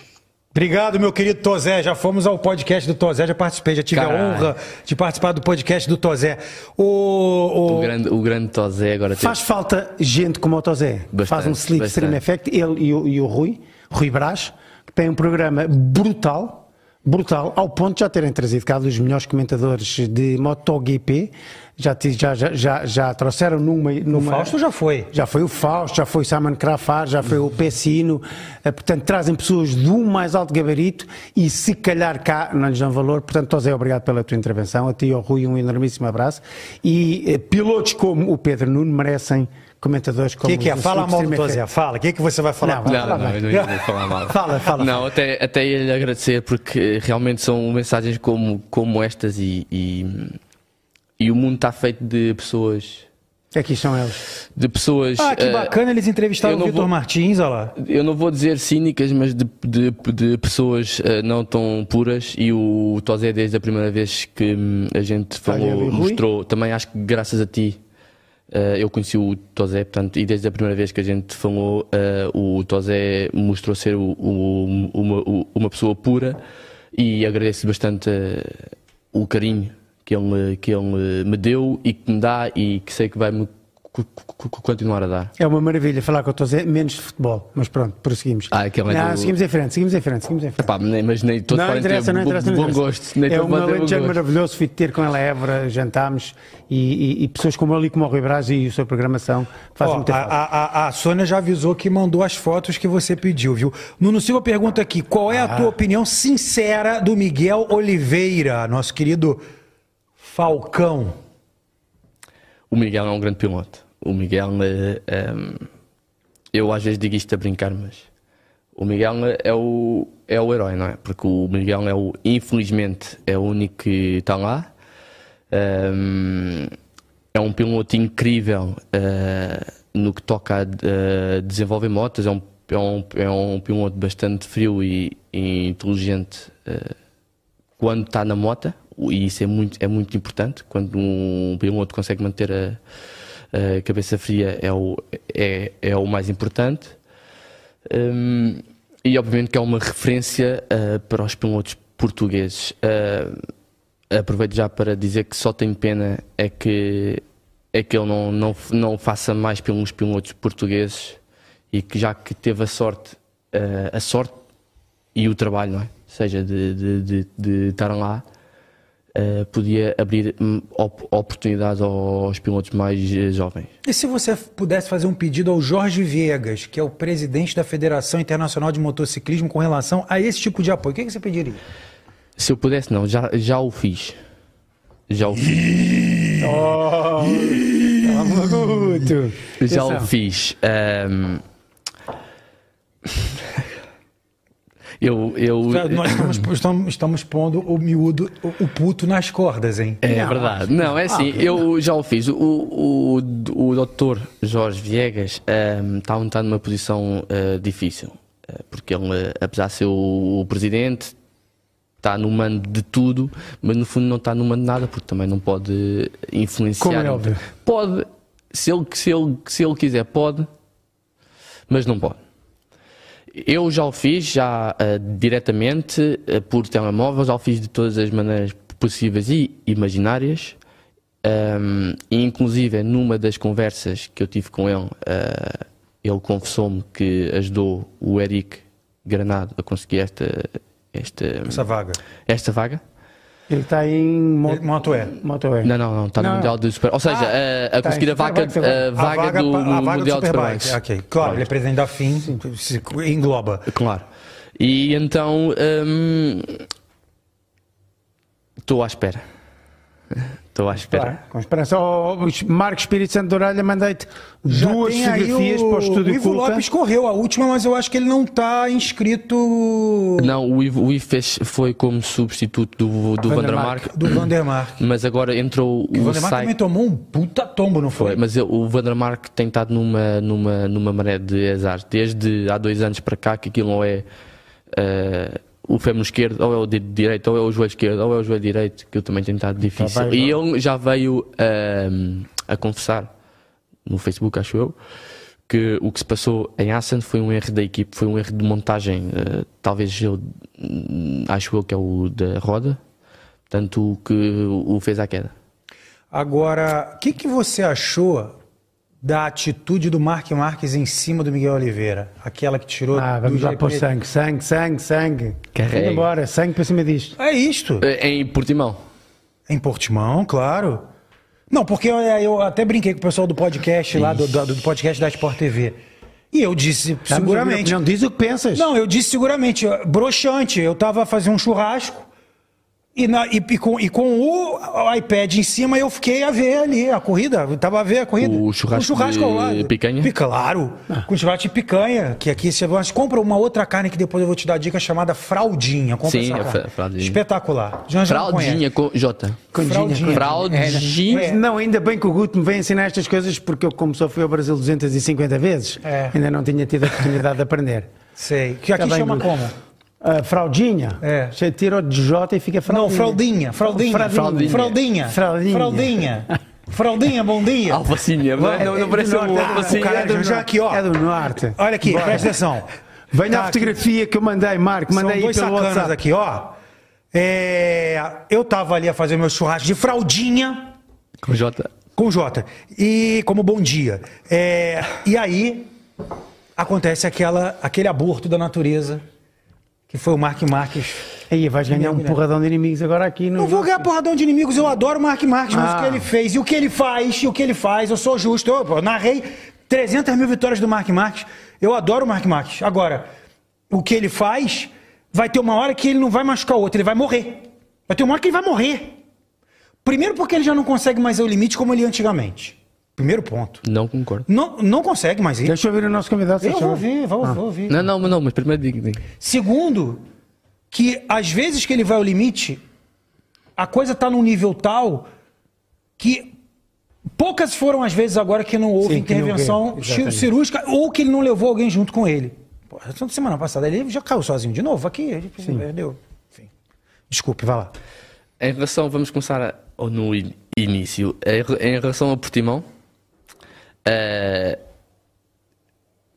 Speaker 1: Obrigado, meu querido Tozé. Já fomos ao podcast do Tozé, já participei, já tive
Speaker 3: Caralho.
Speaker 1: a honra de participar do podcast do Tozé. O, o-
Speaker 3: O grande, o grande Tose agora teve.
Speaker 2: Faz falta gente como o Tozé.
Speaker 3: Bastante,
Speaker 2: Faz um Sleep Stream
Speaker 3: bastante.
Speaker 2: Effect, ele e o, e o Rui, Rui Brás, que tem um programa brutal, brutal, ao ponto de já terem trazido cá dos melhores comentadores de MotoGP. Já, ti- já, já, já, já trouxeram numa.
Speaker 1: o
Speaker 2: numa
Speaker 1: Fausto já foi.
Speaker 2: já foi o Fausto, já foi o Simon Crafar, já foi o Pessino. Eh, Portanto, trazem pessoas do mais alto gabarito e se calhar cá não lhes dão valor. Portanto, Tosé, obrigado pela tua intervenção. A ti e ao Rui um enormíssimo abraço. E eh, pilotos como o Pedro Nuno merecem comentadores
Speaker 1: O
Speaker 2: como
Speaker 1: que, que é?
Speaker 2: o
Speaker 1: Fala mal do
Speaker 2: Felipe Streamer.
Speaker 1: Tozé, fala. O que, que você vai falar?
Speaker 2: Não,
Speaker 1: mal?
Speaker 3: Não, não,
Speaker 2: Fala,
Speaker 3: não, eu não ia falar mal.
Speaker 2: Fala, fala,
Speaker 3: Não,
Speaker 2: fala.
Speaker 3: até, até ia lhe agradecer porque realmente são mensagens como, como estas e, e, e o mundo está feito de pessoas.
Speaker 2: Aqui estão eles.
Speaker 3: De pessoas.
Speaker 1: Ah, que
Speaker 3: eh,
Speaker 1: bacana, eles entrevistaram
Speaker 3: eu
Speaker 1: o
Speaker 3: não
Speaker 1: Vitor
Speaker 3: vou-
Speaker 1: Martins, olha lá.
Speaker 3: eu não vou dizer cínicas, mas de, de- de pessoas eh, não tão puras. E o Tozé, desde a primeira vez que hum, a gente
Speaker 2: Olha, o Rui.
Speaker 3: falou, mostrou, também acho que graças a ti. eh, eu conheci o Tozé, portanto, e desde a primeira vez que a gente falou, eh, o Tozé mostrou ser o- o- uma, o- uma pessoa pura e agradeço bastante eh, o carinho que ele, me- que ele me deu e que me dá e que sei que vai me co- co- co- continuar a dar.
Speaker 2: É uma maravilha falar com o Tosé, menos de futebol. Mas pronto, prosseguimos.
Speaker 3: Ah, aquele é
Speaker 2: não,
Speaker 3: do-
Speaker 2: seguimos em frente, seguimos em frente, seguimos em frente.
Speaker 3: Pá, nem- mas nem todos
Speaker 2: não
Speaker 3: podem ter
Speaker 2: interessa, não
Speaker 3: bo-
Speaker 2: interessa. não
Speaker 3: então, bom
Speaker 2: interessa.
Speaker 3: gosto. Nem
Speaker 2: é
Speaker 3: todos
Speaker 2: um
Speaker 3: podem ter bom
Speaker 2: alentejano
Speaker 3: gosto.
Speaker 2: maravilhoso. Fui ter com ela a Évora, jantámos e, e- e pessoas como ali, como o Rui Brás e o seu programação fazem
Speaker 1: Ó,
Speaker 2: muita
Speaker 1: a,
Speaker 2: falta.
Speaker 1: a- a- a Sônia já avisou que mandou as fotos que você pediu, viu? Nuno Silva pergunta aqui: qual é a tua opinião sincera do Miguel Oliveira, nosso querido Falcão?
Speaker 3: O Miguel é um grande piloto. O Miguel, eh, ehm, eu às vezes digo isto a brincar, mas o Miguel é o, é o herói, não é? Porque o Miguel é o, infelizmente, é o único que está lá. Ehm, é um piloto incrível eh, no que toca a eh, desenvolver motas. É um, é, um, é um piloto bastante frio e, e inteligente eh, quando está na moto, e isso é muito, é muito importante. Quando um piloto consegue manter a, a cabeça fria, é o, é, é o mais importante. Hum, e obviamente que é uma referência eh, para os pilotos portugueses. Eh, aproveito já para dizer que só tenho pena é que é que ele não, não, não faça mais pelos pilotos portugueses e que já que teve a sorte, eh, a sorte e o trabalho, não é? Ou seja, de, de, de, de estar lá, eh, podia abrir hum, op- oportunidades aos pilotos mais eh, jovens.
Speaker 1: E se você pudesse fazer um pedido ao Jorge Viegas, que é o presidente da Federação Internacional de Motociclismo, com relação a esse tipo de apoio, o que, que você pediria?
Speaker 3: Se eu pudesse, não, já, já o fiz. Já o fiz.
Speaker 2: Muito.
Speaker 3: Já o
Speaker 2: Atenção.
Speaker 3: fiz. Hum, Ahm. Eu, eu...
Speaker 1: Já Nós estamos, estamos, estamos pondo o miúdo, o, o puto nas cordas, hein? Ah,
Speaker 3: É verdade. Não, é assim, eu já o fiz. O, o, o doutor Jorge Viegas ehm, está um está numa posição eh, difícil, eh, porque ele, eh, apesar de ser o, o presidente, está no mando de tudo, mas no fundo não está no mando de nada, porque também não pode influenciar.
Speaker 2: Como é óbvio.
Speaker 3: Pode, se ele, se, ele, se ele quiser, pode, mas não pode. Eu já o fiz, já eh, diretamente, eh, por telemóvel, já o fiz de todas as maneiras possíveis e imaginárias. Ahm, e inclusive, numa das conversas que eu tive com ele, eh, ele confessou-me que ajudou o Eric Granado a conseguir esta, esta,
Speaker 1: Essa vaga.
Speaker 3: esta vaga.
Speaker 1: ah.
Speaker 2: Ele está em moto,
Speaker 1: Moto é.
Speaker 2: moto é.
Speaker 3: Não, não, não, está no
Speaker 2: Não.
Speaker 3: Mundial de Super. Ou seja, eh, a,
Speaker 2: tá,
Speaker 3: conseguir a vaga,
Speaker 2: Superbike, Superbike.
Speaker 3: a vaga do
Speaker 1: pa- a vaga
Speaker 3: Mundial de
Speaker 1: Superbike.
Speaker 3: Superbikes.
Speaker 1: Ok, claro, ele é presidente da FIM, se engloba.
Speaker 3: Claro. E então hum, estou à espera. Estou à espera.
Speaker 2: Claro, com esperança. Oh, Marcos Espírito Santo de Orelha, mandei-te duas
Speaker 1: tem aí
Speaker 2: fotografias para o
Speaker 1: o
Speaker 2: estúdio
Speaker 1: Ivo
Speaker 2: Culpa.
Speaker 1: Lopes correu a última, mas eu acho que ele não está inscrito
Speaker 3: Não, o Ivo, o Ivo fez, foi como substituto do, do Vandermark,
Speaker 1: do Vandermark.
Speaker 3: mas agora entrou
Speaker 1: O
Speaker 3: o
Speaker 1: Vandermark também
Speaker 3: Sai.
Speaker 1: tomou um puta tombo, não foi?
Speaker 3: Foi, mas eu- o Vandermark tem estado numa, numa, numa maré de azar. Desde há dois anos para cá que aquilo não é eh, o fêmur esquerdo, ou é o dedo direito, ou é o joelho esquerdo, ou é o joelho direito, que eu também tenho estado difícil. e ele já veio ehm, a confessar no Facebook, acho eu, que o que se passou em Assen foi um erro da equipe, foi um erro de montagem. eh, talvez eu hum, acho eu que é o da roda, tanto o que o fez à queda.
Speaker 1: Agora, o que, que você achou da atitude do Mark Marques em cima do Miguel Oliveira? Aquela que tirou
Speaker 2: Ah,
Speaker 1: do
Speaker 2: vamos lá
Speaker 1: Jair
Speaker 2: pôr
Speaker 1: Preto.
Speaker 2: sangue, sangue, sangue, sangue.
Speaker 3: Carrega.
Speaker 2: Vamos embora, sangue para cima disto.
Speaker 1: É isto.
Speaker 3: Eh, Em Portimão.
Speaker 1: Em Portimão, claro. Não, porque eu, é, eu até brinquei com o pessoal do podcast lá, do, do- do podcast da Sport TV. E eu
Speaker 2: Tá
Speaker 1: disse, seguramente.
Speaker 2: Não diz o que pensas.
Speaker 1: Não, eu disse seguramente, ó, broxante. Eu tava fazendo um churrasco e, na- e- e com, e com o iPad em cima eu fiquei a ver ali a corrida. Eu tava a ver a corrida.
Speaker 3: O churrasco
Speaker 1: Com churrasco ao
Speaker 3: de
Speaker 1: lado.
Speaker 3: picanha? Ah.
Speaker 1: Pi- Claro, com churrasco de picanha. Que aqui você vai- compra uma outra carne que depois eu vou te dar a dica chamada fraldinha. Compra essa
Speaker 3: Sim, a
Speaker 1: carne.
Speaker 3: fra- fraldinha.
Speaker 1: Espetacular. Já, já não
Speaker 3: Fraldinha com J.
Speaker 1: conhece. Fraldinha.
Speaker 3: Fraldinha.
Speaker 1: É.
Speaker 2: Não, ainda bem que o Guto me vem ensinar estas coisas porque eu, como só fui ao Brasil 250 vezes,
Speaker 1: É.
Speaker 2: ainda não tinha tido a oportunidade de aprender.
Speaker 1: Sei. Que aqui
Speaker 2: Tá bem,
Speaker 1: chama
Speaker 2: Bruno.
Speaker 1: como?
Speaker 2: Ah, fraldinha?
Speaker 1: É.
Speaker 2: Você tira o DJ e fica fraldinha.
Speaker 1: Não, fraldinha, fraldinha, fraldinha,
Speaker 3: Fraldinha.
Speaker 1: fraldinha, fraldinha,
Speaker 2: Fraldinha.
Speaker 1: Fraldinha, bom dia.
Speaker 3: Alfacinha, mas não, não parece
Speaker 2: norte,
Speaker 3: um
Speaker 2: é do-
Speaker 3: alfacinha.
Speaker 2: cara,
Speaker 1: é do- já aqui, ó.
Speaker 2: É do norte.
Speaker 1: Olha aqui,
Speaker 2: Bora.
Speaker 1: presta atenção.
Speaker 2: Venha
Speaker 1: Tá
Speaker 2: a
Speaker 1: aqui.
Speaker 2: fotografia que eu mandei, Marco. Mandei
Speaker 1: São
Speaker 2: aí
Speaker 1: dois
Speaker 2: pelo
Speaker 1: sacanas
Speaker 2: WhatsApp.
Speaker 1: aqui, ó. É, eu tava ali a fazer meu churrasco de fraldinha
Speaker 3: Com J.
Speaker 1: com o Jota. E como bom dia. É, e aí acontece aquela, aquele aborto da natureza, que foi o Mark Marques.
Speaker 2: Aí vais ganhar um porradão de inimigos agora aqui no.
Speaker 1: Não vou ganhar porradão de inimigos, eu adoro o Mark Marques, mas
Speaker 2: Ah.
Speaker 1: o que ele fez, e o que ele faz, e o que ele faz, eu sou justo. Eu, pô, narrei 300 mil vitórias do Mark Marques, eu adoro o Mark Marques. Agora, o que ele faz, vai ter uma hora que ele não vai machucar o outro, ele vai morrer. Vai ter uma hora que ele vai morrer. Primeiro porque ele já não consegue mais ir ao limite como ele ia antigamente. Primeiro ponto.
Speaker 3: Não concordo.
Speaker 1: Não, não consegue mais ir.
Speaker 2: Deixa eu ouvir o nosso convidado.
Speaker 1: Eu
Speaker 2: deixa
Speaker 1: vou
Speaker 2: eu Ah.
Speaker 1: ouvir, vou, vou ouvir.
Speaker 3: Não, não, mas não, mas primeiro diga. diga.
Speaker 1: Segundo, que às vezes que ele vai ao limite, a coisa tá num nível tal que Poucas foram as vezes agora que não houve
Speaker 2: Sim, que não
Speaker 1: intervenção
Speaker 2: houve,
Speaker 1: chi-
Speaker 2: exatamente.
Speaker 1: cirúrgica ou que ele não levou alguém junto com ele. Pô, tanto semana passada ele já caiu sozinho de novo aqui. ele Perdeu. Enfim. Desculpe, vai lá.
Speaker 3: Em relação, vamos começar a- ou no in- início. Em re- Em relação ao Portimão, eh,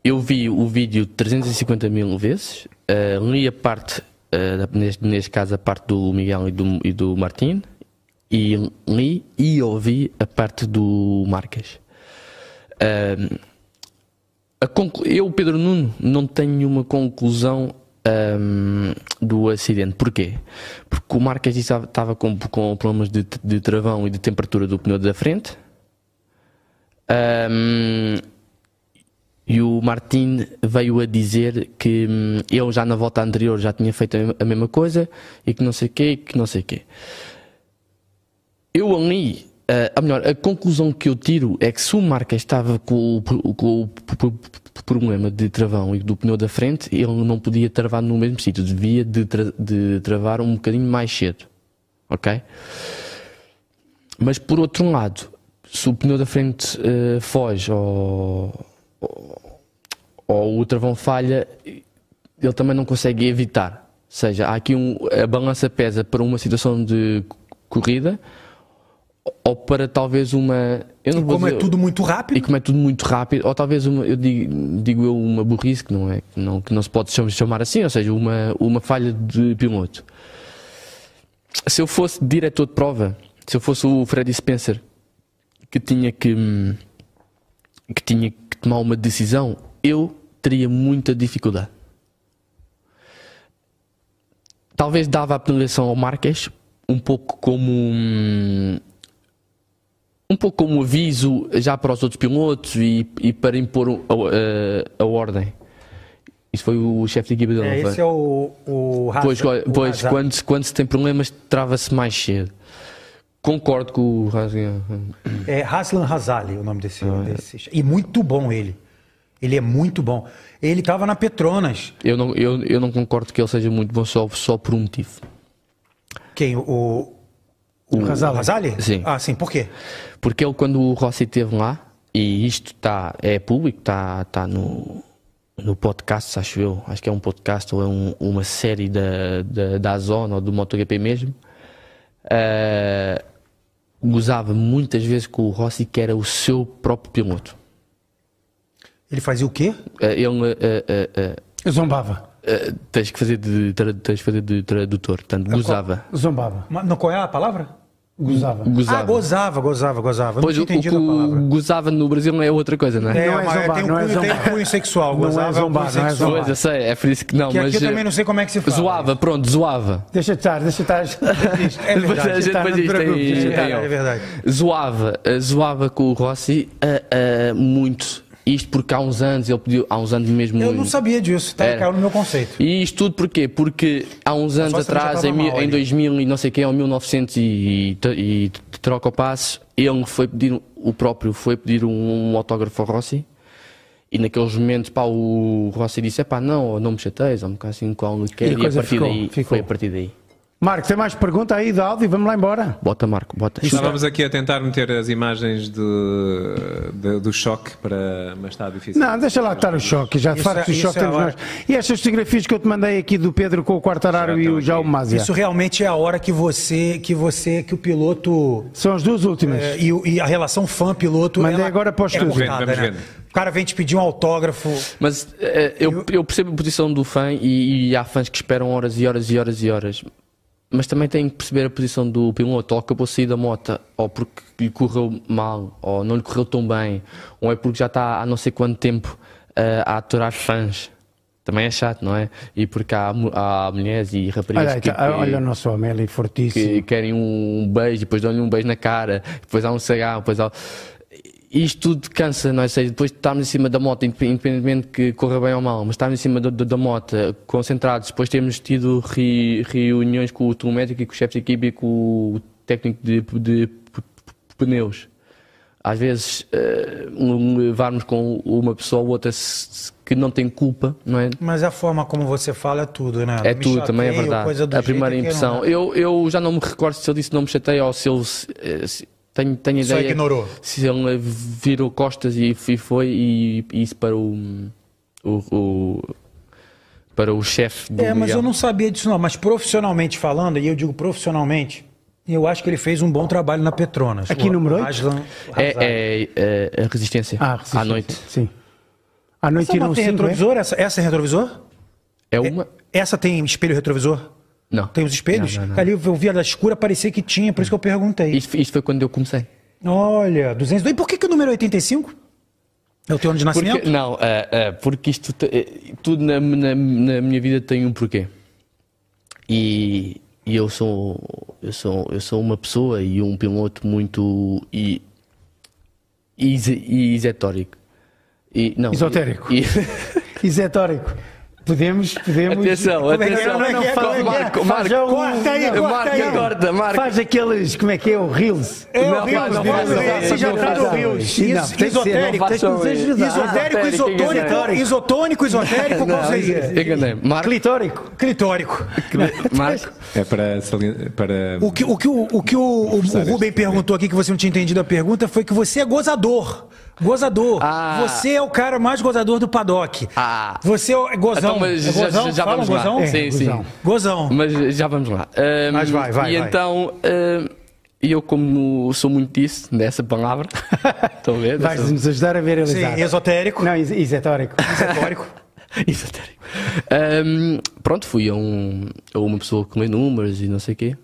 Speaker 3: eu vi o vídeo 350 mil vezes, eh, li a parte, eh, da- neste, neste caso a parte do Miguel e do, e do Martim, e li e ouvi a parte do Marques. Eh, Ahm, a conclu- Eu, Pedro Nuno, não tenho nenhuma conclusão ahm, do acidente. Porquê? Porque o Marques disse que estava com, com problemas de, de travão e de temperatura do pneu da frente. Ahm, e o Martin veio a dizer que hum, eu já na volta anterior já tinha feito a me- a mesma coisa e que não sei o quê, e que não sei o quê. Eu ali, eh, a melhor, a conclusão que eu tiro é que se o Marca estava com o, pro- com o p- p- p- problema de travão e do pneu da frente, ele não podia travar no mesmo sítio, devia de, tra- de travar um bocadinho mais cedo, ok? Mas por outro lado, se o pneu da frente eh, foge ou, ou- ou o travão falha, ele também não consegue evitar. Ou seja, há aqui um, a balança pesa para uma situação de c- corrida ou para talvez uma. Eu não
Speaker 1: E
Speaker 3: vou
Speaker 1: como é
Speaker 3: dizer-
Speaker 1: tudo muito
Speaker 3: e
Speaker 1: rápido,
Speaker 3: como é tudo muito rápido, ou talvez uma, eu digo, digo eu uma burrice que não é que não, que não se pode cham- chamar assim, ou seja, uma, uma falha de piloto. Se eu fosse diretor de prova, se eu fosse o Freddy Spencer que tinha que, hum, que tinha que tomar uma decisão, eu teria muita dificuldade. Talvez dava a penalização ao Marques um pouco como hum, um pouco como aviso já para os outros pilotos e, e para impor o- a, a- a ordem. Isso foi o chefe de equipa dele,
Speaker 1: é,
Speaker 3: não foi?
Speaker 1: esse é o, o Hazard,
Speaker 3: Pois,
Speaker 1: o
Speaker 3: pois
Speaker 1: Hazard.
Speaker 3: quando, se- quando se tem problemas, trava-se mais cedo. Concordo com o Rasgan.
Speaker 1: É Haslan Hazali o nome desse,
Speaker 2: Ah, é.
Speaker 1: desse- E muito bom ele. Ele é muito bom. Ele estava na Petronas.
Speaker 3: Eu não, eu, eu não concordo que ele seja muito bom só, só por um motivo.
Speaker 1: Quem? O.
Speaker 2: O Casal.
Speaker 1: Hazali?
Speaker 3: Sim.
Speaker 1: Ah, sim. Por quê?
Speaker 3: Porque ele, quando o Rossi esteve lá, e isto tá, é público, está tá no, no podcast, acho eu, acho que é um podcast ou é um- uma série da, da, da Zona ou do MotoGP mesmo, eh, gozava muitas vezes com o Rossi que era o seu próprio piloto.
Speaker 1: Ele fazia o quê?
Speaker 3: Eh, ele, eh, eh, eh,
Speaker 2: Eu zombava.
Speaker 3: eh, tens que fazer de, tra- tens que fazer de tradutor, portanto,
Speaker 1: Ah,
Speaker 3: gozava.
Speaker 2: Zombava.
Speaker 1: Ma- Não, qual é a palavra?
Speaker 2: Gozava.
Speaker 3: Gozava.
Speaker 1: Ah, gozava, gozava, gozava. Eu
Speaker 3: Pois o,
Speaker 1: não
Speaker 3: o
Speaker 1: tinha
Speaker 3: que
Speaker 1: entendido a palavra.
Speaker 3: gozava no Brasil é outra coisa, não é?
Speaker 1: É,
Speaker 2: Não é
Speaker 1: mas
Speaker 2: zombar,
Speaker 1: tem um
Speaker 2: não é
Speaker 1: cunho, tem um
Speaker 2: zombar.
Speaker 1: cunho sexual.
Speaker 2: Não é
Speaker 1: Gozava, é um
Speaker 2: zombar,
Speaker 1: cunho
Speaker 2: não é
Speaker 1: sexual.
Speaker 3: Pois, eu sei, é por isso que não,
Speaker 1: Que
Speaker 3: mas.
Speaker 1: aqui eu
Speaker 3: eh,
Speaker 1: também não sei como é que se fala.
Speaker 3: Zoava, pronto, zoava.
Speaker 2: Deixa de estar, deixa de estar.
Speaker 1: É verdade,
Speaker 3: Depois a gente-
Speaker 2: tá, não
Speaker 3: depois
Speaker 2: te
Speaker 3: isto tem-
Speaker 2: preocupes,
Speaker 3: isto
Speaker 1: é
Speaker 3: tem
Speaker 1: verdade,
Speaker 3: eu.
Speaker 1: é verdade.
Speaker 3: Zoava, eh, zoava com o Rossi eh, eh, muito. Isto porque há uns anos ele pediu, há uns anos mesmo.
Speaker 1: Eu não sabia disso, tá?
Speaker 3: Era.
Speaker 1: Caiu no meu conceito.
Speaker 3: E isto tudo porquê? Porque há uns anos
Speaker 1: Rossi também já
Speaker 3: atrás, em,
Speaker 1: estava
Speaker 3: mil-
Speaker 1: mal
Speaker 3: em
Speaker 1: ali.
Speaker 3: 2000 e não sei quem, ou 1900 e, e, e troca o passo, ele foi pedir, o próprio foi pedir um, autógrafo ao Rossi. E naqueles momentos, pá, o Rossi disse: é pá, não, não me chateias, ou um bocado assim com algo que
Speaker 2: E a
Speaker 3: quer. E a
Speaker 2: coisa
Speaker 3: partir
Speaker 2: ficou,
Speaker 3: daí,
Speaker 2: ficou.
Speaker 3: foi a partir daí.
Speaker 2: Marco, tem mais pergunta aí da áudio? Vamos lá embora.
Speaker 3: Bota, Marco, bota.
Speaker 4: Estávamos aqui a tentar meter as imagens de, de- do choque para. Mas está difícil.
Speaker 2: Não, deixa lá estar o choque, já de
Speaker 1: Isso é-
Speaker 2: facto o
Speaker 1: isso
Speaker 2: choque
Speaker 1: é
Speaker 2: temos
Speaker 1: a hora.
Speaker 2: nós. E estas fotografias que eu te mandei aqui do Pedro com o Quartararo e o Jaume Mazia?
Speaker 1: Isso realmente é a hora que você, que você, que o piloto
Speaker 2: São as duas últimas.
Speaker 1: É, e, o- e a relação fã-piloto.
Speaker 2: Mandei
Speaker 1: ela
Speaker 2: agora para o
Speaker 1: é
Speaker 2: estúdio.
Speaker 1: cortada,
Speaker 4: Vamos
Speaker 1: né?
Speaker 4: vendo.
Speaker 1: O cara vem te pedir um autógrafo.
Speaker 3: Mas eh, eu, eu percebo a posição do fã e, e há fãs que esperam horas e horas e horas e horas. Mas também têm que perceber a posição do piloto. Ou acabou de sair da moto, ou porque lhe correu mal, ou não lhe correu tão bem, ou é porque já está há não sei quanto tempo eh, a aturar fãs. Também é chato, não é? E porque há, mu- há mulheres e raparigas
Speaker 2: Olha, aí,
Speaker 3: que, tipo
Speaker 2: tá,
Speaker 3: que-
Speaker 2: olha o nosso homem ali,
Speaker 3: que
Speaker 2: fortíssimo.
Speaker 3: querem um beijo, depois dão-lhe um beijo na cara, depois há um cigarro, depois há. Isto tudo cansa, não é? Ou seja, depois de estarmos em cima da moto, indep- independentemente que corra bem ou mal, mas estarmos em cima da, da- da moto, concentrados, depois temos tido ri- reuniões com o telemétrico e com o chefe de equipe e com o técnico de, de, p- p- pneus. Às vezes, eh, um- levarmos com uma pessoa ou outra se- se- que não tem culpa, não é?
Speaker 1: Mas a forma como você fala é tudo, né?
Speaker 3: É
Speaker 1: Me
Speaker 3: tudo, também é
Speaker 1: chateio,
Speaker 3: verdade.
Speaker 1: coisa do
Speaker 3: a
Speaker 1: jeito é
Speaker 3: primeira
Speaker 1: que não
Speaker 3: impressão.
Speaker 1: é.
Speaker 3: Eu, eu já não me recordo se ele disse não me chateia ou se ele. se- eh, se- Tenho, tenho
Speaker 1: Só
Speaker 3: ideia.
Speaker 1: ignorou.
Speaker 3: Se ele virou costas e, e foi e, e isso para o, o, o- para o chefe do
Speaker 1: É, mas
Speaker 3: Miguel.
Speaker 1: eu não sabia disso não. Mas profissionalmente falando, e eu digo profissionalmente, eu acho que ele fez um bom trabalho na Petronas.
Speaker 2: Aqui,
Speaker 1: O
Speaker 2: número oito?
Speaker 1: Aslan-
Speaker 3: É, é, é a resistência
Speaker 2: Ah, sim,
Speaker 3: à
Speaker 2: sim,
Speaker 3: noite.
Speaker 2: sim, Sim. À noite
Speaker 1: Essa não
Speaker 2: tiram
Speaker 1: tem
Speaker 2: cinco, é?
Speaker 1: retrovisor? Essa, essa é retrovisor?
Speaker 3: É uma?
Speaker 1: Essa tem espelho retrovisor?
Speaker 3: Não.
Speaker 1: Tem os espelhos? Ali eu vi ela escura, parecia que tinha, por isso que eu perguntei.
Speaker 3: Isto, isto foi quando eu comecei.
Speaker 1: Olha, 200. E por que, que o número é 85? É o teu ano de
Speaker 3: Porque-
Speaker 1: nascimento?
Speaker 3: não, é, é, porque isto te- é, tudo na, na- na minha vida tem um porquê. E, e eu sou eu sou eu sou uma pessoa e um piloto muito e, e, ise- e isetórico. E, não,
Speaker 2: Esotérico.
Speaker 3: e-
Speaker 2: Isetórico. Podemos, podemos.
Speaker 3: atenção,
Speaker 1: é que é?
Speaker 3: atenção.
Speaker 1: Como é que é?
Speaker 2: fala,
Speaker 1: Como é que é?
Speaker 3: Marco,
Speaker 2: Faz
Speaker 3: Marco,
Speaker 2: um-
Speaker 1: corta aí,
Speaker 2: não,
Speaker 1: corta aí.
Speaker 3: Corta, Marco.
Speaker 2: Faz aqueles, como é que é, o Reels.
Speaker 1: É
Speaker 3: Não,
Speaker 1: horrível,
Speaker 3: não,
Speaker 1: não, não,
Speaker 3: não, não,
Speaker 1: não,
Speaker 3: não,
Speaker 1: já
Speaker 3: não,
Speaker 1: tá
Speaker 3: não,
Speaker 1: no
Speaker 3: não,
Speaker 1: Rio.
Speaker 2: não, não, tem que ser, não
Speaker 1: Isotérico,
Speaker 2: façam
Speaker 1: tem que
Speaker 2: isso.
Speaker 3: Ah,
Speaker 1: Isotérico,
Speaker 3: Isotérico,
Speaker 1: isotônico, isotônico,
Speaker 3: isotônico.
Speaker 1: isotérico, qual
Speaker 3: é assim.
Speaker 1: seria?
Speaker 3: Enganei. Marco,
Speaker 2: Clitórico.
Speaker 1: Clitórico.
Speaker 3: Marco,
Speaker 4: É para. salin- para...
Speaker 1: O que o, que o, o que o, o- o Rubem perguntou aqui, que você não tinha entendido a pergunta, foi que você é gozador. Gozador.
Speaker 3: Ah.
Speaker 1: Você é o cara mais gozador do paddock.
Speaker 3: Ah.
Speaker 1: Você é o- gozão.
Speaker 3: Então, mas
Speaker 1: é
Speaker 3: já-
Speaker 1: gozão?
Speaker 3: já- já
Speaker 1: Fala,
Speaker 3: vamos lá.
Speaker 1: gozão?
Speaker 3: Sim,
Speaker 1: gozão.
Speaker 3: sim.
Speaker 1: Gozão.
Speaker 3: Oh. Mas já vamos lá. Ahm,
Speaker 1: Mas vai, vai,
Speaker 3: E
Speaker 1: vai.
Speaker 3: então, ahm, eu como sou muito disso, dessa palavra, estão a ver? Dessa-
Speaker 2: Vais-nos ajudar a ver
Speaker 1: Sim,
Speaker 2: realizar.
Speaker 1: esotérico.
Speaker 2: Não, is- isetórico.
Speaker 1: Esotérico.
Speaker 3: Esotérico. Ahm, pronto, fui a, um, a uma pessoa que lê números e não sei o quê.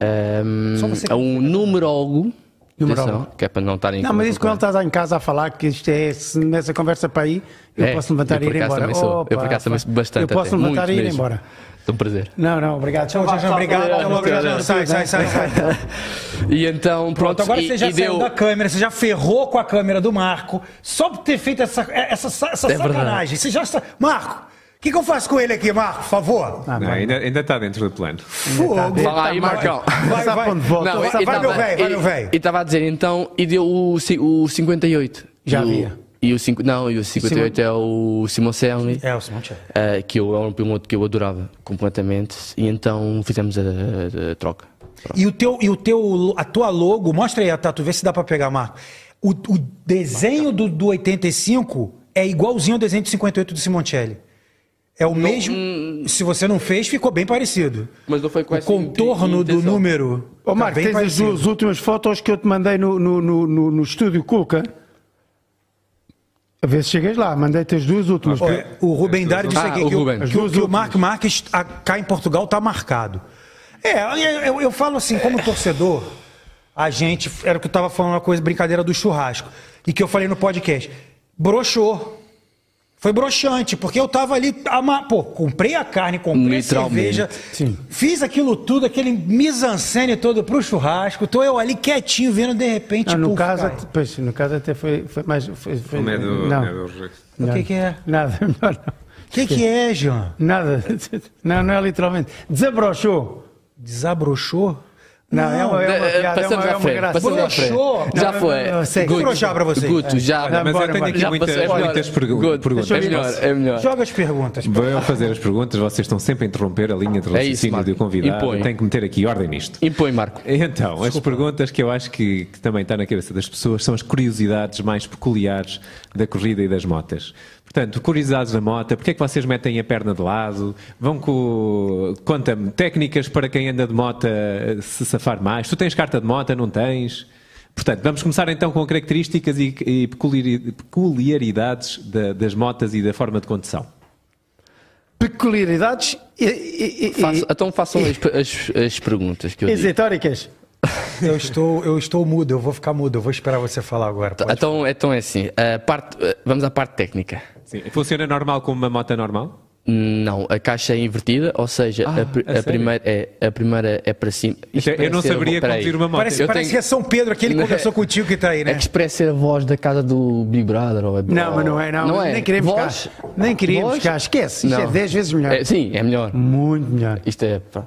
Speaker 3: Ahm,
Speaker 1: Só você que
Speaker 3: a um numerólogo.
Speaker 2: Numerólogo.
Speaker 3: Atenção, que é para não estarem
Speaker 2: Não, mas isso quando ele estás lá em casa a falar que isto é, se nessa conversa para aí, eu
Speaker 3: É,
Speaker 2: posso levantar
Speaker 3: eu
Speaker 2: e
Speaker 3: por
Speaker 2: ir
Speaker 3: acaso
Speaker 2: embora.
Speaker 3: também sou- eu por
Speaker 2: Opa,
Speaker 3: acaso também sou bastante
Speaker 2: Eu posso
Speaker 3: até,
Speaker 2: levantar
Speaker 3: muito
Speaker 2: e ir
Speaker 3: mesmo.
Speaker 2: embora.
Speaker 3: É um prazer.
Speaker 2: Não, não, obrigado.
Speaker 1: Tchau,
Speaker 2: Vá,
Speaker 1: Tchau,
Speaker 2: vá,
Speaker 1: obrigado.
Speaker 2: vá,
Speaker 1: Então Tchau,
Speaker 2: vá,
Speaker 1: obrigado. Tá Sai, sai, sai, sai.
Speaker 3: E então, pronto,
Speaker 1: Pronto, agora
Speaker 3: e,
Speaker 1: você já
Speaker 3: e
Speaker 1: saiu
Speaker 3: deu...
Speaker 1: da câmera, você já ferrou com a câmera do Marco, só por ter feito essa, essa, essa
Speaker 3: É verdade.
Speaker 1: sacanagem. Você já sa- Marco, o que, que eu faço com ele aqui, Marco, por favor?
Speaker 2: Ah,
Speaker 4: Não,
Speaker 2: vai.
Speaker 4: ainda, ainda está dentro do plano.
Speaker 1: Fogo.
Speaker 3: Fala aí, Marcão.
Speaker 1: Vai,
Speaker 2: Sabe
Speaker 1: vai.
Speaker 2: onde volta?
Speaker 1: Não,
Speaker 2: Sabe-
Speaker 1: vai,
Speaker 3: e
Speaker 1: vai,
Speaker 3: tava-
Speaker 1: meu velho, vai,
Speaker 3: e-
Speaker 1: meu velho.
Speaker 3: E estava a dizer então, e deu o, ci- o 58.
Speaker 2: Já
Speaker 3: E o-
Speaker 2: havia.
Speaker 3: E o cinco, não, e o 58 é o Simoncelli,
Speaker 1: É, o Simão Tchau.
Speaker 3: eh, que eu, era um piloto que eu adorava completamente, e então fizemos a, a- a troca.
Speaker 1: E o teu, e o teu, a tua logo, mostra aí a tatu, vê se dá pra pegar, Marco. O, o desenho do, do 85 é igualzinho ao desenho do 58 do Simoncelli. É o mesmo. Se você não fez, ficou bem parecido.
Speaker 3: hum. Mas não foi com
Speaker 1: o
Speaker 3: essa
Speaker 1: contorno do
Speaker 3: inten- intenção.
Speaker 1: número. tá
Speaker 2: Ô, Marco,
Speaker 1: bem
Speaker 2: tens as
Speaker 1: parecido.
Speaker 2: duas últimas fotos que eu te mandei no, no, no, no- no estúdio Cuca. A ver se chegas lá. Mandei-te as duas últimas.
Speaker 1: Olha, o Rubem Dário disse
Speaker 3: Ah,
Speaker 1: aqui
Speaker 3: o
Speaker 1: que, o-
Speaker 3: Rubem.
Speaker 1: que o, que o Mark Marques a- cá em Portugal tá marcado. É, eu, eu- eu falo assim, como torcedor, a gente. Era o que eu tava falando, uma coisa, brincadeira do churrasco. E que eu falei no podcast. Broxou. Foi broxante, porque eu tava ali. ama- Pô, comprei a carne, comprei a
Speaker 3: Literalmente.
Speaker 1: cerveja. Fiz aquilo tudo, aquele mise-en-scène todo pro churrasco. Tô eu ali quietinho, vendo de repente.
Speaker 2: Não, Ah, no,
Speaker 1: puf,
Speaker 2: caso,
Speaker 1: cai.
Speaker 2: pois, no caso até foi, foi mais... Foi, foi-
Speaker 4: Não é do.
Speaker 2: não,
Speaker 4: não é do-
Speaker 1: O
Speaker 2: não.
Speaker 1: que que é?
Speaker 2: Nada, melhor não.
Speaker 1: O que, que é, Jean?
Speaker 2: Nada. Não, não é literalmente. Desabrochou.
Speaker 1: Desabrochou?
Speaker 2: Não, é uma, é uma,
Speaker 3: Eh,
Speaker 2: piada,
Speaker 3: eh,
Speaker 2: é uma,
Speaker 3: Passamos
Speaker 2: é
Speaker 3: à
Speaker 2: uma
Speaker 3: frente.
Speaker 2: graça.
Speaker 3: Passamos à frente.
Speaker 1: Broxou.
Speaker 3: Já
Speaker 2: Não,
Speaker 3: foi.
Speaker 2: não, não, sei.
Speaker 1: Vou broxar pra vocês.
Speaker 3: Guto, já.
Speaker 4: Olha, mas
Speaker 2: Bora,
Speaker 4: eu tenho
Speaker 2: bora.
Speaker 4: aqui
Speaker 3: já
Speaker 4: muitas,
Speaker 3: passou, é melhor.
Speaker 4: muitas pergu-
Speaker 3: Guto,
Speaker 4: perguntas.
Speaker 3: É melhor, é melhor.
Speaker 1: Joga as perguntas.
Speaker 4: Vou eu fazer as perguntas, vocês estão sempre a interromper a linha de
Speaker 3: É isso,
Speaker 4: raciocínio
Speaker 3: Marco.
Speaker 4: do convidado.
Speaker 3: Impõe.
Speaker 4: Tenho que meter aqui ordem nisto.
Speaker 3: Impõe, Marco.
Speaker 4: Então, as perguntas que eu acho que, que também está na cabeça das pessoas são as curiosidades mais peculiares da corrida e das motas. Portanto, curiosidades da moto, porque é que vocês metem a perna de lado? Vão com. Conta-me, técnicas para quem anda de moto se safar mais. Tu tens carta de moto, não tens? Portanto, vamos começar então com características e, e peculiari- peculiaridades da- das motas e da forma de condução.
Speaker 2: Peculiaridades e, e, e,
Speaker 3: Faço- então façam as, as- as perguntas que eu digo.
Speaker 2: exetóricas.
Speaker 1: Eu estou, eu estou mudo, eu vou ficar mudo, eu vou esperar você falar agora. pode?
Speaker 3: Então, então é assim, a parte, vamos à parte técnica.
Speaker 4: Sim. Funciona normal como uma moto normal?
Speaker 3: Não, a caixa é invertida, ou seja,
Speaker 2: Ah,
Speaker 3: a, pr-
Speaker 4: a
Speaker 3: a
Speaker 4: sério?
Speaker 3: primeira é, a primeira é para cima. Isto
Speaker 2: Então,
Speaker 4: Eu não
Speaker 3: parece ser-
Speaker 4: saberia
Speaker 3: peraí.
Speaker 4: conduzir uma moto.
Speaker 1: Parece,
Speaker 3: Tá. Eu
Speaker 1: parece
Speaker 3: tenho-
Speaker 1: que é São Pedro, aquele que
Speaker 3: Não é-
Speaker 1: conversou contigo que tá aí,
Speaker 3: É
Speaker 1: né?
Speaker 3: que expressa a voz da casa do Big Brother. Ou é-
Speaker 2: Não,
Speaker 3: ou-
Speaker 2: mas não é, não. Nem queremos
Speaker 3: Voz?
Speaker 2: cá. Nem queremos
Speaker 3: Voz?
Speaker 2: cá. Esquece. Isto é
Speaker 3: Não.
Speaker 2: 10 vezes melhor.
Speaker 3: É, sim, é melhor.
Speaker 2: Muito melhor.
Speaker 3: Isto é. pá.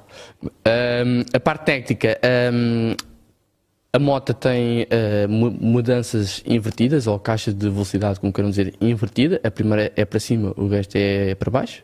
Speaker 3: Ahm, a parte técnica. ahm, a moto tem ah, mu- mudanças invertidas, ou caixas de velocidade, como queiram dizer, invertida. A primeira é para cima, o resto é para baixo.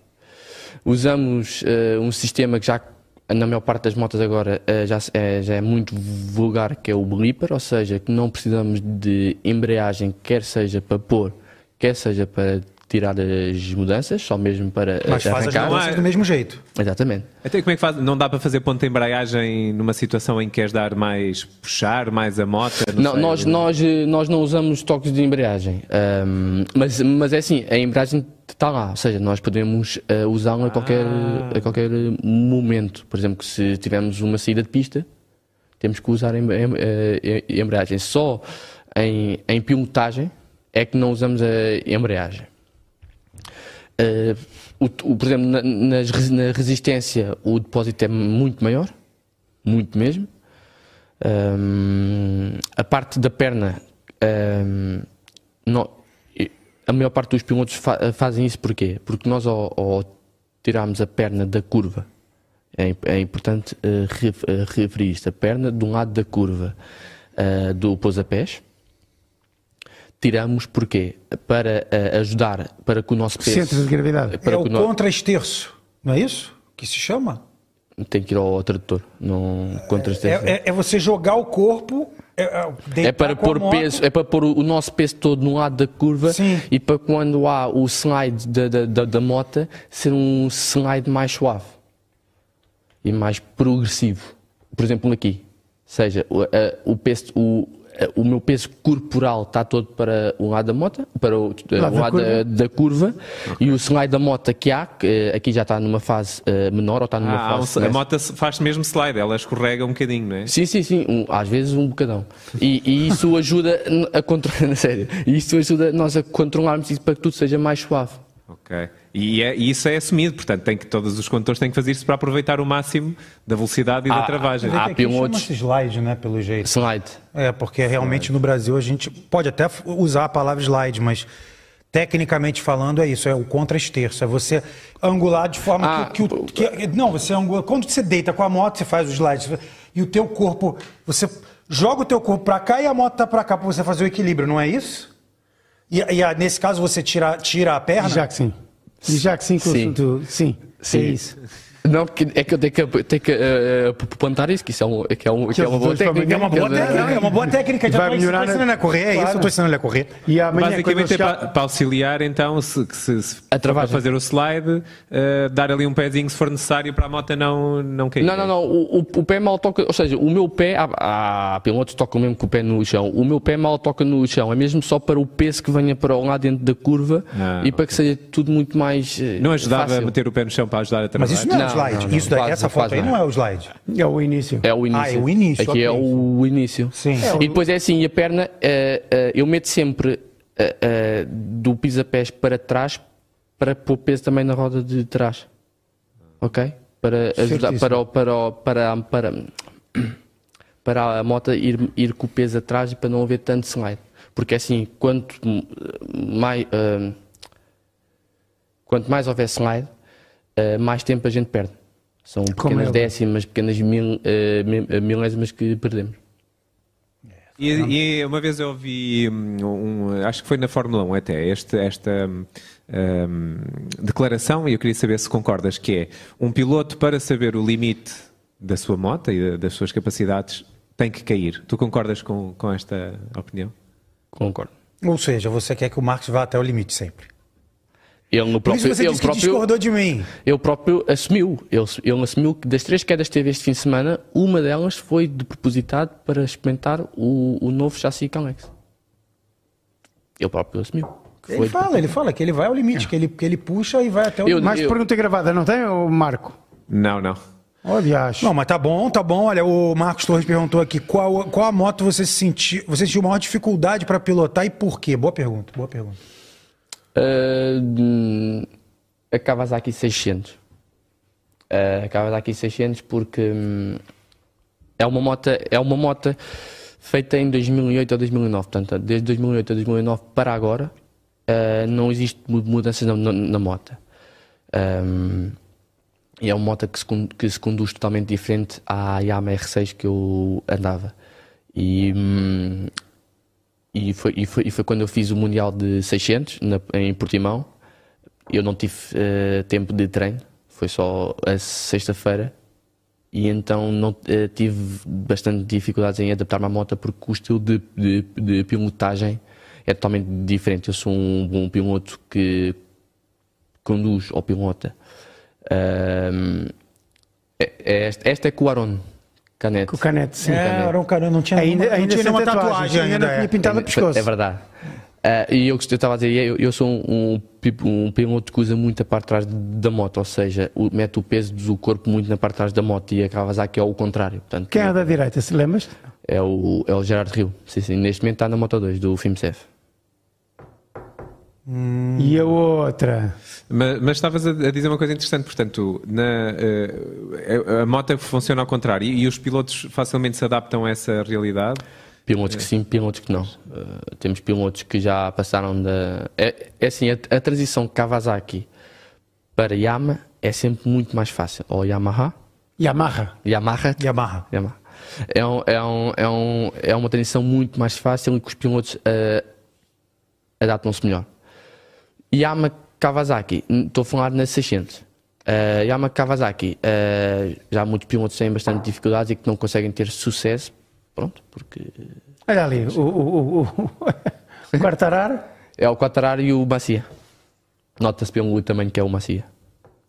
Speaker 3: Usamos ah, um sistema que já ah, na maior parte das motas agora eh, já, se- é, já é muito vulgar que é o blipper, ou seja, que não precisamos de embreagem, quer seja para pôr, quer seja para tirar as mudanças, só mesmo para eh,
Speaker 1: Mas faz as
Speaker 3: arrancar.
Speaker 1: mudanças do mesmo jeito.
Speaker 3: Exatamente.
Speaker 4: Até como é que faz? Não dá para fazer ponto de embreagem numa situação em que queres dar mais, puxar mais a moto?
Speaker 3: Não,
Speaker 4: sei.
Speaker 3: nós, nós, eh, nós não usamos toques de embreagem, Ahm, mas, mas é assim, a embreagem está lá, ou seja, nós podemos eh, usá-la a, qualquer, a qualquer momento. Por exemplo, que se tivermos uma saída de pista, temos que usar a em- em- eh, a embreagem. Só em, em pilotagem é que não usamos a embreagem. Eh, o, o- por exemplo, na, nas res- na resistência o depósito é muito maior, muito mesmo. Hum, a parte da perna, hum, nó- e- a maior parte dos pilotos fa- fazem isso porquê? Porque nós, ao, ao tirarmos a perna da curva, é, im- é importante eh, ref- eh, referir isto: a perna de um lado da curva eh, do pousapés. Tiramos porquê? Para eh, ajudar para que o nosso peso.
Speaker 2: Centro de gravidade.
Speaker 3: Para
Speaker 1: é o
Speaker 3: que o nosso-
Speaker 1: contra-esterço, não é isso? Que se chama?
Speaker 3: Tem que ir ao tradutor, não contra
Speaker 1: É, é- é você jogar o corpo. É, é,
Speaker 3: É
Speaker 1: deitar
Speaker 3: para
Speaker 1: com a
Speaker 3: pôr
Speaker 1: moto.
Speaker 3: peso, é para pôr o o nosso peso todo no lado da curva
Speaker 1: Sim.
Speaker 3: e para quando há o slide da, da, da, da moto ser um slide mais suave e mais progressivo. Por exemplo, aqui. Ou seja, o, a- o, peso, o, a- o meu peso corporal está todo para o lado da moto, para o, o
Speaker 2: Lado
Speaker 3: lado,
Speaker 2: da
Speaker 3: da, da curva, e o slide da moto que há, que, eh, aqui já está numa fase eh, menor ou está numa
Speaker 4: Ah, há um-
Speaker 3: fase.
Speaker 4: a
Speaker 3: nessa-
Speaker 4: moto se- faz mesmo slide, ela escorrega um bocadinho, não é?
Speaker 3: Sim, sim, sim. Um- às vezes um bocadão. E, e isso ajuda n- a controlar. Na sério. E isso ajuda nós a controlarmos isso para que tudo seja mais suave.
Speaker 4: Ok. E, é- e isso é assumido, portanto, tem que, todos os condutores têm que fazer isso para aproveitar o máximo da velocidade e da
Speaker 3: Ah,
Speaker 4: travagem.
Speaker 3: ah, há
Speaker 1: Aqui
Speaker 3: pilotos-
Speaker 1: chama-se slide, né? Pelo jeito.
Speaker 3: Slide.
Speaker 1: É, porque realmente no Brasil a gente pode até f- usar a palavra slide, mas tecnicamente falando é isso, é o contra-esterço, é você angular de forma
Speaker 3: Ah,
Speaker 1: que, que, o- que- Não, você angula... Quando você deita com a moto, você faz o slide, você- e o teu corpo... Você joga o teu corpo pra cá e a moto tá pra cá pra você fazer o equilíbrio, não é isso? E, e a- nesse caso você tira, tira a perna?
Speaker 2: E já que sim. E já que sim, com o
Speaker 3: Sim.
Speaker 2: assunto. Sim,
Speaker 3: Sim.
Speaker 2: é isso.
Speaker 3: Não, que- é que eu tenho que, tenho que eh, ap- apontar isso, que isso é, um, que é, um, que é uma boa
Speaker 2: dois para
Speaker 3: técnica.
Speaker 2: amanhã,
Speaker 1: É uma boa,
Speaker 3: que é-
Speaker 1: técnica, é uma boa técnica, já
Speaker 2: Vai
Speaker 1: tô ensinando,
Speaker 2: melhorar, né?
Speaker 1: ensinando ele a correr, é isso,
Speaker 2: Claro.
Speaker 1: eu tô ensinando ele a correr.
Speaker 2: E amanhã, quando ele
Speaker 4: Basicamente é
Speaker 2: chegar-
Speaker 4: para, para auxiliar, então, se, que se, se
Speaker 3: A travagem.
Speaker 4: para fazer o slide, eh, dar ali um pezinho se for necessário para a moto não, não cair.
Speaker 3: Não, não, não. O, o- o pé mal toca. Ou seja, o meu pé. Há, há pilotos que tocam mesmo com o pé no chão. O meu pé mal toca no chão. É mesmo só para o peso que venha para lá dentro da curva
Speaker 4: Ah,
Speaker 3: e para que seja tudo muito mais. eh,
Speaker 4: Não ajudava
Speaker 3: fácil.
Speaker 4: a meter o pé no chão para ajudar a
Speaker 1: Mas
Speaker 4: trabalhar.
Speaker 1: isso não é um
Speaker 3: Não,
Speaker 1: slide,
Speaker 3: não, não,
Speaker 1: isso daí,
Speaker 3: quase-
Speaker 1: essa foto
Speaker 3: quase
Speaker 1: aí
Speaker 3: não.
Speaker 1: não é o slide.
Speaker 2: É o início.
Speaker 3: É o início.
Speaker 1: Ah, é o início,
Speaker 3: Aqui é
Speaker 1: ok.
Speaker 3: o início.
Speaker 1: Sim. É,
Speaker 3: E depois é assim, e a perna, eh, eh, eu meto sempre eh, eh, do piso-pés para trás para pôr peso também na roda de trás. Ok? Para ajudar,
Speaker 2: Certíssimo.
Speaker 3: para, o- para, o- para, a- para, para a moto ir, ir com o peso atrás e para não haver tanto slide. Porque assim, quanto mais, hum, quanto mais houver slide, eh, mais tempo a gente perde. São pequenas
Speaker 2: é?
Speaker 3: décimas, pequenas mil, eh, mi- milésimas que perdemos.
Speaker 4: E, e uma vez eu ouvi hum, um, acho que foi na Fórmula 1 até, este- esta hum, hum, declaração, e eu queria saber se concordas, que é um piloto para saber o limite da sua moto e da- das suas capacidades tem que cair. Tu concordas com, com esta opinião?
Speaker 3: Concordo.
Speaker 1: Ou seja, você quer que o Marx vá até o limite sempre.
Speaker 3: Ele no
Speaker 1: Por isso
Speaker 3: próprio,
Speaker 1: você
Speaker 3: ele
Speaker 1: disse que
Speaker 3: próprio,
Speaker 1: discordou de mim.
Speaker 3: ele próprio assumiu. Ele, ele assumiu que das três quedas que teve este fim de semana, uma delas foi de propositado para experimentar o, o novo chassi Calex. Ele próprio assumiu. que
Speaker 1: Ele
Speaker 3: foi de-
Speaker 1: fala, ele fala que ele vai ao limite, que, ele, que ele puxa e vai até o
Speaker 3: Eu-
Speaker 1: limite.
Speaker 2: Mais
Speaker 3: eu-
Speaker 2: pergunta gravada, não tem, ô Marco?
Speaker 4: Não, não.
Speaker 2: Olha, acho.
Speaker 1: Não, mas tá bom, tá bom. Olha, o Marcos Torres perguntou aqui qual, qual a moto você sentiu, você sentiu maior dificuldade para pilotar e por quê? Boa pergunta, boa pergunta.
Speaker 3: Ah, hum, a Kawasaki 600. Ah, a Kawasaki 600 porque hum, é uma moto é uma moto feita em 2008 a 2009, portanto, desde 2008 a 2009 para agora ah, não existe mu- mudanças na, na- na moto. Ahm, e é uma moto que se, con- que se conduz totalmente diferente à Yamaha R6 que eu andava. E, hum, e foi, e, foi, e foi quando eu fiz o Mundial de 600 na- em Portimão. Eu não tive eh, tempo de treino, foi só a sexta-feira. e então não, eh, tive bastante dificuldades em adaptar-me à moto porque o estilo de, de, de pilotagem é totalmente diferente. Eu sou um, um piloto que conduz ou pilota. Ahm, é- é esta, esta é com o Aron Canete.
Speaker 2: Com o canete, sim.
Speaker 1: É, era um cara, não tinha,
Speaker 2: Ainda,
Speaker 1: não
Speaker 2: ainda
Speaker 1: tinha
Speaker 2: sem
Speaker 1: nenhuma
Speaker 2: tatuagem,
Speaker 1: tatuagem
Speaker 2: ainda
Speaker 1: ainda.
Speaker 2: não
Speaker 1: é.
Speaker 2: tinha pintado o Tá pescoço.
Speaker 3: É verdade. Ah, e eu que- eu estava a dizer, eu, eu sou um, pip- um piloto que usa muito a parte de trás da moto, ou seja, o- mete o peso do corpo muito na parte de trás da moto e a Kawasaki é o contrário. Portanto,
Speaker 2: Quem é da direita, se lembras?
Speaker 3: é, o, é o Gerardo Rio. Sim, sim, neste momento está na Moto 2 do FIMSEF.
Speaker 1: Hum.
Speaker 2: E a outra?
Speaker 4: Mas, mas estavas a, a dizer uma coisa interessante, portanto, na, eh, a, a moto funciona ao contrário e, e os pilotos facilmente se adaptam a essa realidade.
Speaker 3: Pilotos
Speaker 2: É.
Speaker 3: que sim, pilotos que não. Uh, temos pilotos que já passaram da. É, é assim, a, a transição de Kawasaki para Yamaha é sempre muito mais fácil. Ou Yamaha,
Speaker 2: Yamaha.
Speaker 3: Yamaha,
Speaker 1: Yamaha.
Speaker 3: Yamaha. É, um, é, um, é, um, é uma transição muito mais fácil e que os pilotos eh, adaptam-se melhor. Yama Kawasaki, n- estou a falar na 600. Eh, Yama Kawasaki, eh, já há muitos pilotos que têm bastante dificuldades e que não conseguem ter sucesso. Pronto, porque
Speaker 2: Olha ali, o, o, o, o, o Quartararo.
Speaker 3: é o Quattararo e o Macia. Nota-se pelo tamanho que é o Macia.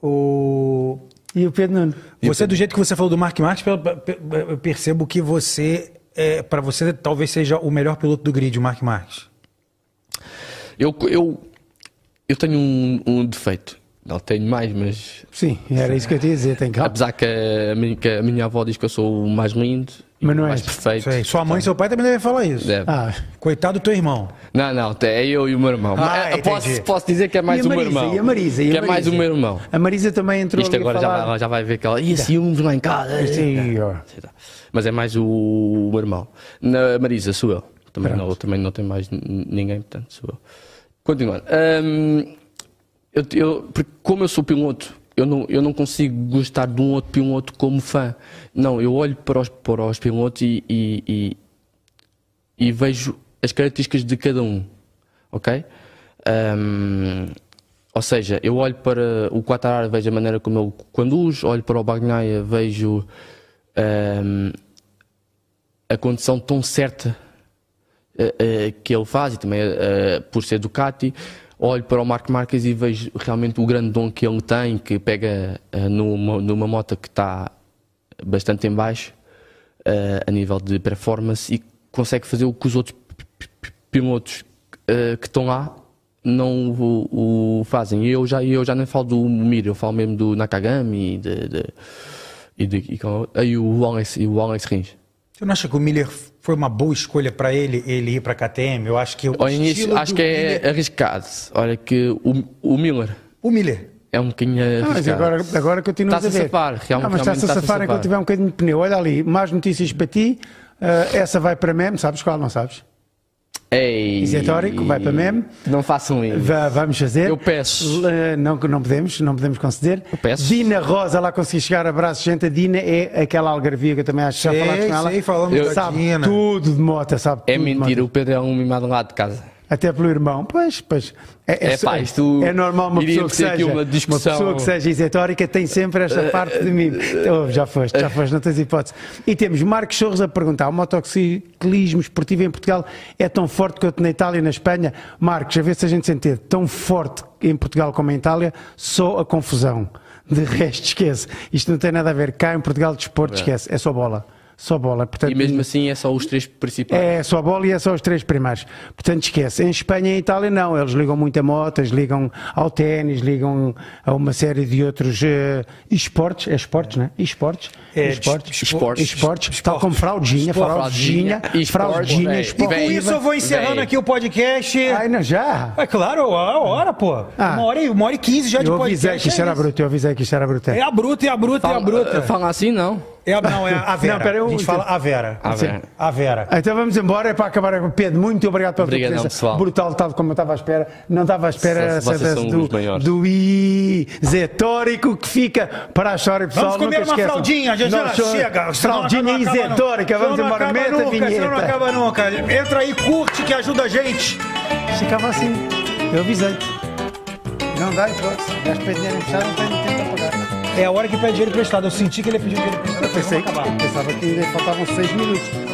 Speaker 1: O...
Speaker 2: E o Pedro Nuno.
Speaker 1: Você, do jeito que você falou do Mark Marques, pelo- pe- pe- eu percebo que você, é, para você, talvez seja o melhor piloto do grid, o Mark Marques.
Speaker 3: Eu, eu, eu tenho um, um defeito. Não tenho mais, mas
Speaker 2: Sim, era isso que eu te ia dizer, tem calma.
Speaker 3: Apesar que a, minha, que a minha avó diz que eu sou o mais lindo, e
Speaker 2: Mas não
Speaker 3: o mais
Speaker 2: és.
Speaker 1: Isso
Speaker 3: perfeito.
Speaker 1: aí. Sua mãe e seu pai também devem falar isso.
Speaker 3: Deve.
Speaker 2: Ah,
Speaker 1: Coitado do teu irmão.
Speaker 3: Não, não, é eu e o meu irmão.
Speaker 1: Ah,
Speaker 3: Mas, eh, posso,
Speaker 1: entendi.
Speaker 3: posso dizer que é mais
Speaker 2: e a
Speaker 3: o meu
Speaker 2: Marisa,
Speaker 3: irmão.
Speaker 2: e a Marisa, e a
Speaker 3: que é mais o
Speaker 2: Marisa?
Speaker 3: meu irmão.
Speaker 2: a Marisa também entrou
Speaker 3: Isto
Speaker 2: ali a
Speaker 3: agora já
Speaker 2: falar.
Speaker 3: vai, já vai ver que ela. E assim, um lá em casa. eh,
Speaker 2: Sim, é. ó.
Speaker 3: eh, tá. Mas é mais o, o meu irmão. Na Marisa, sou eu. Também não, também não tem mais n- ninguém, portanto, sou eu. Continuando. Hum, eu, eu- porque como eu sou piloto, eu não, eu não consigo gostar de um outro piloto como fã. Não, eu olho para os, para os pilotos e, e- e- e vejo as características de cada um, ok? Hum, ou seja, eu olho para o Quattararo, vejo a maneira como ele conduz, olho para o Bagnaia, vejo hum, a condição tão certa eh, eh, que ele faz e também eh, por ser Ducati. Olho para o Marco Marques e vejo realmente o grande dom que ele tem, que pega eh, numa, numa moto que está bastante em baixo eh, a nível de performance e consegue fazer o que os outros p- p- p- pilotos eh, que estão lá não o, o fazem. E eu já, eu já nem falo do Mir, eu falo mesmo do Nakagami e de, de- e de- e com- aí o Alex, e o Alex Rins.
Speaker 1: Você não acha que o Miller foi uma boa escolha para ele, ele ir para a KTM? Eu acho que o
Speaker 3: Ao início
Speaker 1: estilo
Speaker 3: acho
Speaker 1: do
Speaker 3: que é
Speaker 1: Miller-
Speaker 3: arriscado. Olha que o, o Miller
Speaker 1: O Miller.
Speaker 3: é um bocadinho
Speaker 2: Ah, mas
Speaker 3: arriscado.
Speaker 2: agora, agora continuas
Speaker 3: Está-se
Speaker 2: a
Speaker 3: a
Speaker 2: ver.
Speaker 3: safar, realmente,
Speaker 2: Ah, mas está-se a
Speaker 3: realmente está-se a
Speaker 2: safar enquanto
Speaker 3: safar.
Speaker 2: tiver um bocadinho de pneu. Olha ali, mais notícias para ti. Ah, essa vai para meme, sabes qual? Não sabes?
Speaker 3: Ei,
Speaker 2: Isentórico, vai para meme.
Speaker 3: Não façam isso.
Speaker 2: Va- vamos fazer.
Speaker 3: Eu peço.
Speaker 2: Eh, não, não podemos, não podemos conceder.
Speaker 3: Eu peço.
Speaker 2: Dina Rosa, lá consegui chegar, abraço, gente. A Dina é aquela algarvia que eu também acho que já
Speaker 1: Sei,
Speaker 2: falaste com ela.
Speaker 1: sei, falamos
Speaker 3: Eu-
Speaker 1: da
Speaker 2: sabe
Speaker 1: Dina.
Speaker 2: tudo de moto, sabe
Speaker 3: É
Speaker 2: tudo de moto.
Speaker 3: mentira, o Pedro é um mimado lá de casa.
Speaker 2: Até pelo irmão. Pois, pois. É,
Speaker 3: É pá, isto
Speaker 2: é normal uma
Speaker 3: iria
Speaker 2: pessoa que
Speaker 3: ser aqui
Speaker 2: seja.
Speaker 3: uma discussão.
Speaker 2: pessoa que seja isentórica tem sempre esta parte de mim. Oh, já foste, já foste, não tens hipótese. E temos Marcos Sorros a perguntar: o motociclismo esportivo em Portugal é tão forte quanto na Itália e na Espanha? Marcos, a ver se a gente se entende. Tão forte em Portugal como em Itália, só a confusão. De resto, esquece. Isto não tem nada a ver. Cá em Portugal, desporto, esquece. É só bola. Só bola. Portanto,
Speaker 3: E mesmo assim é só os três principais.
Speaker 2: é só a bola e é só os três primeiros. Portanto, esquece. Em Espanha e Itália, não. Eles ligam muito a motas, ligam ao ténis, ligam a uma série de outros eh, esportes. É esportes, não é? Esportes.
Speaker 1: É,
Speaker 2: esportes.
Speaker 1: espo- esportes.
Speaker 2: Esportes. Tal como fraldinha,
Speaker 3: Esportes.
Speaker 2: fraldinha,
Speaker 3: Esportes.
Speaker 2: fraldinha,
Speaker 3: Esportes.
Speaker 2: esportes.
Speaker 1: Com
Speaker 3: Bem,
Speaker 1: isso eu vou encerrando
Speaker 3: bem.
Speaker 1: aqui o podcast.
Speaker 2: Ai, não, já.
Speaker 1: É claro, a hora, pô.
Speaker 2: Ah.
Speaker 1: Uma hora e uma hora e quinze já de
Speaker 2: Eu avisei
Speaker 1: podcast.
Speaker 2: que isto
Speaker 1: é
Speaker 2: era
Speaker 1: isso.
Speaker 2: bruto, eu avisei que isto era bruto.
Speaker 1: É a bruta, é a bruta, é a bruta.
Speaker 3: Fala assim, não.
Speaker 1: É a, não, é a Vera.
Speaker 2: eh, Não, pera, eu-
Speaker 1: a gente fala a Vera.
Speaker 3: Ah, bem.
Speaker 1: A Vera.
Speaker 2: Então vamos embora, é para acabar com o Pedro. Muito obrigado pela
Speaker 3: Obrigadão,
Speaker 2: tua
Speaker 3: pessoal.
Speaker 2: Brutal, tal como eu estava à espera. Não estava à espera
Speaker 3: Vocês-
Speaker 2: essa
Speaker 3: vocês são
Speaker 2: desse do,
Speaker 3: os maiores.
Speaker 2: do isentórico que fica para a história pessoal.
Speaker 1: Vamos comer
Speaker 2: Nunca
Speaker 1: uma
Speaker 2: esqueçam.
Speaker 1: fraldinha, já já
Speaker 2: Nós somos-
Speaker 1: chega. senão não
Speaker 2: Fraldinha
Speaker 1: acaba- acaba
Speaker 2: isentórica,
Speaker 1: nunca.
Speaker 2: vamos
Speaker 1: Senão não
Speaker 2: embora.
Speaker 1: acaba
Speaker 2: Meta a
Speaker 1: nunca, senão não
Speaker 2: vinheta.
Speaker 1: acaba nunca. Entra aí, curte que ajuda a gente.
Speaker 2: Ficava assim. Eu avisei. Não dá hipótese. Gasto para dinheiro emprestado, não tenho tempo a pagar.
Speaker 1: É a hora que pede dinheiro emprestado. Eu senti que ele pediu dinheiro emprestado.
Speaker 2: Eu pensei,
Speaker 1: Vamos acabar.
Speaker 2: pensava que ainda faltavam seis minutos.